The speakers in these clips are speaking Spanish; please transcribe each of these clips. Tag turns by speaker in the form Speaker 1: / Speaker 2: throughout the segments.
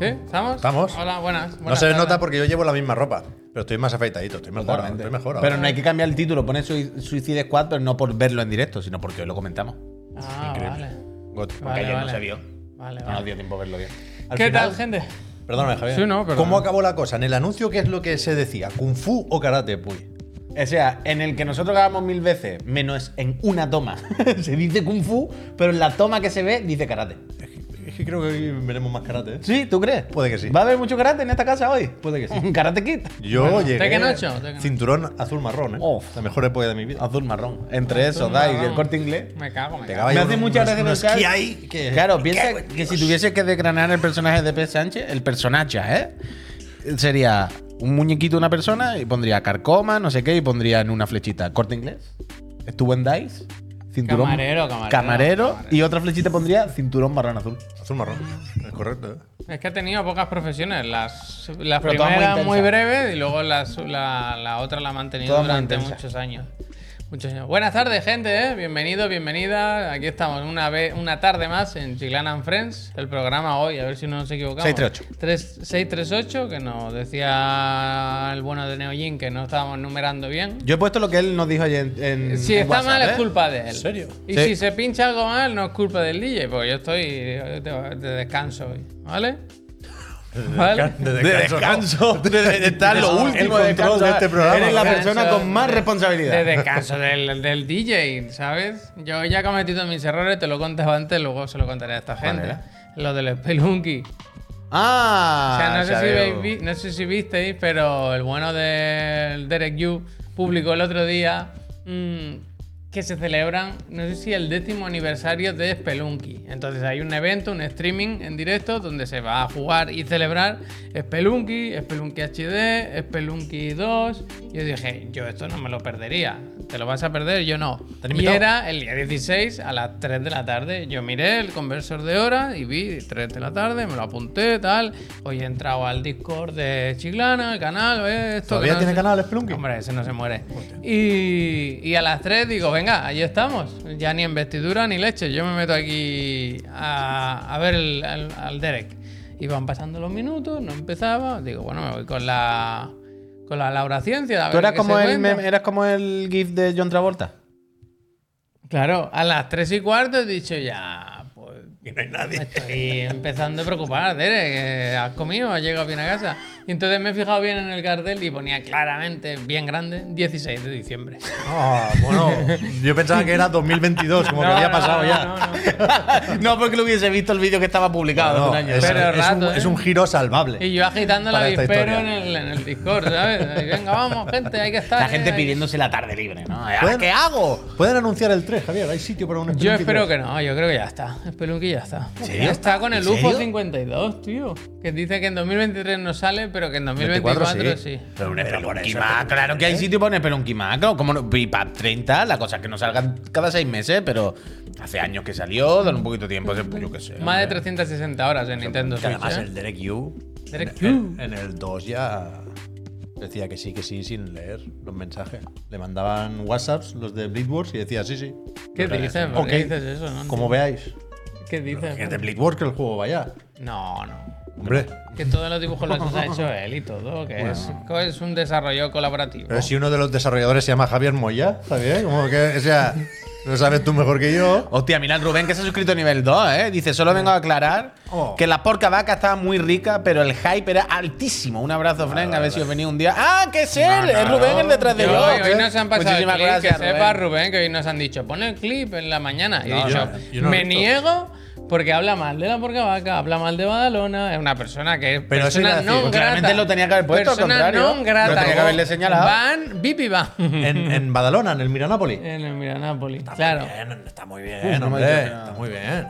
Speaker 1: ¿Sí? ¿Estamos?
Speaker 2: Estamos.
Speaker 1: Hola, buenas.
Speaker 2: No
Speaker 1: buenas
Speaker 2: se
Speaker 1: tardes.
Speaker 2: nota porque yo llevo la misma ropa, pero estoy más afeitadito, estoy mejor,
Speaker 3: Totalmente.
Speaker 2: estoy mejor ahora.
Speaker 3: Pero no hay que cambiar el título, poner Sui- Suicide Squad, pero no por verlo en directo, sino porque hoy lo comentamos.
Speaker 1: Ah, vale.
Speaker 2: Got-
Speaker 1: Vale,
Speaker 3: ayer no
Speaker 1: vale.
Speaker 3: se vio.
Speaker 1: Vale,
Speaker 3: No nos
Speaker 1: vale.
Speaker 3: dio tiempo a verlo bien.
Speaker 1: ¿Qué tal, gente?
Speaker 2: Perdóname, Javier.
Speaker 1: Sí, no, perdón.
Speaker 2: ¿Cómo acabó la cosa? En el anuncio, ¿qué es lo que se decía? ¿Kung Fu o Karate? Puy.
Speaker 3: O sea, en el que nosotros grabamos mil veces, menos en una toma, se dice Kung Fu, pero en la toma que se ve, dice karate.
Speaker 2: Es que creo que hoy veremos más karate. ¿eh?
Speaker 3: ¿Sí? ¿Tú crees?
Speaker 2: Puede que sí.
Speaker 3: ¿Va a haber mucho karate en esta casa hoy?
Speaker 2: Puede que sí.
Speaker 3: Un karate kit.
Speaker 2: Yo llegué.
Speaker 1: Tekken 8, Tekken 8.
Speaker 2: Cinturón azul marrón, ¿eh?
Speaker 3: Uf.
Speaker 2: La mejor época de mi vida.
Speaker 3: Azul marrón. Entre eso, Dai y el corte inglés.
Speaker 1: Pues Me cago, me cago.
Speaker 2: Pegaba yo
Speaker 3: hace
Speaker 2: unos-
Speaker 3: mucha gracia
Speaker 2: unos
Speaker 3: pensar-
Speaker 2: ki ahí que-
Speaker 3: Claro,
Speaker 2: me
Speaker 3: piensa
Speaker 2: cago en
Speaker 3: que si
Speaker 2: Dios.
Speaker 3: tuviese que desgranar el personaje de P. Sánchez, el personaje, ¿eh? Sería un muñequito de una persona y pondría carcoma, no sé qué, y pondría en una flechita corte inglés, estuvo en Dice, cinturón.
Speaker 1: Camarero, camarero,
Speaker 3: camarero,
Speaker 1: camarero.
Speaker 3: Y otra flechita pondría cinturón marrón azul.
Speaker 2: Azul marrón. Es correcto, ¿eh?
Speaker 1: Es que he tenido pocas profesiones. Las, la
Speaker 3: Pero todas muy
Speaker 1: primera muy,
Speaker 3: intensas.
Speaker 1: breve y luego la, su- la- la otra la ha mantenido
Speaker 3: Todas muy
Speaker 1: durante
Speaker 3: intensas.
Speaker 1: muchos años. Muchos años. Buenas tardes, gente. ¿eh? Bienvenido, bienvenida. Aquí estamos una, vez, una tarde más en Chiclana and Friends. El programa hoy, a ver si no nos equivocamos.
Speaker 3: 638.
Speaker 1: Tres- 638, que nos decía el bueno de Neojin que no estábamos numerando bien.
Speaker 3: Yo he puesto lo que él nos dijo ayer en. en
Speaker 1: Si está
Speaker 3: WhatsApp,
Speaker 1: mal,
Speaker 3: ¿eh?
Speaker 1: es culpa de él. ¿En
Speaker 2: serio?
Speaker 1: Y
Speaker 3: Sí.
Speaker 1: si se pincha algo mal, no es culpa del DJ, porque yo estoy de, de descanso hoy. ¿Vale? ¿Vale?
Speaker 2: De
Speaker 3: De descanso, de, de- de estar lo
Speaker 2: El
Speaker 3: último
Speaker 2: control
Speaker 3: de descanso.
Speaker 2: de este programa.
Speaker 3: Eres la persona
Speaker 1: Descanso,
Speaker 3: con más
Speaker 1: de-
Speaker 3: responsabilidad.
Speaker 1: De descanso del, del DJ, ¿sabes? Yo ya he cometido mis errores, te lo contaba antes, luego se lo contaré a esta gente.
Speaker 3: era?
Speaker 1: Lo del Spelunky.
Speaker 3: Ah,
Speaker 1: O sea, no, sé
Speaker 3: ya
Speaker 1: si veis-
Speaker 3: veo.
Speaker 1: vi- no sé si visteis, pero el bueno del Derek Yu publicó el otro día mm, que se celebran, no sé si el décimo aniversario de Spelunky. Entonces hay un evento, un streaming en directo donde se va a jugar y celebrar Spelunky, Spelunky HD, Spelunky 2. Y yo dije, yo esto no me lo perdería. ¿Te lo vas a perder? Yo no.
Speaker 2: han
Speaker 1: Y
Speaker 2: invitado?
Speaker 1: era el día 16 a las 3 de la tarde. Yo miré el conversor de hora y vi 3 de la tarde, me lo apunté, tal. Hoy he entrado al Discord de Chiclana, el canal, eh, esto.
Speaker 2: ¿Todavía
Speaker 1: que no
Speaker 2: tiene
Speaker 1: se-
Speaker 2: canal Spelunky?
Speaker 1: Hombre, ese no se muere. Y, y a las 3 digo, venga, ahí estamos. Ya ni en vestidura ni leche. Yo me meto aquí a, a ver el- al, al Derek. Iban pasando los minutos, no empezaba. Digo, bueno, me voy con la. Con la Laura Ciencia. a
Speaker 3: ¿Tú
Speaker 1: ver
Speaker 3: eras
Speaker 1: qué
Speaker 3: como,
Speaker 1: se
Speaker 3: el,
Speaker 1: cuenta.
Speaker 3: mem- eras como el GIF de John Travolta?
Speaker 1: Claro, a las 3 y cuarto he dicho ya, pues
Speaker 2: Y no hay
Speaker 1: me
Speaker 2: nadie.
Speaker 1: estoy empezando a preocupar, Dere, que has comido, has llegado bien a casa. Y entonces me he fijado bien en el cartel y ponía claramente, bien grande, 16 de diciembre.
Speaker 2: Ah, bueno, yo pensaba que era 2022, como que
Speaker 1: No,
Speaker 2: había
Speaker 1: no,
Speaker 2: pasado
Speaker 1: no,
Speaker 2: ya.
Speaker 1: no, no.
Speaker 3: no porque lo hubiese visto el vídeo que estaba publicado
Speaker 2: No,
Speaker 3: hace un año.
Speaker 2: es,
Speaker 1: Pero
Speaker 2: es un,
Speaker 1: rato, ¿eh?
Speaker 2: es un giro salvable.
Speaker 1: Y yo agitando el
Speaker 2: Para esta
Speaker 1: avispero
Speaker 2: historia.
Speaker 1: en el, en el Discord, ¿sabes? Ahí, Venga, vamos, gente, hay que estar.
Speaker 3: la
Speaker 1: eh,
Speaker 3: gente
Speaker 1: hay-
Speaker 3: pidiéndose la tarde libre, ¿no? ¿Ahora
Speaker 2: Bueno.
Speaker 3: ¿Qué hago?
Speaker 2: Pueden anunciar el 3, Javier. Hay sitio para un
Speaker 1: "Ah, Yo espero que no, yo creo que ya está. Spelunky ya está.
Speaker 3: serio?
Speaker 1: Ya está con el
Speaker 3: ¿En
Speaker 1: UFO
Speaker 3: serio?
Speaker 1: 52, tío. Que dice que en 2023 no sale, pero que en
Speaker 2: 24
Speaker 1: 2024 sí.
Speaker 3: Pero un Spelunky más, claro que hay
Speaker 1: ¿Eh?
Speaker 3: sitio para un Spelunky más. Claro, como no, VIP 30, la cosa es que no salgan cada seis meses, pero hace años que salió, dan un poquito de tiempo, pues yo qué sé.
Speaker 1: Más de
Speaker 3: hombre.
Speaker 1: 360 horas en Nintendo
Speaker 2: Que
Speaker 1: Switch.
Speaker 2: además
Speaker 1: ¿eh?
Speaker 2: el Derek Yu.
Speaker 1: Derek Yu.
Speaker 2: en- En, en el 2 ya decía que sí, que sí, sin leer los mensajes. Le mandaban WhatsApps los de Bleedworks y decía sí, sí.
Speaker 1: ¿Qué
Speaker 2: Lo
Speaker 1: dices?
Speaker 2: agradezco.
Speaker 1: ¿Por qué
Speaker 2: Ok,
Speaker 1: dices eso? No
Speaker 2: Como veáis.
Speaker 1: ¿Qué
Speaker 2: Que es de
Speaker 1: dices?
Speaker 2: Bleedworks que el juego vaya.
Speaker 1: No, no.
Speaker 2: Hombre.
Speaker 1: Que todos los dibujos los ha hecho él y todo, que es, es un desarrollo colaborativo.
Speaker 2: Pero si uno de los desarrolladores se llama Javier Moya, Javier, como que, o sea, lo sabes tú mejor que yo.
Speaker 3: Hostia, mirad, Rubén que se ha suscrito a nivel 2, ¿eh? Dice, solo vengo a aclarar
Speaker 2: Oh.
Speaker 3: que la porca vaca estaba muy rica, pero el hype era altísimo. Un abrazo, Frank, a ver si os venís un día. ¡Ah, que es él! es Rubén el detrás de
Speaker 1: Yo,
Speaker 3: yo.
Speaker 1: hoy, hoy nos han pasado el
Speaker 3: Muchísimas
Speaker 1: clip,
Speaker 3: gracias,
Speaker 1: que sepa Rubén que hoy nos han dicho, pon el clip en la mañana. Y he
Speaker 2: No,
Speaker 1: dicho,
Speaker 2: no, yo no lo
Speaker 1: me
Speaker 2: he visto".
Speaker 1: niego porque habla mal de la porca vaca, habla mal de Badalona, es una persona que es
Speaker 2: Pero eso iba a
Speaker 1: persona
Speaker 2: decir,
Speaker 1: no
Speaker 2: pues
Speaker 1: grata.
Speaker 3: claramente lo tenía que haber puesto, al
Speaker 1: persona
Speaker 3: contrario.
Speaker 1: no grata.
Speaker 3: Lo tenía que haberle señalado.
Speaker 1: Van, bipi van.
Speaker 2: En, en Badalona, en el Miranápolis.
Speaker 1: en el Miranápolis, claro.
Speaker 2: Bien, Eh, está muy
Speaker 3: Uf,
Speaker 2: bien,
Speaker 3: no me
Speaker 2: hombre,
Speaker 3: digas nada. Ah,
Speaker 2: está muy bien.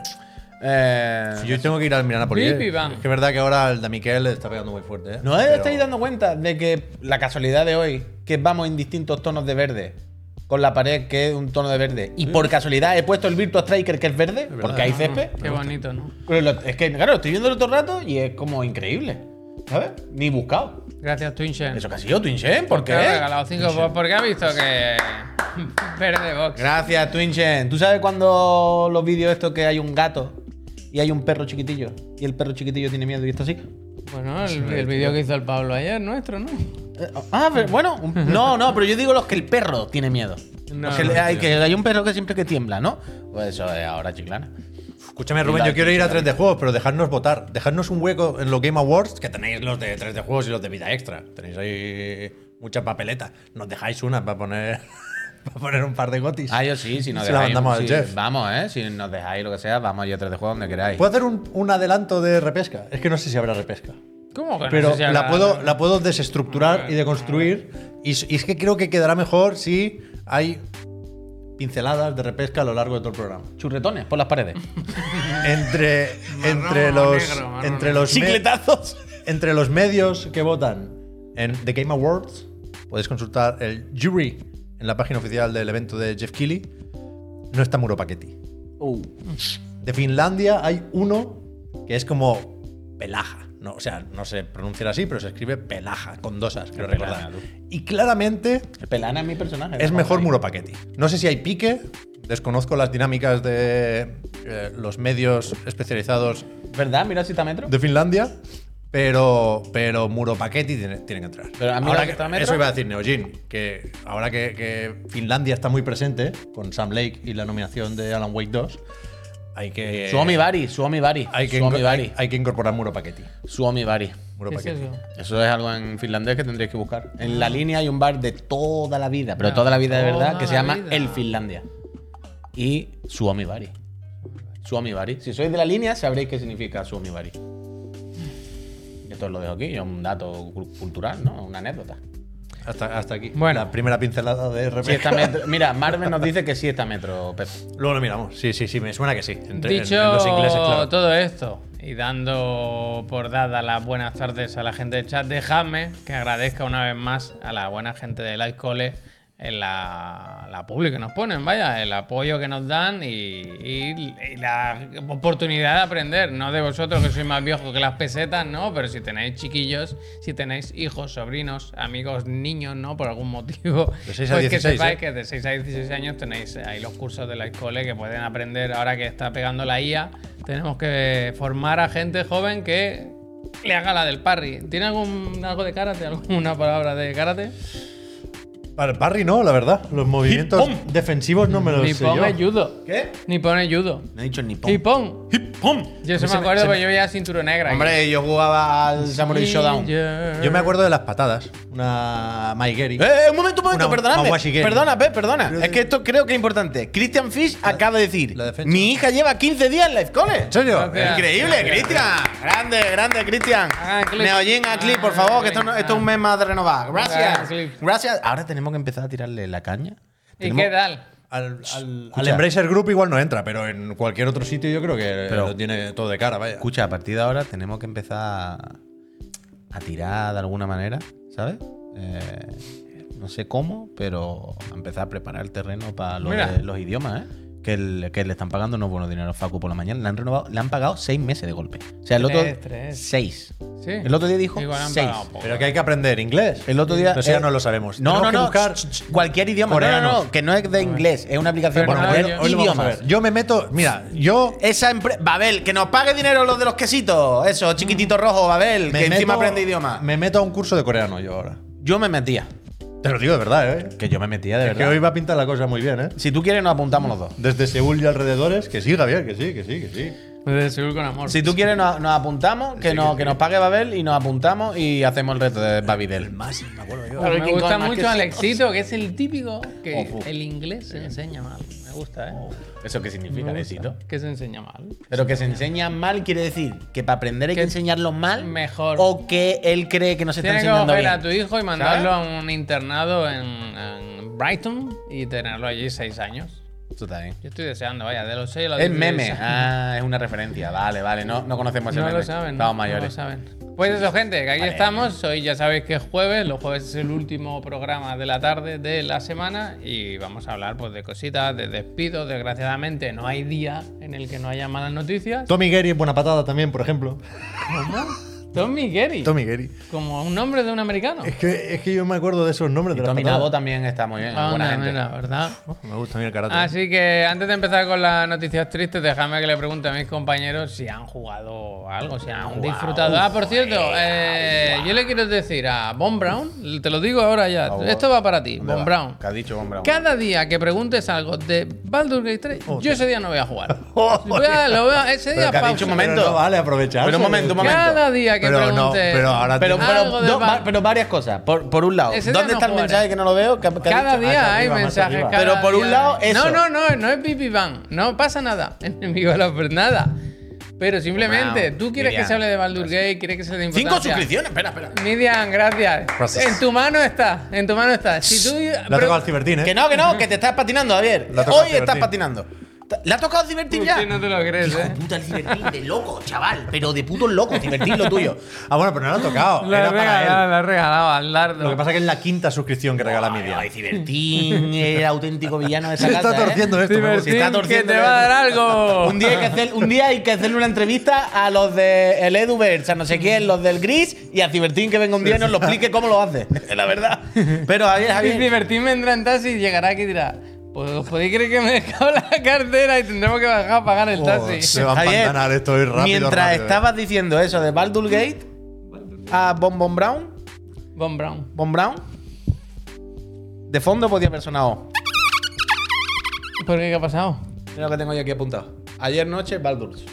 Speaker 3: Eh,
Speaker 2: Si yo tengo que ir al Miranápolis.
Speaker 1: Pip,
Speaker 2: eh.
Speaker 1: y bam.
Speaker 2: Es que es verdad que ahora el de Miquel está pegando muy fuerte. ¿eh?
Speaker 3: ¿No os
Speaker 2: Pero-
Speaker 3: estáis dando cuenta de que la casualidad de hoy, que vamos en distintos tonos de verde, con la pared que es un tono de verde, y por casualidad he puesto el Virtua Striker que es verde,
Speaker 2: verdad.
Speaker 3: porque hay césped?
Speaker 1: Mm, Qué bonito, ¿no?
Speaker 3: Pero lo- es que, claro, estoy viéndolo todo el rato y es como increíble. ¿Sabes? Ni buscado.
Speaker 1: Gracias, Twinchen.
Speaker 3: Eso que ha sido Twinchen, ¿por
Speaker 1: Te ha
Speaker 3: qué?
Speaker 1: regalado cinco box porque ha visto que. Verde box.
Speaker 3: Gracias, Twinchen. ¿Tú sabes cuando los vídeos estos que hay un gato y hay un perro chiquitillo. Y el perro chiquitillo tiene miedo y está así.
Speaker 1: Bueno, el, el vídeo que hizo el Pablo ayer, nuestro, ¿no?
Speaker 3: Eh, Ah, pero bueno. un- No, no, pero yo digo los que el perro tiene miedo.
Speaker 1: No.
Speaker 3: Los que, le- hay, que hay un perro que siempre que tiembla, ¿no? Pues eso es ahora chiclana.
Speaker 2: Escúchame, Rubén, yo quiero ir a 3D Juegos, pero dejadnos votar. Dejadnos un hueco en los Game Awards, que tenéis los de 3D Juegos y los de Vida Extra. Tenéis ahí mucha papeleta. Nos dejáis una para poner, para poner un par de gotis.
Speaker 3: Ah, yo sí, si nos
Speaker 2: Se la
Speaker 3: dejáis.
Speaker 2: mandamos al
Speaker 3: sí,
Speaker 2: Jeff.
Speaker 3: Vamos, ¿eh? Si nos dejáis lo que sea, vamos allá a tres de juego donde queráis.
Speaker 2: ¿Puedo hacer un, un adelanto de repesca? Es que no sé si habrá repesca.
Speaker 1: ¿Cómo que no
Speaker 2: Pero
Speaker 1: sé si
Speaker 2: la,
Speaker 1: habrá-
Speaker 2: puedo, la puedo desestructurar y deconstruir. Y, s- y es que creo que quedará mejor si hay pinceladas de repesca a lo largo de todo el programa.
Speaker 3: Churretones por las paredes.
Speaker 2: Entre, entre
Speaker 1: Marrón o
Speaker 2: los.
Speaker 1: negro, marrón
Speaker 2: entre
Speaker 1: o negro.
Speaker 2: los me-
Speaker 3: Chicletazos.
Speaker 2: Entre los medios que votan en The Game Awards, podéis consultar el jury en la página oficial del evento de Jeff Keighley. No está Muro Paquetti.
Speaker 3: Uh,
Speaker 2: De Finlandia hay uno que es como Pelaja. No, o sea, no se pronuncia así, pero se escribe Pelaja, con dos as, quiero
Speaker 3: Pelaja,
Speaker 2: recordar.
Speaker 3: tú.
Speaker 2: Y claramente
Speaker 3: El Pelana es mi personaje.
Speaker 2: es mejor Muro Paquetti. No sé si hay pique, desconozco las dinámicas de eh, los medios especializados
Speaker 3: ¿Verdad? Mira si está metro.
Speaker 2: de Finlandia, pero, pero Muro Paquetti tiene, tiene que entrar.
Speaker 3: Pero a mí
Speaker 2: Ahora
Speaker 3: la
Speaker 2: que-
Speaker 3: otra metro-
Speaker 2: eso iba a decir Neojin, que ahora que, que Finlandia está muy presente con Sam Lake y la nominación de Alan Wake 2, hay que.
Speaker 3: Suomi Bari, Suomi Bari.
Speaker 2: hay que,
Speaker 3: Suomi
Speaker 2: inco-
Speaker 3: Bari.
Speaker 2: hay, hay que incorporar Muro Paquetti.
Speaker 3: Suomi Bari.
Speaker 2: Muro
Speaker 1: ¿Qué es
Speaker 2: Paquetti.
Speaker 1: eso?
Speaker 3: Eso es algo en finlandés que tendréis que buscar. En la línea hay un bar de toda la vida, pero toda la vida de
Speaker 1: Ah. Toda
Speaker 3: verdad, que se
Speaker 1: la
Speaker 3: llama
Speaker 1: vida.
Speaker 3: El Finlandia. Y Suomi Bari. Suomi Bari. Si sois de la línea, sabréis qué significa Suomi Bari. Esto os lo dejo aquí, es un dato cul- cultural, ¿no? Una anécdota.
Speaker 2: Hasta, hasta aquí.
Speaker 1: Bueno.
Speaker 2: la primera pincelada de
Speaker 3: Sí está
Speaker 2: repesca.
Speaker 3: metro. Mira, Marvel nos dice que sí está metro, Pep.
Speaker 2: Luego lo miramos. Sí, sí, sí, me suena que sí. Entre, en-
Speaker 1: Dicho
Speaker 2: en los ingleses, claro.
Speaker 1: todo esto y dando por dada las buenas tardes a la gente del chat, dejadme que agradezca una vez más a la buena gente de Live Cole en la, la publi que nos ponen, vaya, el apoyo que nos dan y, y- y la oportunidad de aprender, no de vosotros que sois más viejos que las pesetas, no, pero si tenéis chiquillos, si tenéis hijos, sobrinos, amigos, niños, no, por algún motivo,
Speaker 2: De seis a
Speaker 1: pues que
Speaker 2: 16,
Speaker 1: sepáis
Speaker 2: ¿eh?
Speaker 1: que de 6 a 16 años tenéis ahí los cursos de la escuela que pueden aprender ahora que está pegando la IA. Tenemos que formar a gente joven que le haga la del parry. ¿Tiene algún algo de karate? ¿Alguna palabra de karate?
Speaker 2: Para Barry no, la verdad. Los movimientos defensivos no me los sé
Speaker 1: Nippon
Speaker 2: yo.
Speaker 1: es judo.
Speaker 2: ¿Qué?
Speaker 1: Nippon es judo.
Speaker 3: No he dicho ni pom.
Speaker 1: Nippon. Yo
Speaker 3: Pues
Speaker 1: se me acuerdo porque yo veía cinturón negra.
Speaker 3: Hombre, yo jugaba al Samurai Showdown.
Speaker 1: Ninja.
Speaker 2: Yo me acuerdo de las patadas. Una Maigeri.
Speaker 3: Eh, eh, un momento, un momento,
Speaker 2: Una-
Speaker 3: perdóname.
Speaker 2: una washigeri.
Speaker 3: Perdona, Pep, perdona. Es que esto creo que es importante. Christian Fish acaba de decir:
Speaker 2: la defensa.
Speaker 3: Mi hija lleva 15 días en Life College.
Speaker 2: ¿En serio?
Speaker 1: Gracias.
Speaker 3: Increíble,
Speaker 1: Gracias.
Speaker 3: Cristian. Grande, grande, Cristian.
Speaker 1: Hagan clip.
Speaker 3: Neojin, a clip, por favor, que esto, no- esto es un mes más de renovar.
Speaker 1: Hagan
Speaker 3: Gracias.
Speaker 1: clip.
Speaker 3: Gracias. Ahora tenemos que empezar a tirarle la caña.
Speaker 1: ¿Y
Speaker 3: Tenemos-
Speaker 1: qué tal?
Speaker 2: Al, al, al
Speaker 3: Escucha.
Speaker 2: Embracer Group igual no entra, pero en cualquier otro sitio yo creo que
Speaker 3: Pero-
Speaker 2: lo tiene todo de cara, vaya.
Speaker 3: Escucha, a partir de ahora tenemos que empezar a tirar de alguna manera, ¿sabes? Eh, no sé cómo, pero a empezar a preparar el terreno para lo
Speaker 1: Mira.
Speaker 3: de los idiomas, ¿eh? Que, el- que le están pagando unos buenos dinero a Facu por la mañana. Le han renovado, le han pagado seis meses de golpe. O sea, el otro.
Speaker 1: Tres, tres.
Speaker 3: Seis.
Speaker 1: Sí.
Speaker 3: El otro día dijo
Speaker 1: Igual han
Speaker 3: seis.
Speaker 1: pagado poco.
Speaker 2: Pero que hay que aprender inglés.
Speaker 3: El otro día.
Speaker 2: Entonces ya
Speaker 3: eh,
Speaker 2: no lo sabemos.
Speaker 3: No, no,
Speaker 2: Tenemos que
Speaker 3: no.
Speaker 2: buscar-
Speaker 3: ch- ch- Cualquier idioma. No, No, no,
Speaker 2: Coreanos.
Speaker 3: Que no es de inglés. Es una aplicación
Speaker 1: Pero
Speaker 3: para
Speaker 1: no,
Speaker 3: aprender
Speaker 1: yo- hoy
Speaker 2: lo vamos a
Speaker 3: Ah, idiomas.
Speaker 2: ver. Yo me meto, mira, yo
Speaker 3: Esa empresa. Babel, que nos pague dinero los de los quesitos. Eso, chiquitito rojo, Babel,
Speaker 2: me
Speaker 3: que encima
Speaker 2: meto-
Speaker 3: aprende idioma.
Speaker 2: Me meto a un curso de coreano yo ahora.
Speaker 3: Yo me metía.
Speaker 2: Te lo digo de verdad, ¿eh?
Speaker 3: Que yo me metía, de
Speaker 2: Es que
Speaker 3: verdad.
Speaker 2: hoy va a pintar la cosa muy bien, ¿eh?
Speaker 3: Si tú quieres, nos apuntamos los dos.
Speaker 2: Desde Seúl y alrededores, que sí, Javier, que sí, que sí, que sí.
Speaker 1: Desde Seúl con amor.
Speaker 3: Si tú quieres, nos, nos apuntamos, que, nos, que nos pague Babel y nos apuntamos y hacemos el reto de Babidel.
Speaker 2: Más, me acuerdo
Speaker 1: Pero
Speaker 2: yo.
Speaker 1: Pues me
Speaker 3: King
Speaker 1: gusta
Speaker 3: Kong, más
Speaker 1: mucho
Speaker 3: que-
Speaker 1: Alexito, que es el típico que
Speaker 3: Ojo.
Speaker 1: el inglés se enseña mal. Me gusta, ¿eh?
Speaker 3: ¿Eso qué significa, Necito?
Speaker 1: Que se enseña mal.
Speaker 3: Pero que se enseña mal quiere decir que para aprender hay que,
Speaker 1: Que-
Speaker 3: enseñarlo mal.
Speaker 1: mejor.
Speaker 3: O que él cree que no se está
Speaker 1: Tienes que
Speaker 3: enseñando
Speaker 1: coger
Speaker 3: bien.
Speaker 1: a tu hijo y mandarlo a un internado en, en Brighton y tenerlo allí seis años.
Speaker 3: Tú también.
Speaker 1: Yo estoy deseando, vaya, de los seis a los
Speaker 3: Es
Speaker 1: 16
Speaker 3: meme.
Speaker 1: años.
Speaker 3: Ah, es una referencia. Vale, vale. No, no conocemos ese
Speaker 1: No
Speaker 3: meme.
Speaker 1: lo saben.
Speaker 3: Estamos
Speaker 1: no, No lo
Speaker 3: mayores.
Speaker 1: saben. Pues eso, gente, que aquí
Speaker 3: Vale.
Speaker 1: estamos. Hoy ya sabéis que es jueves. Los jueves es el último programa de la tarde de la semana. Y vamos a hablar pues, de cositas, de despidos. Desgraciadamente, no hay día en el que no haya malas noticias.
Speaker 2: Tommy Gary es buena patada también, por ejemplo.
Speaker 1: Tommy Gary.
Speaker 4: Tommy Gary.
Speaker 1: Como un nombre de un americano.
Speaker 4: Es que, es que yo me acuerdo de esos nombres
Speaker 3: Y
Speaker 4: de las
Speaker 3: Tommy
Speaker 4: patadas.
Speaker 3: Nabo también está muy bien.
Speaker 1: Ah,
Speaker 3: buena
Speaker 1: anda,
Speaker 3: gente.
Speaker 1: mira, ¿verdad?
Speaker 4: Oh, me gusta a mí el karate.
Speaker 3: Ah,
Speaker 1: Así que antes de empezar con las noticias tristes, déjame que le pregunte a mis compañeros si han jugado algo, si han disfrutado. Ah, por cierto, eh, yo le quiero decir a Von Brown, te lo digo ahora ya,
Speaker 3: Vamos.
Speaker 1: esto va para ti,
Speaker 3: ¿Dónde
Speaker 1: Von
Speaker 3: va?
Speaker 1: Brown.
Speaker 3: ¿Qué ha dicho Von Brown?
Speaker 1: Cada día que preguntes algo de Baldur's Gate 3, yo ese día no voy a jugar.
Speaker 4: Joder.
Speaker 1: Voy a- lo voy a- ese
Speaker 4: Pero
Speaker 1: día
Speaker 4: que ha
Speaker 1: pausa.
Speaker 4: dicho
Speaker 3: un momento.
Speaker 4: Pero no vale aprovechar.
Speaker 3: Pero un momento, un momento.
Speaker 1: Cada día que
Speaker 4: Pero no,
Speaker 1: preguntes.
Speaker 4: pero ahora
Speaker 3: Pero,
Speaker 4: tiene-
Speaker 1: Algo
Speaker 3: pero-
Speaker 1: de
Speaker 3: do-
Speaker 1: va-
Speaker 3: va- pero varias cosas. Por, por un lado,
Speaker 1: Ese día
Speaker 3: ¿dónde
Speaker 1: no
Speaker 3: está el
Speaker 1: jugaré.
Speaker 3: mensaje que no lo veo? ¿Qué- qué ha
Speaker 1: Cada
Speaker 3: dicho?
Speaker 1: día
Speaker 4: Más
Speaker 1: hay
Speaker 4: "Ah, arriba, más
Speaker 1: mensajes.
Speaker 4: arriba.
Speaker 1: cada
Speaker 3: Pero por un
Speaker 1: día.
Speaker 3: lado, eso.
Speaker 1: No, no, no, no es pipi van. No pasa nada. Enemigo de la nada. Pero simplemente,
Speaker 3: Wow.
Speaker 1: tú quieres que
Speaker 3: Miriam,
Speaker 1: se hable de Baldur Gate, quieres que se le dé
Speaker 3: Cinco
Speaker 1: importancia.
Speaker 3: suscripciones. Espera, espera.
Speaker 1: Miriam, gracias.
Speaker 4: Gracias.
Speaker 1: En tu mano está, en tu mano está. Si tú.
Speaker 4: Le ha
Speaker 1: pero-
Speaker 4: tocado al cibertín, ¿eh?
Speaker 3: Que no, que no, que te estás patinando, Javier.
Speaker 4: Le ha tocado
Speaker 3: Hoy estás
Speaker 4: divertir.
Speaker 3: patinando. ¿Le ha tocado divertir ya?
Speaker 1: Tú no te lo crees,
Speaker 3: Hijo de
Speaker 1: eh.
Speaker 3: puta, el cibertín de loco, chaval. Pero de puto loco, cibertín lo tuyo.
Speaker 4: Ah, bueno, pero no lo ha tocado.
Speaker 1: La
Speaker 4: Era
Speaker 1: has
Speaker 4: para
Speaker 1: regalado,
Speaker 4: él.
Speaker 1: la has regalado al dardo.
Speaker 4: Lo que pasa es que es la quinta suscripción que regala
Speaker 3: Ay,
Speaker 4: Miriam.
Speaker 3: ay, cibertín, el auténtico villano de esa
Speaker 4: Se
Speaker 3: casa.
Speaker 4: está
Speaker 3: ¿eh?
Speaker 4: torciendo esto. me gusta.
Speaker 1: Divertín,
Speaker 3: está
Speaker 1: que
Speaker 3: torciendo
Speaker 1: te
Speaker 3: el-
Speaker 1: va a dar algo.
Speaker 3: Un día, hay que hacer, un día hay que hacerle una entrevista a los de el Eduverse, a no sé quién, los del Gris y a Cibertín que venga un día y nos lo explique cómo lo hace. Es la verdad. Pero Javier,
Speaker 1: Y
Speaker 3: Javier,
Speaker 1: Divertín vendrá en taxi y llegará aquí y dirá: Pues os podéis creer que me he dejado la cartera y tendremos que bajar a pagar el
Speaker 4: Joder,
Speaker 1: taxi.
Speaker 4: Se va a
Speaker 3: Javier,
Speaker 4: empantanar esto hoy rápido.
Speaker 3: mientras
Speaker 4: rápido, eh.
Speaker 3: estabas diciendo eso de Baldur's Gate a Bon Bon Brown,
Speaker 1: Von Brown.
Speaker 3: Bon Brown, de fondo podía haber sonado.
Speaker 1: ¿Por qué? ¿Qué ha pasado?
Speaker 3: Mira lo que tengo yo aquí apuntado. Ayer noche, Baldur's.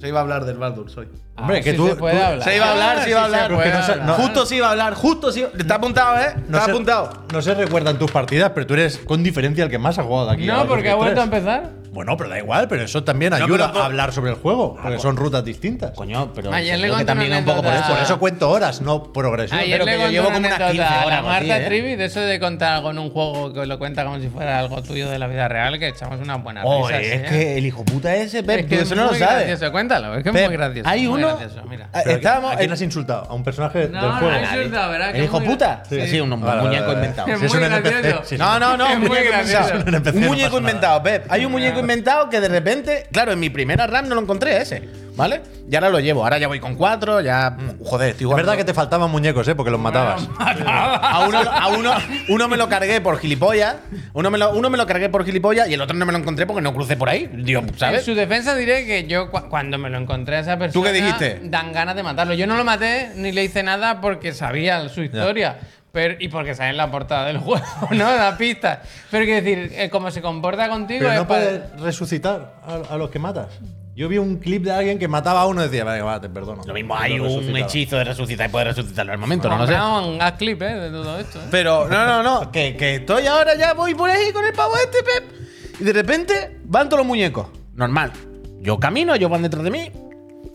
Speaker 3: Se iba a hablar del Baldur's hoy.
Speaker 4: Hombre,
Speaker 1: Ah,
Speaker 4: que
Speaker 1: sí
Speaker 4: tú-
Speaker 1: se puede
Speaker 4: tú-
Speaker 1: hablar.
Speaker 3: Se iba a hablar,
Speaker 1: Ah,
Speaker 3: se iba a
Speaker 1: sí
Speaker 3: hablar.
Speaker 1: puede
Speaker 4: Pero es que no se-
Speaker 1: hablar.
Speaker 3: Justo se iba a hablar, justo se iba. Está apuntado, ¿eh?
Speaker 4: No
Speaker 3: Está
Speaker 4: se-
Speaker 3: apuntado.
Speaker 4: No se recuerdan tus partidas, pero tú eres con diferencia el que más ha jugado de aquí. ¿eh?
Speaker 1: No, porque ha vuelto a
Speaker 4: empezar.
Speaker 1: empezar.
Speaker 4: Bueno, pero da igual, pero eso también
Speaker 3: No,
Speaker 4: ayuda
Speaker 3: pero tú- Ah,
Speaker 4: a hablar sobre el juego, porque son rutas distintas.
Speaker 3: Coño, Ah. pero
Speaker 1: Ayer le
Speaker 3: creo que
Speaker 1: conté
Speaker 3: también
Speaker 1: una
Speaker 3: es un poco por
Speaker 1: anécdota.
Speaker 3: eso.
Speaker 4: Por eso cuento horas, no progresión.
Speaker 1: Ayer
Speaker 3: creo
Speaker 1: le
Speaker 3: que yo
Speaker 1: conté
Speaker 3: llevo
Speaker 1: una
Speaker 3: como unas
Speaker 1: anécdota
Speaker 3: 15
Speaker 1: a
Speaker 3: horas
Speaker 1: la
Speaker 3: o así,
Speaker 1: Marta
Speaker 3: ¿eh?
Speaker 1: Trivi de eso de contar algo en un juego que lo cuenta como si fuera algo tuyo de la vida real, que echamos una buena
Speaker 3: Oh,
Speaker 1: risa. ¿eh?
Speaker 3: es que el hijo puta ese, Pep, tú eso no lo
Speaker 1: muy
Speaker 3: sabes.
Speaker 1: gracioso, cuéntalo, es que es
Speaker 3: Pep,
Speaker 1: muy gracioso.
Speaker 3: hay
Speaker 1: muy
Speaker 3: uno-
Speaker 1: gracioso, mira.
Speaker 3: Ah,
Speaker 4: Pero ¿a-
Speaker 3: Estábamos.
Speaker 4: ¿A quién has insultado? ¿A un personaje
Speaker 1: No,
Speaker 4: del
Speaker 1: no,
Speaker 4: juego?
Speaker 1: es verdad, ¿verdad? Que
Speaker 3: El
Speaker 1: es
Speaker 3: hijo
Speaker 1: muy
Speaker 3: puta.
Speaker 1: gracioso.
Speaker 3: Sí, un
Speaker 4: Vale, vale,
Speaker 3: muñeco
Speaker 4: vale.
Speaker 3: inventado.
Speaker 1: Es
Speaker 4: Si es un
Speaker 1: muy
Speaker 4: NPC,
Speaker 1: gracioso.
Speaker 4: sí, sí.
Speaker 3: No, no, no,
Speaker 1: Es
Speaker 3: un
Speaker 1: muy
Speaker 3: muñeco
Speaker 1: gracioso.
Speaker 3: inventado.
Speaker 4: Un NPC
Speaker 3: Un
Speaker 4: no
Speaker 3: muñeco
Speaker 4: pasa nada.
Speaker 3: inventado, Pep. Hay un muñeco inventado que de repente, claro, en mi primera RAM no lo encontré ese, ¿vale? Y ahora lo llevo, ahora ya voy con cuatro, ya. Joder, estoy
Speaker 4: Es
Speaker 3: jugando.
Speaker 4: verdad que te faltaban muñecos, ¿eh? Porque los matabas.
Speaker 3: A uno, a uno, uno me lo cargué por gilipollas, uno me, lo, uno me lo cargué por gilipollas y el otro no me lo encontré porque no crucé por ahí. Digo,
Speaker 1: En
Speaker 3: ¿sabes?
Speaker 1: su defensa diré que yo cu- cuando me lo encontré a esa persona
Speaker 3: ¿Tú qué dijiste?
Speaker 1: dan ganas de matarlo. Yo no lo maté ni le hice nada porque sabía su historia. Pero, y porque sale en la portada del juego, ¿no? Da pistas. Pero quiero decir, eh, como se comporta contigo
Speaker 4: Pero
Speaker 1: es
Speaker 4: no
Speaker 1: para-
Speaker 4: puedes resucitar a, a los que matas. Yo vi un clip de alguien que mataba a uno y decía, vale, va, te perdono.
Speaker 3: Lo mismo,
Speaker 4: Y
Speaker 3: hay
Speaker 4: lo
Speaker 3: un
Speaker 4: resucitaba.
Speaker 3: hechizo de resucitar y puede resucitarlo al momento, no lo sé.
Speaker 1: Abraham, haz clip, ¿eh? De todo esto, ¿eh?
Speaker 3: Pero, no, no, no, que, que estoy ahora ya, voy por ahí con el pavo este, Pep. Y de repente van todos los muñecos. Normal. Yo camino, ellos van detrás de mí.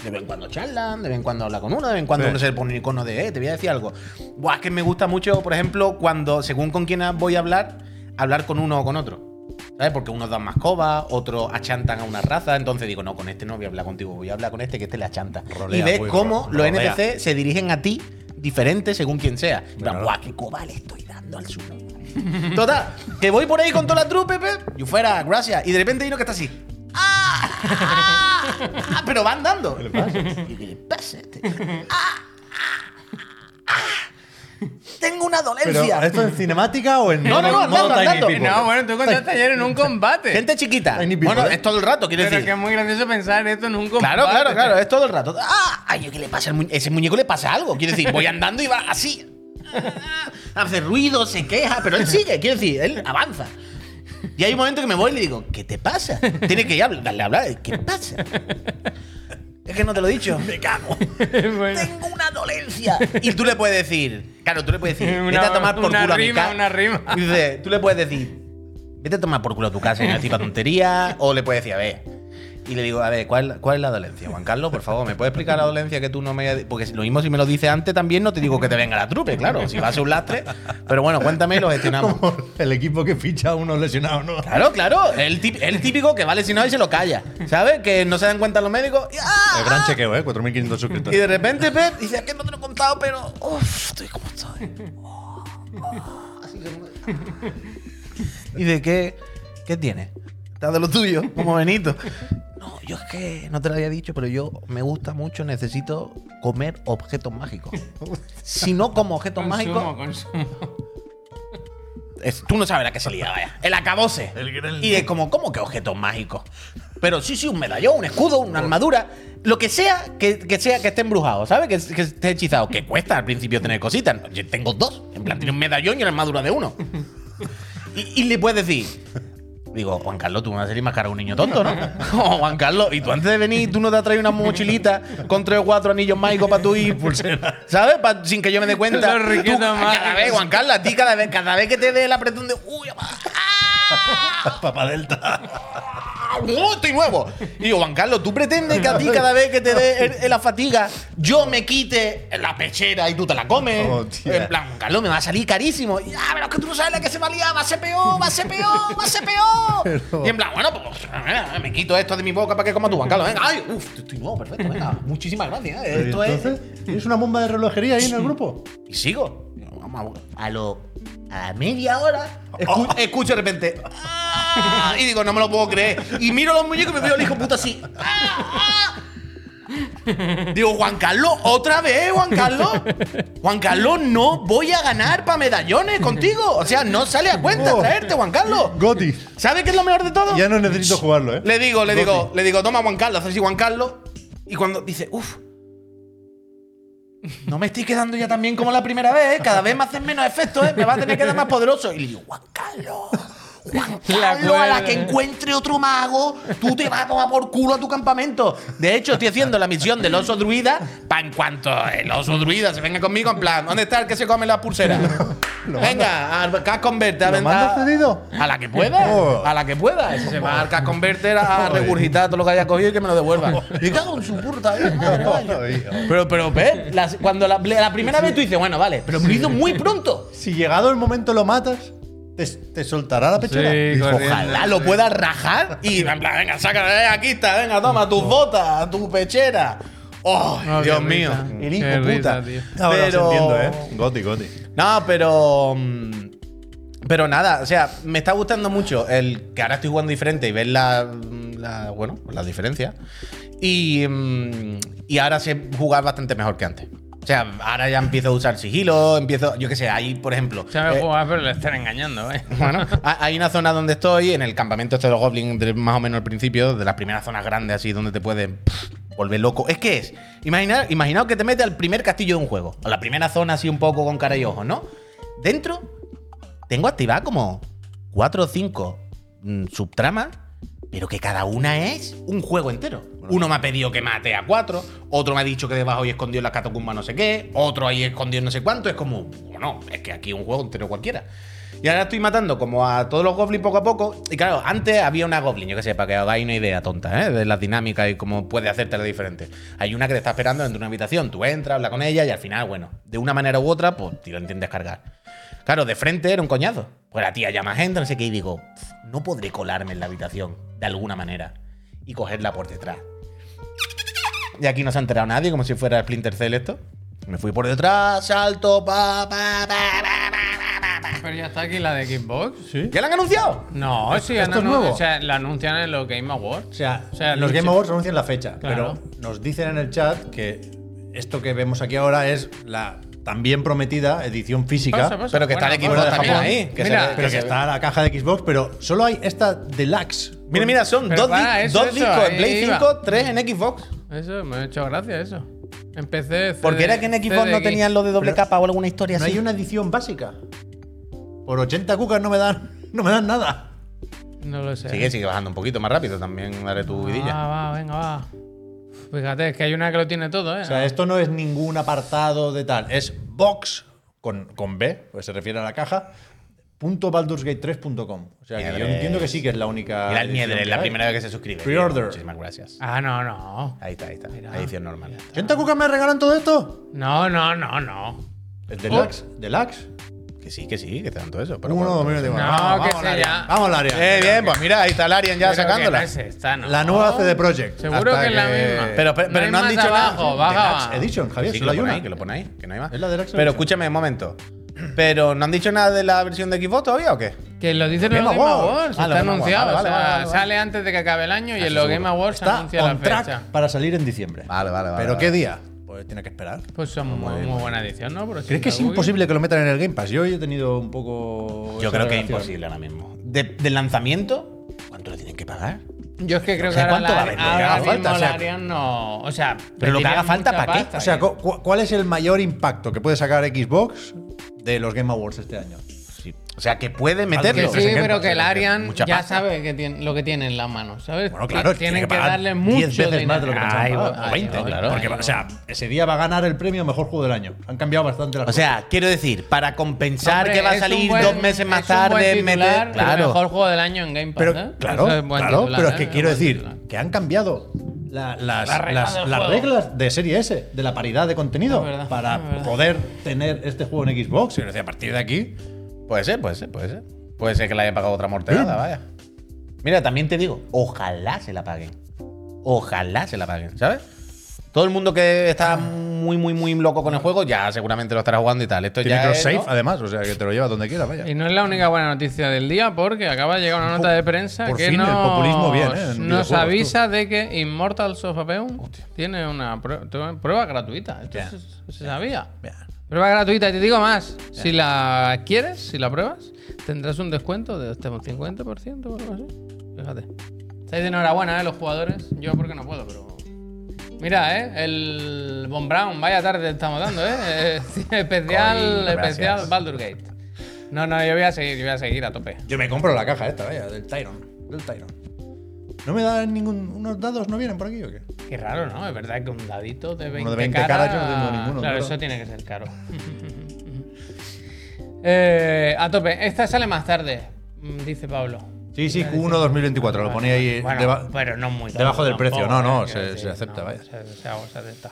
Speaker 3: De vez en cuando charlan, de vez en cuando habla con uno, de vez en cuando
Speaker 4: Sí.
Speaker 3: uno se pone un icono de, eh, te voy a decir algo. Buah, es que me gusta mucho, por ejemplo, cuando, según con quién voy a hablar, hablar con uno o con otro. ¿Sabes? Porque unos dan más coba, otros achantan a una raza. Entonces digo, no, con este no voy a hablar contigo, voy a hablar con este que este le achanta. y
Speaker 4: Rolea,
Speaker 3: ves
Speaker 4: muy
Speaker 3: cómo
Speaker 4: ro-
Speaker 3: los
Speaker 4: rolea.
Speaker 3: NPC se dirigen a ti diferente según quien sea. En plan,
Speaker 4: Claro.
Speaker 3: guau, qué coba le estoy dando al suelo. Total, que voy por ahí con toda la trupe, Pep. Yo fuera, gracias. Y de repente hay uno que está así. ¡Ah! ¡Ah! ¡Ah! Pero va andando. ¿Qué le pasa? ¿Qué le pasa a este? ¡Ah! ¡Ah! ¡Ah! Tengo una
Speaker 4: Pero,
Speaker 3: dolencia.
Speaker 4: ¿esto en cinemática o en
Speaker 3: No, no, no,
Speaker 4: modo-
Speaker 3: andando,
Speaker 4: modo Tiny
Speaker 3: andando.
Speaker 4: People?
Speaker 1: No, bueno, tú contaste ayer en un combate.
Speaker 3: Gente chiquita.
Speaker 4: Tiny people,
Speaker 3: Bueno,
Speaker 4: ¿eh?
Speaker 3: es todo el rato, quiero
Speaker 1: pero
Speaker 3: decir.
Speaker 1: que es muy gracioso pensar esto en un combate.
Speaker 3: Claro, claro, claro, es todo el rato. ¡Ah! Ay, ¿qué le pasa al muñe- Ese muñeco le pasa algo. Quiero decir, voy andando y va así. Hace ruido, se queja, pero él sigue. Quiero decir, él avanza. Y hay un momento que me voy y le digo, ¿qué te pasa? Tiene que ir a habl- darle a hablar. ¿Qué pasa? Es que no te lo he dicho. Me cago.
Speaker 1: Es bueno.
Speaker 3: Tengo una dolencia. Y tú le puedes decir, claro, tú le puedes decir,
Speaker 1: Una-
Speaker 3: vete a tomar por
Speaker 1: una
Speaker 3: culo
Speaker 1: rima,
Speaker 3: a mi ca-".
Speaker 1: una rima.
Speaker 3: Y dice, tú le puedes decir, vete a tomar por culo a tu casa y no decir tontería. O le puedes decir, a ver. Y le digo, a ver, ¿cuál, ¿cuál es la dolencia? Juan Carlos, por favor, ¿me puedes explicar la dolencia que tú no me... hayas di-?" Porque lo mismo si me lo dices antes también no te digo que te venga la trupe, claro. Si va a ser un lastre. Pero bueno, cuéntame y lo gestionamos.
Speaker 4: El equipo que ficha a uno lesionado, ¿no?
Speaker 3: Claro, claro. El, tip- el típico que vale si no y se lo calla. ¿Sabes? Que no se dan cuenta los médicos. y ¡ah!
Speaker 4: El gran chequeo, ¿eh? 4.500
Speaker 3: Y
Speaker 4: suscriptores.
Speaker 3: de repente Pep dice, es que no te lo he contado, pero... Uf, estoy como estoy. Oh, oh, así que- ¿Y de qué? ¿Qué tiene? ¿Estás de lo tuyo? Como Benito. No, yo yo es que no te lo había dicho, pero yo me gusta mucho, necesito comer objetos mágicos. si no como objetos
Speaker 1: Consumo,
Speaker 3: mágicos,
Speaker 1: consumo.
Speaker 3: es- tú no sabes la que se lía, vaya. El acabose.
Speaker 4: El gran-
Speaker 3: y es como, ¿cómo que objetos mágicos? Pero sí, sí, un medallón, un escudo, una armadura, lo que sea que, que sea que esté embrujado, ¿sabes? Que, que esté hechizado. Que cuesta al principio tener cositas. Yo tengo dos. En plan, tiene un medallón y una armadura de uno. Y, y le puedes decir. Digo, Juan Carlos, tú me vas a salir más caro que un niño tonto, ¿no? Como, Juan Carlos, y tú antes de venir, tú no te has traído una mochilita con tres o cuatro anillos mágicos para tú ir, pulsera, ¿sabes? Pa- sin que yo me dé cuenta.
Speaker 1: Los riquitos
Speaker 3: Tú, cada
Speaker 1: mágicos.
Speaker 3: vez, Juan Carlos, a ti cada vez, cada vez que te dé el apretón de. ¡Uy, ¡Ah!
Speaker 4: Papá Delta.
Speaker 3: ¡Oh, estoy nuevo! Y digo, Juan Carlos, ¿tú pretendes que a ti cada vez que te dé el- el la fatiga, yo me quite la pechera y tú te la comes?
Speaker 4: Oh, tía.
Speaker 3: en plan, Juan Carlos, me va a salir carísimo. Y, ah, pero es que tú no sabes la que se me ha liado, va a ser peor, va a ser peor, va a ser peor.
Speaker 4: Pero-
Speaker 3: Y en plan, bueno, pues eh, me quito esto de mi boca para que coma tú, Juan Carlos. Venga, ay, uf, estoy nuevo, perfecto, venga. Muchísimas gracias. eh, Esto es.
Speaker 4: entonces, ¿tienes una bomba de relojería ahí en el grupo?
Speaker 3: Y sigo. Vamos A a lo. A media hora. escu- Escucho de repente. "Ah", Y digo, no me lo puedo creer. Y miro los muñecos y me veo al hijo puta así. "Ah, ah". Digo, Juan Carlos, otra vez, Juan Carlos. Juan Carlos, no voy a ganar para medallones contigo. O sea, no sale a cuenta
Speaker 4: Oh.
Speaker 3: traerte, Juan Carlos.
Speaker 4: Goti.
Speaker 3: ¿Sabes qué es lo mejor de todo?
Speaker 4: Ya no necesito jugarlo, ¿eh?
Speaker 3: Le digo, le
Speaker 4: Goti.
Speaker 3: digo, le digo, toma Juan Carlos, así Juan Carlos. Y cuando dice, uff, no me estoy quedando ya tan bien como la primera vez, ¿eh? cada vez me hacen menos efectos, ¿eh? me va a tener que dar más poderoso. Y le digo, Juan Carlos, Juan
Speaker 1: La
Speaker 3: Carlos, a la
Speaker 1: cuerda.
Speaker 3: que encuentre otro mago, tú te vas a tomar por culo a tu campamento. De hecho, estoy haciendo la misión del oso druida para en cuanto el oso druida se venga conmigo, en plan, ¿dónde está el que se come las pulseras?
Speaker 4: Lo
Speaker 3: Venga, al Cas Converter, a
Speaker 4: ¿Lo manda
Speaker 3: vender-
Speaker 4: cedido?
Speaker 3: a la que pueda,
Speaker 4: Oh.
Speaker 3: a la que pueda. Ese se va al Cas Converter a regurgitar todo lo que haya cogido y que me lo devuelva. Y cago en su puta vida, madre vaya.
Speaker 4: Ay, oh.
Speaker 3: Oh. Pero, pero, ¿ves? Las- cuando la, la primera vez tú dices, bueno, vale, pero lo hizo muy pronto.
Speaker 4: Si llegado el momento lo matas, te, te soltará la pechera.
Speaker 1: Sí,
Speaker 4: Dijo,
Speaker 1: corriendo.
Speaker 4: "Ojalá".
Speaker 3: Ojalá lo pueda rajar y en plan, venga, saca, eh, aquí está, venga, toma tus botas, tu pechera. ¡Oh,
Speaker 1: Oh,
Speaker 3: Dios
Speaker 1: qué
Speaker 3: mío!
Speaker 1: risa.
Speaker 3: El hijo
Speaker 1: Qué risa,
Speaker 3: puta.
Speaker 1: tío.
Speaker 4: Ahora os
Speaker 3: Pero-
Speaker 4: entiendo, ¿eh? Goti, Goti.
Speaker 3: No, pero. mm, Pero nada, o sea, me está gustando mucho el que ahora estoy jugando diferente y ver la, mm, la- bueno, la diferencia. Y, mm, y ahora sé jugar bastante mejor que antes. O sea, ahora ya empiezo a usar sigilo, empiezo, yo qué sé, ahí, por ejemplo.
Speaker 1: Sabe
Speaker 3: eh,
Speaker 1: jugar, pero le están engañando, ¿eh?
Speaker 3: bueno, ha- hay una zona donde estoy, en el campamento este de los Goblins, de- más o menos al principio, de las primeras zonas grandes así, donde te pueden pff, volver loco. Es que es, imagina- imaginaos que te metes al primer castillo de un juego, a la primera zona así un poco con cara y ojos, ¿no? Dentro tengo activadas como cuatro o cinco mm, subtramas, pero que cada una es un juego entero. Uno me ha pedido que mate a cuatro, otro me ha dicho que debajo hay escondido en las catacumbas no sé qué, otro ahí escondido en no sé cuánto. Es como, bueno, es que aquí es un juego entero cualquiera. Y ahora estoy matando como a todos los goblins poco a poco. Y claro, antes había una goblin, yo que sé, para que hagáis una idea tonta, ¿eh? De las dinámicas y cómo puede hacértela diferente. Hay una que te está esperando dentro de una habitación. Tú entras, hablas con ella y al final, bueno, de una manera u otra, pues te lo entiendes cargar. Claro, de frente era un coñazo. Pues la tía llama a gente, no sé qué, y digo, "Pff, no podré colarme en la habitación de alguna manera y cogerla por detrás. Y aquí no se ha enterado nadie, como si fuera Splinter Cell esto. Me fui por detrás, salto, pa, pa, pa, pa, pa, pa, pa.
Speaker 1: Pero ya está aquí la de Xbox.
Speaker 4: ¿Sí?
Speaker 3: ¿Ya la han anunciado?
Speaker 1: No, sí,
Speaker 4: esto
Speaker 1: han
Speaker 4: es
Speaker 1: anu-
Speaker 4: nuevo?
Speaker 1: O sea, la anuncian en los Game Awards.
Speaker 4: O sea,
Speaker 1: O sea,
Speaker 4: los
Speaker 1: lo-
Speaker 4: Game Awards anuncian la fecha,
Speaker 1: Claro.
Speaker 4: pero nos dicen en el chat que esto que vemos aquí ahora es la también prometida edición física.
Speaker 1: Pasa, pasa.
Speaker 3: Pero que está
Speaker 1: Bueno, pues
Speaker 3: el equipo
Speaker 4: fuera de
Speaker 3: también
Speaker 4: Japón,
Speaker 3: ahí. Que
Speaker 1: Mira,
Speaker 3: se-
Speaker 4: Pero que
Speaker 3: se-
Speaker 4: está la caja de Xbox, pero solo hay esta deluxe.
Speaker 3: Mira, mira, son
Speaker 1: Pero
Speaker 3: dos, di-
Speaker 1: para, eso,
Speaker 3: dos
Speaker 1: eso,
Speaker 3: discos en
Speaker 1: ahí
Speaker 3: Play
Speaker 1: iba.
Speaker 3: 5, tres en Xbox.
Speaker 1: Eso, me ha hecho gracia eso. Empecé.
Speaker 3: Porque era que en Xbox no tenían lo de doble
Speaker 4: Pero-
Speaker 3: capa o alguna historia
Speaker 4: No
Speaker 3: así.
Speaker 4: hay una edición básica. Por 80 cucas no me dan, no me dan nada.
Speaker 1: No lo sé.
Speaker 3: Sigue, sigue bajando un poquito más rápido. También daré tu vidilla.
Speaker 1: Ah, va, venga, va. Fíjate, es que hay una que lo tiene todo, ¿eh?
Speaker 4: O sea, esto no es ningún apartado de tal, es box con, con B, pues se refiere a la caja. punto .baldursgate3.com. O sea, que yo
Speaker 3: Miedres.
Speaker 4: entiendo que sí que es la única.
Speaker 3: Mira el
Speaker 4: edición
Speaker 3: Miedre,
Speaker 4: que
Speaker 3: la
Speaker 4: hay.
Speaker 3: primera vez que se suscribe.
Speaker 4: Pre-order.
Speaker 3: Bien, Muchísimas gracias.
Speaker 1: ah, no, no.
Speaker 3: Ahí está, ahí está. Edición normal.
Speaker 4: ¿80 cucas me regalan todo esto?
Speaker 1: No, no, no, no.
Speaker 4: El deluxe, deluxe.
Speaker 3: Que sí, que sí, que te dan todo eso. ¿Oh? Pero
Speaker 4: Uno,
Speaker 3: bueno.
Speaker 4: dos, mira, digo,
Speaker 1: No,
Speaker 4: vamos,
Speaker 1: que
Speaker 4: vamos,
Speaker 1: sea
Speaker 4: Larian,
Speaker 1: ya.
Speaker 4: Vamos, Larian.
Speaker 3: Eh, bien, pues mira, ahí está Larian
Speaker 1: Pero
Speaker 3: ya
Speaker 1: que
Speaker 3: sacándola.
Speaker 1: no es esta, no.
Speaker 4: La nueva CD Projekt.
Speaker 1: Seguro
Speaker 4: Hasta
Speaker 1: que es la misma.
Speaker 3: Pero, pero, pero
Speaker 1: hay
Speaker 3: no han
Speaker 1: más
Speaker 3: dicho nada.
Speaker 1: abajo, baja.
Speaker 4: Deluxe Edition, Javier,
Speaker 3: Sí, que
Speaker 4: solo
Speaker 3: lo
Speaker 4: hay
Speaker 3: pone
Speaker 4: una.
Speaker 3: ahí, que lo pone ahí, que no hay más.
Speaker 4: Es la Deluxe
Speaker 3: Pero
Speaker 4: Edition.
Speaker 3: escúchame un momento. Pero, ¿no han dicho nada de la versión de Xbox todavía o qué?
Speaker 1: Que lo dicen en los
Speaker 2: Game
Speaker 1: Game
Speaker 2: Awards.
Speaker 1: Awards.
Speaker 3: Ah,
Speaker 1: está
Speaker 3: los Game
Speaker 1: anunciado.
Speaker 3: Awards. Vale,
Speaker 1: o sea,
Speaker 3: vale, vale, vale.
Speaker 1: Sale antes de que acabe el año y en los Game Awards se
Speaker 2: Está
Speaker 1: anuncia la
Speaker 2: on track
Speaker 1: fecha.
Speaker 2: para salir en diciembre.
Speaker 3: Vale, vale, vale.
Speaker 2: ¿Pero
Speaker 3: vale.
Speaker 2: qué día? Pues tiene que esperar.
Speaker 1: Pues son muy, muy buena edición, ¿no? Pero
Speaker 2: ¿Crees que es
Speaker 1: Boogie.
Speaker 2: imposible que lo metan en el Game Pass? Yo hoy he tenido un poco.
Speaker 4: Pues
Speaker 3: Yo
Speaker 2: esa
Speaker 3: creo que es
Speaker 2: relación.
Speaker 3: imposible ahora mismo. De- ¿Del lanzamiento? ¿Cuánto lo tienen que pagar?
Speaker 1: Yo es que creo
Speaker 3: O sea,
Speaker 1: que ahora,
Speaker 3: ¿cuánto
Speaker 1: la-
Speaker 3: va a vender?
Speaker 1: ahora
Speaker 3: Que haga
Speaker 1: mismo
Speaker 3: falta, o sea,
Speaker 1: la harían no. O sea,
Speaker 3: pero lo que haga
Speaker 1: pedirían
Speaker 3: falta,
Speaker 1: mucha
Speaker 3: ¿pa' qué?
Speaker 2: O
Speaker 1: pasta,
Speaker 2: sea,
Speaker 1: ¿eh?
Speaker 2: cu- cu- ¿cuál es el mayor impacto que puede sacar Xbox de los Game Awards este año?
Speaker 3: O sea, que puede meterlo.
Speaker 1: Que
Speaker 2: Pero
Speaker 1: sí,
Speaker 2: se
Speaker 1: pero
Speaker 2: quedan,
Speaker 1: que el
Speaker 2: se
Speaker 1: Arian
Speaker 3: mucha
Speaker 1: ya
Speaker 3: pasta.
Speaker 1: sabe que tiene- lo que tiene en la mano, ¿sabes?
Speaker 2: Bueno, claro,
Speaker 1: Que
Speaker 2: tiene
Speaker 1: tienen
Speaker 2: que
Speaker 1: que,
Speaker 2: pagar
Speaker 1: darle
Speaker 2: 10
Speaker 1: mucho
Speaker 2: veces
Speaker 1: dinero.
Speaker 2: más de lo que pensaban
Speaker 1: Ay,
Speaker 2: pagar,
Speaker 1: bueno,
Speaker 2: o 20,
Speaker 1: ay,
Speaker 2: claro. Ah, Porque,
Speaker 1: bueno.
Speaker 2: o sea, ese día va a ganar el premio mejor juego del año. Han cambiado bastante las
Speaker 3: O sea, quiero decir, para compensar que va a salir dos meses más tarde, meter.
Speaker 1: Claro. El
Speaker 3: Claro.
Speaker 1: mejor juego del año en Game Pass.
Speaker 2: Pero,
Speaker 1: ¿eh?
Speaker 2: claro,
Speaker 1: Eso es buen
Speaker 2: claro,
Speaker 1: titular,
Speaker 2: pero es
Speaker 1: ¿eh?
Speaker 2: que
Speaker 1: Es
Speaker 2: quiero
Speaker 1: buen
Speaker 2: decir
Speaker 1: titular.
Speaker 2: que han cambiado la- las,
Speaker 1: Las reglas
Speaker 2: las-
Speaker 1: del
Speaker 2: las
Speaker 1: juego.
Speaker 2: reglas de serie S, de la paridad de contenido,
Speaker 1: Es verdad,
Speaker 2: para
Speaker 1: es verdad.
Speaker 2: poder tener este juego en Xbox. Y a partir de aquí,
Speaker 3: Puede ser, puede ser, puede ser. Puede ser que le haya pagado otra morterada, vaya. Mira, también te digo, ojalá se la paguen. Ojalá se la paguen, ¿sabes? Todo el mundo que está muy, muy, muy loco con el juego ya seguramente lo estará jugando y tal. Esto
Speaker 2: tiene
Speaker 3: ya es,
Speaker 2: cross-save
Speaker 3: ¿no?
Speaker 2: además, o sea, que te lo lleva donde quiera, vaya.
Speaker 1: Y no es la única buena noticia del día porque acaba de llegar una nota de prensa
Speaker 2: por
Speaker 1: que
Speaker 2: fin el
Speaker 1: nos,
Speaker 2: populismo bien, ¿eh? en videojuegos,
Speaker 1: nos avisa de que Immortals of Apeum tiene una prue- tiene prueba gratuita. Esto
Speaker 2: Bien.
Speaker 1: se, se sabía.
Speaker 2: Bien.
Speaker 1: Prueba gratuita, y te digo más. Si la quieres, si la pruebas, tendrás un descuento de hasta un 50% o algo así. Fíjate. Estáis de enhorabuena, ¿eh? Los jugadores. Yo porque no puedo, pero... Mira, ¿eh? El Von Brown, vaya tarde estamos dando, ¿eh? especial,
Speaker 3: Coño, gracias.
Speaker 1: especial Baldur Gate. No, no, yo voy a seguir, yo voy a seguir a tope.
Speaker 2: Yo me compro la caja esta, vaya, del Tyron. Del Tyron. ¿No me dan ningún. unos dados no vienen por aquí o qué?
Speaker 1: Qué raro, ¿no? Es verdad que un dadito de 20,
Speaker 2: de 20
Speaker 1: caras.
Speaker 2: caras yo no tengo ninguno,
Speaker 1: Claro,
Speaker 2: claro.
Speaker 1: eso tiene que ser caro. Eh, a tope. Esta sale más tarde, mm, dice Pablo.
Speaker 2: Sí, sí, Q1 2024, lo ponía
Speaker 4: eh,
Speaker 2: ahí.
Speaker 1: Pues Bueno,
Speaker 2: deba-
Speaker 3: pues-
Speaker 1: pero no muy tarde
Speaker 2: debajo del precio. No, no,
Speaker 1: quiero
Speaker 2: se- se acepta, vaya.
Speaker 1: Se, se- se acepta.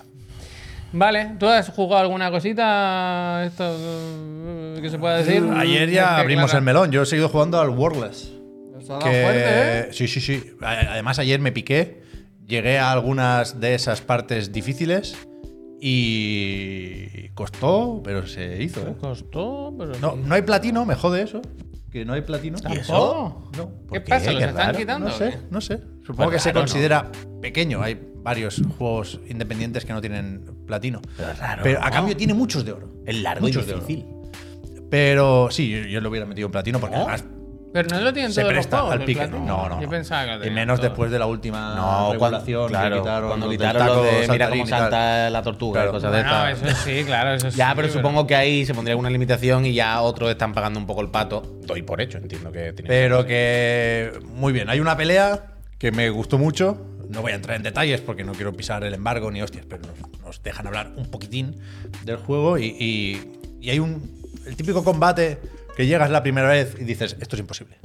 Speaker 1: Vale, ¿tú has jugado alguna cosita esto eh, que se pueda decir?
Speaker 2: Mm, Ayer ya
Speaker 1: Es que,
Speaker 2: abrimos
Speaker 1: claro,
Speaker 2: el melón, yo he seguido jugando al Worldless.
Speaker 1: se ha dado
Speaker 2: que-
Speaker 1: fuerte, ¿eh?
Speaker 2: Sí, sí, sí. A- Además, ayer me piqué, llegué a algunas de esas partes difíciles y costó, pero se hizo. ¿eh?
Speaker 1: Costó, pero.
Speaker 2: No, no hay platino, me jode eso. Que no hay platino.
Speaker 1: ¿Y eso?
Speaker 2: No,
Speaker 1: ¿Qué
Speaker 2: porque
Speaker 1: pasa? ¿Los
Speaker 3: Qué
Speaker 1: están
Speaker 3: raro,
Speaker 1: quitando?
Speaker 2: no
Speaker 1: o
Speaker 2: sé,
Speaker 1: qué?
Speaker 2: no sé. Supongo
Speaker 3: Pues
Speaker 2: que se
Speaker 3: raro, ¿no?
Speaker 2: considera pequeño. Hay varios juegos independientes que no tienen platino.
Speaker 3: Pero es raro,
Speaker 2: Pero a
Speaker 3: ¿no?
Speaker 2: cambio tiene muchos de oro.
Speaker 3: Es largo
Speaker 2: Muchos
Speaker 3: y
Speaker 2: de oro.
Speaker 3: difícil.
Speaker 2: Pero sí, yo, yo lo hubiera metido en platino porque
Speaker 3: ¿No?
Speaker 2: además
Speaker 1: Pero no lo tienen
Speaker 2: se
Speaker 1: todos los
Speaker 2: presta
Speaker 1: juegos,
Speaker 2: al
Speaker 1: el
Speaker 2: pique.
Speaker 1: platino.
Speaker 2: No, no.
Speaker 1: Yo
Speaker 2: no.
Speaker 1: pensaba que lo
Speaker 2: y
Speaker 1: tenían
Speaker 2: menos
Speaker 1: todos.
Speaker 2: después de la última
Speaker 3: No, cuando,
Speaker 2: Ah, regulación que
Speaker 3: claro,
Speaker 2: quitaron
Speaker 3: cuando
Speaker 2: los del
Speaker 3: quitaron los
Speaker 2: taco,
Speaker 3: de mira
Speaker 2: saltarín
Speaker 3: cómo
Speaker 2: y tal.
Speaker 3: salta la tortuga
Speaker 2: Claro. Ah,
Speaker 3: y cosas de
Speaker 1: Bueno,
Speaker 3: estas.
Speaker 1: eso sí, claro, eso sí.
Speaker 3: Ya, pero supongo que ahí se pondría alguna limitación y ya otros están pagando un poco el pato. Doy por hecho, entiendo que tiene.
Speaker 2: Pero que muy bien, hay una pelea que me gustó mucho. No voy a entrar en detalles porque no quiero pisar el embargo ni hostias, pero nos, nos dejan hablar un poquitín del juego y, y- y hay un el típico combate que llegas la primera vez y dices esto es imposible.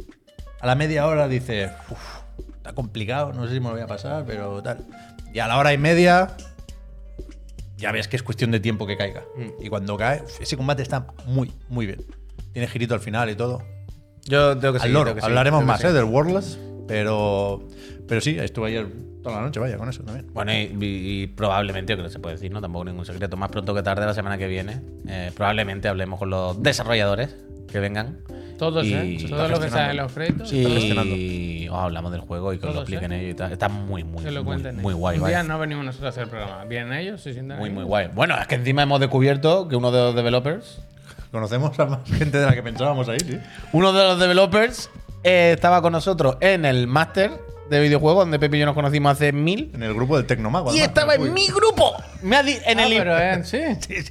Speaker 2: A la media hora dices "Uf, está complicado, no sé si me lo voy a pasar, pero tal. Y a la hora y media ya ves que es cuestión de tiempo que caiga. Y cuando cae, uf, ese combate está muy muy bien. Tiene girito al final y todo
Speaker 3: yo tengo que
Speaker 2: al
Speaker 3: seguir,
Speaker 2: loro.
Speaker 3: tengo que seguir,
Speaker 2: Hablaremos
Speaker 3: tengo que
Speaker 2: más
Speaker 3: seguir.
Speaker 2: ¿eh? del Worldless, pero, pero sí, estuve ayer toda la noche, vaya, con eso también.
Speaker 3: Bueno, y, y- y probablemente, yo creo que se puede decir, ¿no? Tampoco ningún secreto. Más pronto que tarde, la semana que viene, eh, probablemente hablemos con los desarrolladores que vengan.
Speaker 1: Todos,
Speaker 3: Y-
Speaker 1: ¿eh? Todos los que salen en los créditos. todos.
Speaker 3: Y os hablamos del juego y que os lo
Speaker 1: Todos,
Speaker 3: expliquen
Speaker 1: ¿eh?
Speaker 3: ellos y tal. Está muy, muy,
Speaker 1: Que lo
Speaker 3: muy,
Speaker 1: cuenten.
Speaker 3: muy
Speaker 1: ellos.
Speaker 3: guay.
Speaker 1: Un
Speaker 3: vaya.
Speaker 1: día no venimos nosotros a hacer el programa. Vienen ellos, se sientan.
Speaker 3: Muy,
Speaker 1: ahí. Ah,
Speaker 3: muy guay. Bueno, es que encima hemos descubierto que uno de los developers,
Speaker 2: Conocemos a más gente de la que pensábamos ahí, sí.
Speaker 3: uno de los developers eh, estaba con nosotros en el máster de videojuegos, donde Pepe y yo nos conocimos hace mil.
Speaker 2: En el grupo del Tecnomago.
Speaker 3: Y
Speaker 2: además.
Speaker 3: estaba
Speaker 2: Pues Uy.
Speaker 3: en mi grupo. Me ha di- en,
Speaker 1: Ah,
Speaker 3: el,
Speaker 1: pero eh, sí.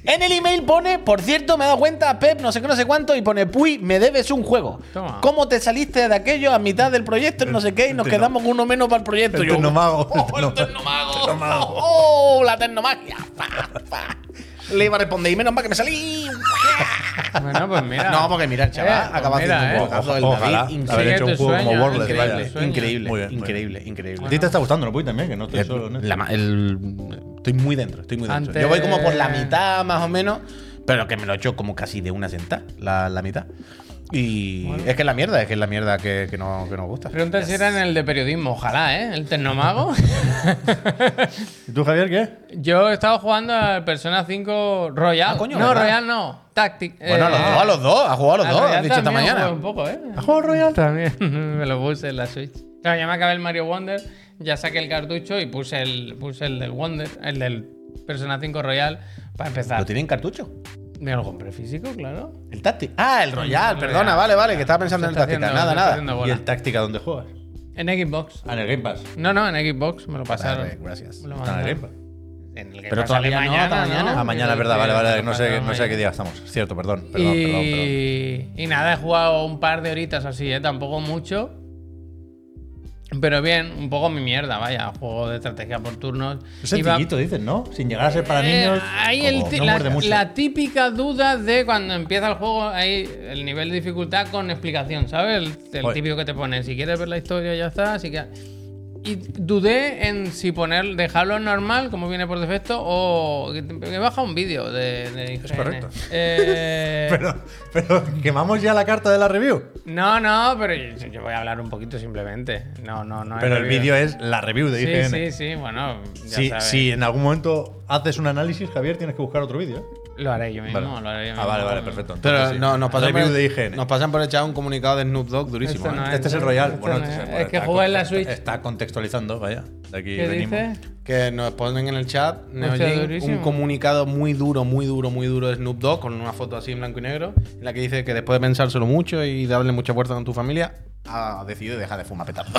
Speaker 3: en el email pone, por cierto, me he dado cuenta, Pep, no sé qué, no sé cuánto, y pone, Puy, me debes un juego.
Speaker 1: Toma.
Speaker 3: ¿Cómo te saliste de aquello a mitad del proyecto y no sé qué? Y nos
Speaker 2: El tecno-
Speaker 3: quedamos con uno menos para el proyecto.
Speaker 2: Este El
Speaker 3: Yo,
Speaker 2: Tecnomago.
Speaker 3: ¡Oh, el
Speaker 2: El
Speaker 3: tecnomago!
Speaker 2: Tecnomago.
Speaker 3: ¡Oh, la tecnomagia! Pa, pa. Le iba a responder, y menos mal que me salí.
Speaker 1: Bueno, pues mira.
Speaker 3: No, porque mira, el chaval,
Speaker 1: Eh, pues
Speaker 3: acaba
Speaker 1: mira,
Speaker 3: haciendo un
Speaker 1: eh.
Speaker 3: juego.
Speaker 2: Oja-
Speaker 3: El David,
Speaker 2: ojalá haber hecho
Speaker 3: increíble.
Speaker 2: un
Speaker 1: Sigue tu
Speaker 2: juego como
Speaker 1: sueño,
Speaker 2: Worldless,
Speaker 1: increíble
Speaker 2: vaya.
Speaker 1: sueño.
Speaker 3: Increíble,
Speaker 2: Muy bien, muy
Speaker 3: increíble, increíble.
Speaker 2: A ti te está gustando, ¿no? Puy, también, que no estoy
Speaker 3: Eh,
Speaker 2: solo en esto.
Speaker 3: la ma- el- estoy muy dentro, estoy muy dentro.
Speaker 1: Antes-
Speaker 3: Yo voy como por la mitad, más o menos, pero que me lo he hecho como casi de una sentada, la, la mitad. Y es que es la mierda, es que es la mierda que, que no, que nos gusta.
Speaker 1: Pregunta si era en el de periodismo, ojalá, ¿eh? El Tecnomago.
Speaker 4: ¿Y tú, Javier, qué?
Speaker 1: Yo he estado jugando al Persona 5 Royal.
Speaker 3: Ah, coño,
Speaker 1: no,
Speaker 3: ¿verdad?
Speaker 1: Royal no. Tactic. eh,
Speaker 3: Bueno, a los dos, a los dos, ha jugado a los dos, has dicho esta
Speaker 1: Un
Speaker 3: mañana.
Speaker 1: poco, ¿eh?
Speaker 4: ¿Has jugado al Royal?
Speaker 1: También me lo puse en la Switch. Claro, ya me acabé el Mario Wonder, ya saqué el cartucho y puse el, puse el del Wonder, el del Persona 5 Royal para
Speaker 3: ¿Lo
Speaker 1: empezar.
Speaker 3: tiene en cartucho?
Speaker 1: Me lo compré físico, claro.
Speaker 3: El táctil. Ah, el Royal,
Speaker 1: El
Speaker 3: perdona,
Speaker 1: Royal.
Speaker 3: vale, vale, que estaba pensando en el
Speaker 1: Se está haciendo-
Speaker 3: táctica.
Speaker 1: se está
Speaker 3: Nada,
Speaker 1: haciendo
Speaker 3: nada.
Speaker 1: bola.
Speaker 4: ¿Y el táctica dónde juegas?
Speaker 1: En Xbox.
Speaker 4: Ah, en el Game Pass.
Speaker 1: No, no, en Xbox me lo pasaron.
Speaker 3: Vale, gracias.
Speaker 1: Me lo
Speaker 4: Ah, en el
Speaker 1: mandaron.
Speaker 4: Game Pass.
Speaker 1: En el Game
Speaker 3: Pero
Speaker 1: Pass sale
Speaker 3: todavía no, hasta mañana.
Speaker 4: Ah, mañana, es verdad, vale, vale. No sé, no sé a qué
Speaker 1: día
Speaker 4: día estamos. Cierto, perdón. Perdón,
Speaker 1: y...
Speaker 4: perdón, perdón.
Speaker 1: y nada, he jugado un par de horitas así, ¿eh? tampoco mucho. Pero bien, un poco mi mierda, vaya, juego de estrategia por turnos.
Speaker 4: Es
Speaker 1: Iba-
Speaker 4: sencillito, dices, ¿no? Sin llegar a ser para
Speaker 1: Eh,
Speaker 4: niños.
Speaker 1: ahí el
Speaker 4: como
Speaker 1: ti-
Speaker 4: no
Speaker 1: la,
Speaker 4: muerde mucho.
Speaker 1: la típica duda de cuando empieza el juego, ahí el nivel de dificultad con explicación, ¿sabes? El, el
Speaker 4: Joder.
Speaker 1: típico que te pone, si quieres ver la historia ya está, así que... Y dudé en si poner, dejarlo en normal, como viene por defecto, o que te- que baja un vídeo de, de IGN.
Speaker 4: correcto.
Speaker 1: Eh,
Speaker 4: Pero, pero quemamos ya la carta de la review.
Speaker 1: No, no, pero yo, yo voy a hablar un poquito simplemente. No, no, no. hay
Speaker 4: Pero el
Speaker 1: review.
Speaker 4: vídeo es la review de IGN.
Speaker 1: Sí, sí, sí, bueno. Ya
Speaker 4: Si,
Speaker 1: sabes.
Speaker 4: si en algún momento haces un análisis, Javier, tienes que buscar otro vídeo. ¿eh?
Speaker 1: Lo haré yo mismo, lo haré yo mismo.
Speaker 4: Ah, vale, vale, perfecto.
Speaker 3: Pero
Speaker 4: Entonces, sí.
Speaker 3: no, nos, pasan por
Speaker 4: Review
Speaker 3: el,
Speaker 4: de IGN.
Speaker 3: nos pasan por el chat un comunicado de Snoop Dogg durísimo.
Speaker 1: Esto no
Speaker 3: ¿eh?
Speaker 4: este es el
Speaker 1: esto-
Speaker 4: Royal.
Speaker 1: esto
Speaker 4: Bueno,
Speaker 1: no
Speaker 4: este
Speaker 1: es.
Speaker 4: el-
Speaker 1: Es que
Speaker 4: está-
Speaker 1: jugué en la
Speaker 4: está-
Speaker 1: Switch.
Speaker 4: Está contextualizando, vaya. De aquí
Speaker 1: ¿Qué
Speaker 4: venimos.
Speaker 1: dices?
Speaker 3: Que nos ponen en el chat Neo
Speaker 1: Hostia,
Speaker 3: Jin,
Speaker 1: durísimo.
Speaker 3: un comunicado muy duro, muy duro, muy duro de Snoop Dogg con una foto así en blanco y negro en la que dice que después de pensárselo mucho y darle mucha fuerza con tu familia, ha decidido dejar de fumar petardo.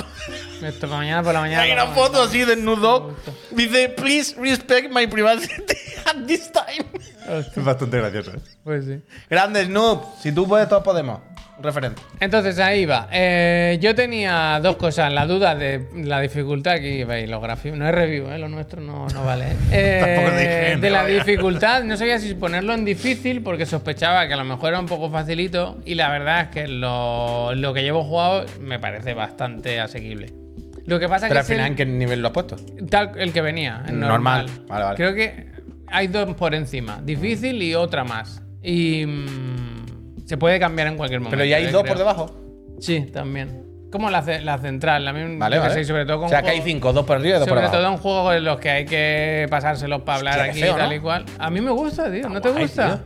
Speaker 1: Esto para mañana por la mañana.
Speaker 3: Hay una
Speaker 1: por la
Speaker 4: Pues
Speaker 3: foto así de Snoop Dogg. Dice, please respect my privacy at this time.
Speaker 1: mañana. Hostia,
Speaker 4: Es bastante gracioso. ¿eh?
Speaker 1: Pues sí.
Speaker 3: Grande Snoop, si tú puedes, todos podemos. Un referente.
Speaker 1: Entonces ahí va. Eh, yo tenía dos cosas. La duda de la dificultad. Aquí veis los gráficos. No es review, ¿eh? lo nuestro no, no vale. Eh,
Speaker 4: Tampoco es de higiene,
Speaker 1: de la
Speaker 4: vaya.
Speaker 1: dificultad. No sabía si ponerlo en difícil porque sospechaba que a lo mejor era un poco facilito. Y la verdad es que lo, lo que llevo jugado me parece bastante asequible. Lo que pasa
Speaker 3: Pero al
Speaker 1: que es el-
Speaker 3: final, ¿en qué nivel lo has puesto?
Speaker 1: Tal el que venía, el normal.
Speaker 3: Normal. Vale, vale.
Speaker 1: Creo que hay dos por encima, difícil y otra más. Y mm, se puede cambiar en cualquier momento.
Speaker 3: Pero ya hay
Speaker 1: eh,
Speaker 3: dos
Speaker 1: creo.
Speaker 3: por debajo.
Speaker 1: Sí, también. Como la, ce- la central, la misma.
Speaker 3: Vale,
Speaker 1: yo que
Speaker 3: vale.
Speaker 1: sé, sobre todo con
Speaker 3: o sea, que hay
Speaker 1: juegos-
Speaker 3: cinco, dos por arriba y dos por
Speaker 1: Sobre
Speaker 3: abajo.
Speaker 1: todo en juegos en los que hay que pasárselos para hablar
Speaker 3: Hostia, qué
Speaker 1: aquí
Speaker 3: feo,
Speaker 1: y tal
Speaker 3: ¿no?
Speaker 1: y cual. A mí me gusta, tío. ¿No te
Speaker 4: guay,
Speaker 1: gusta?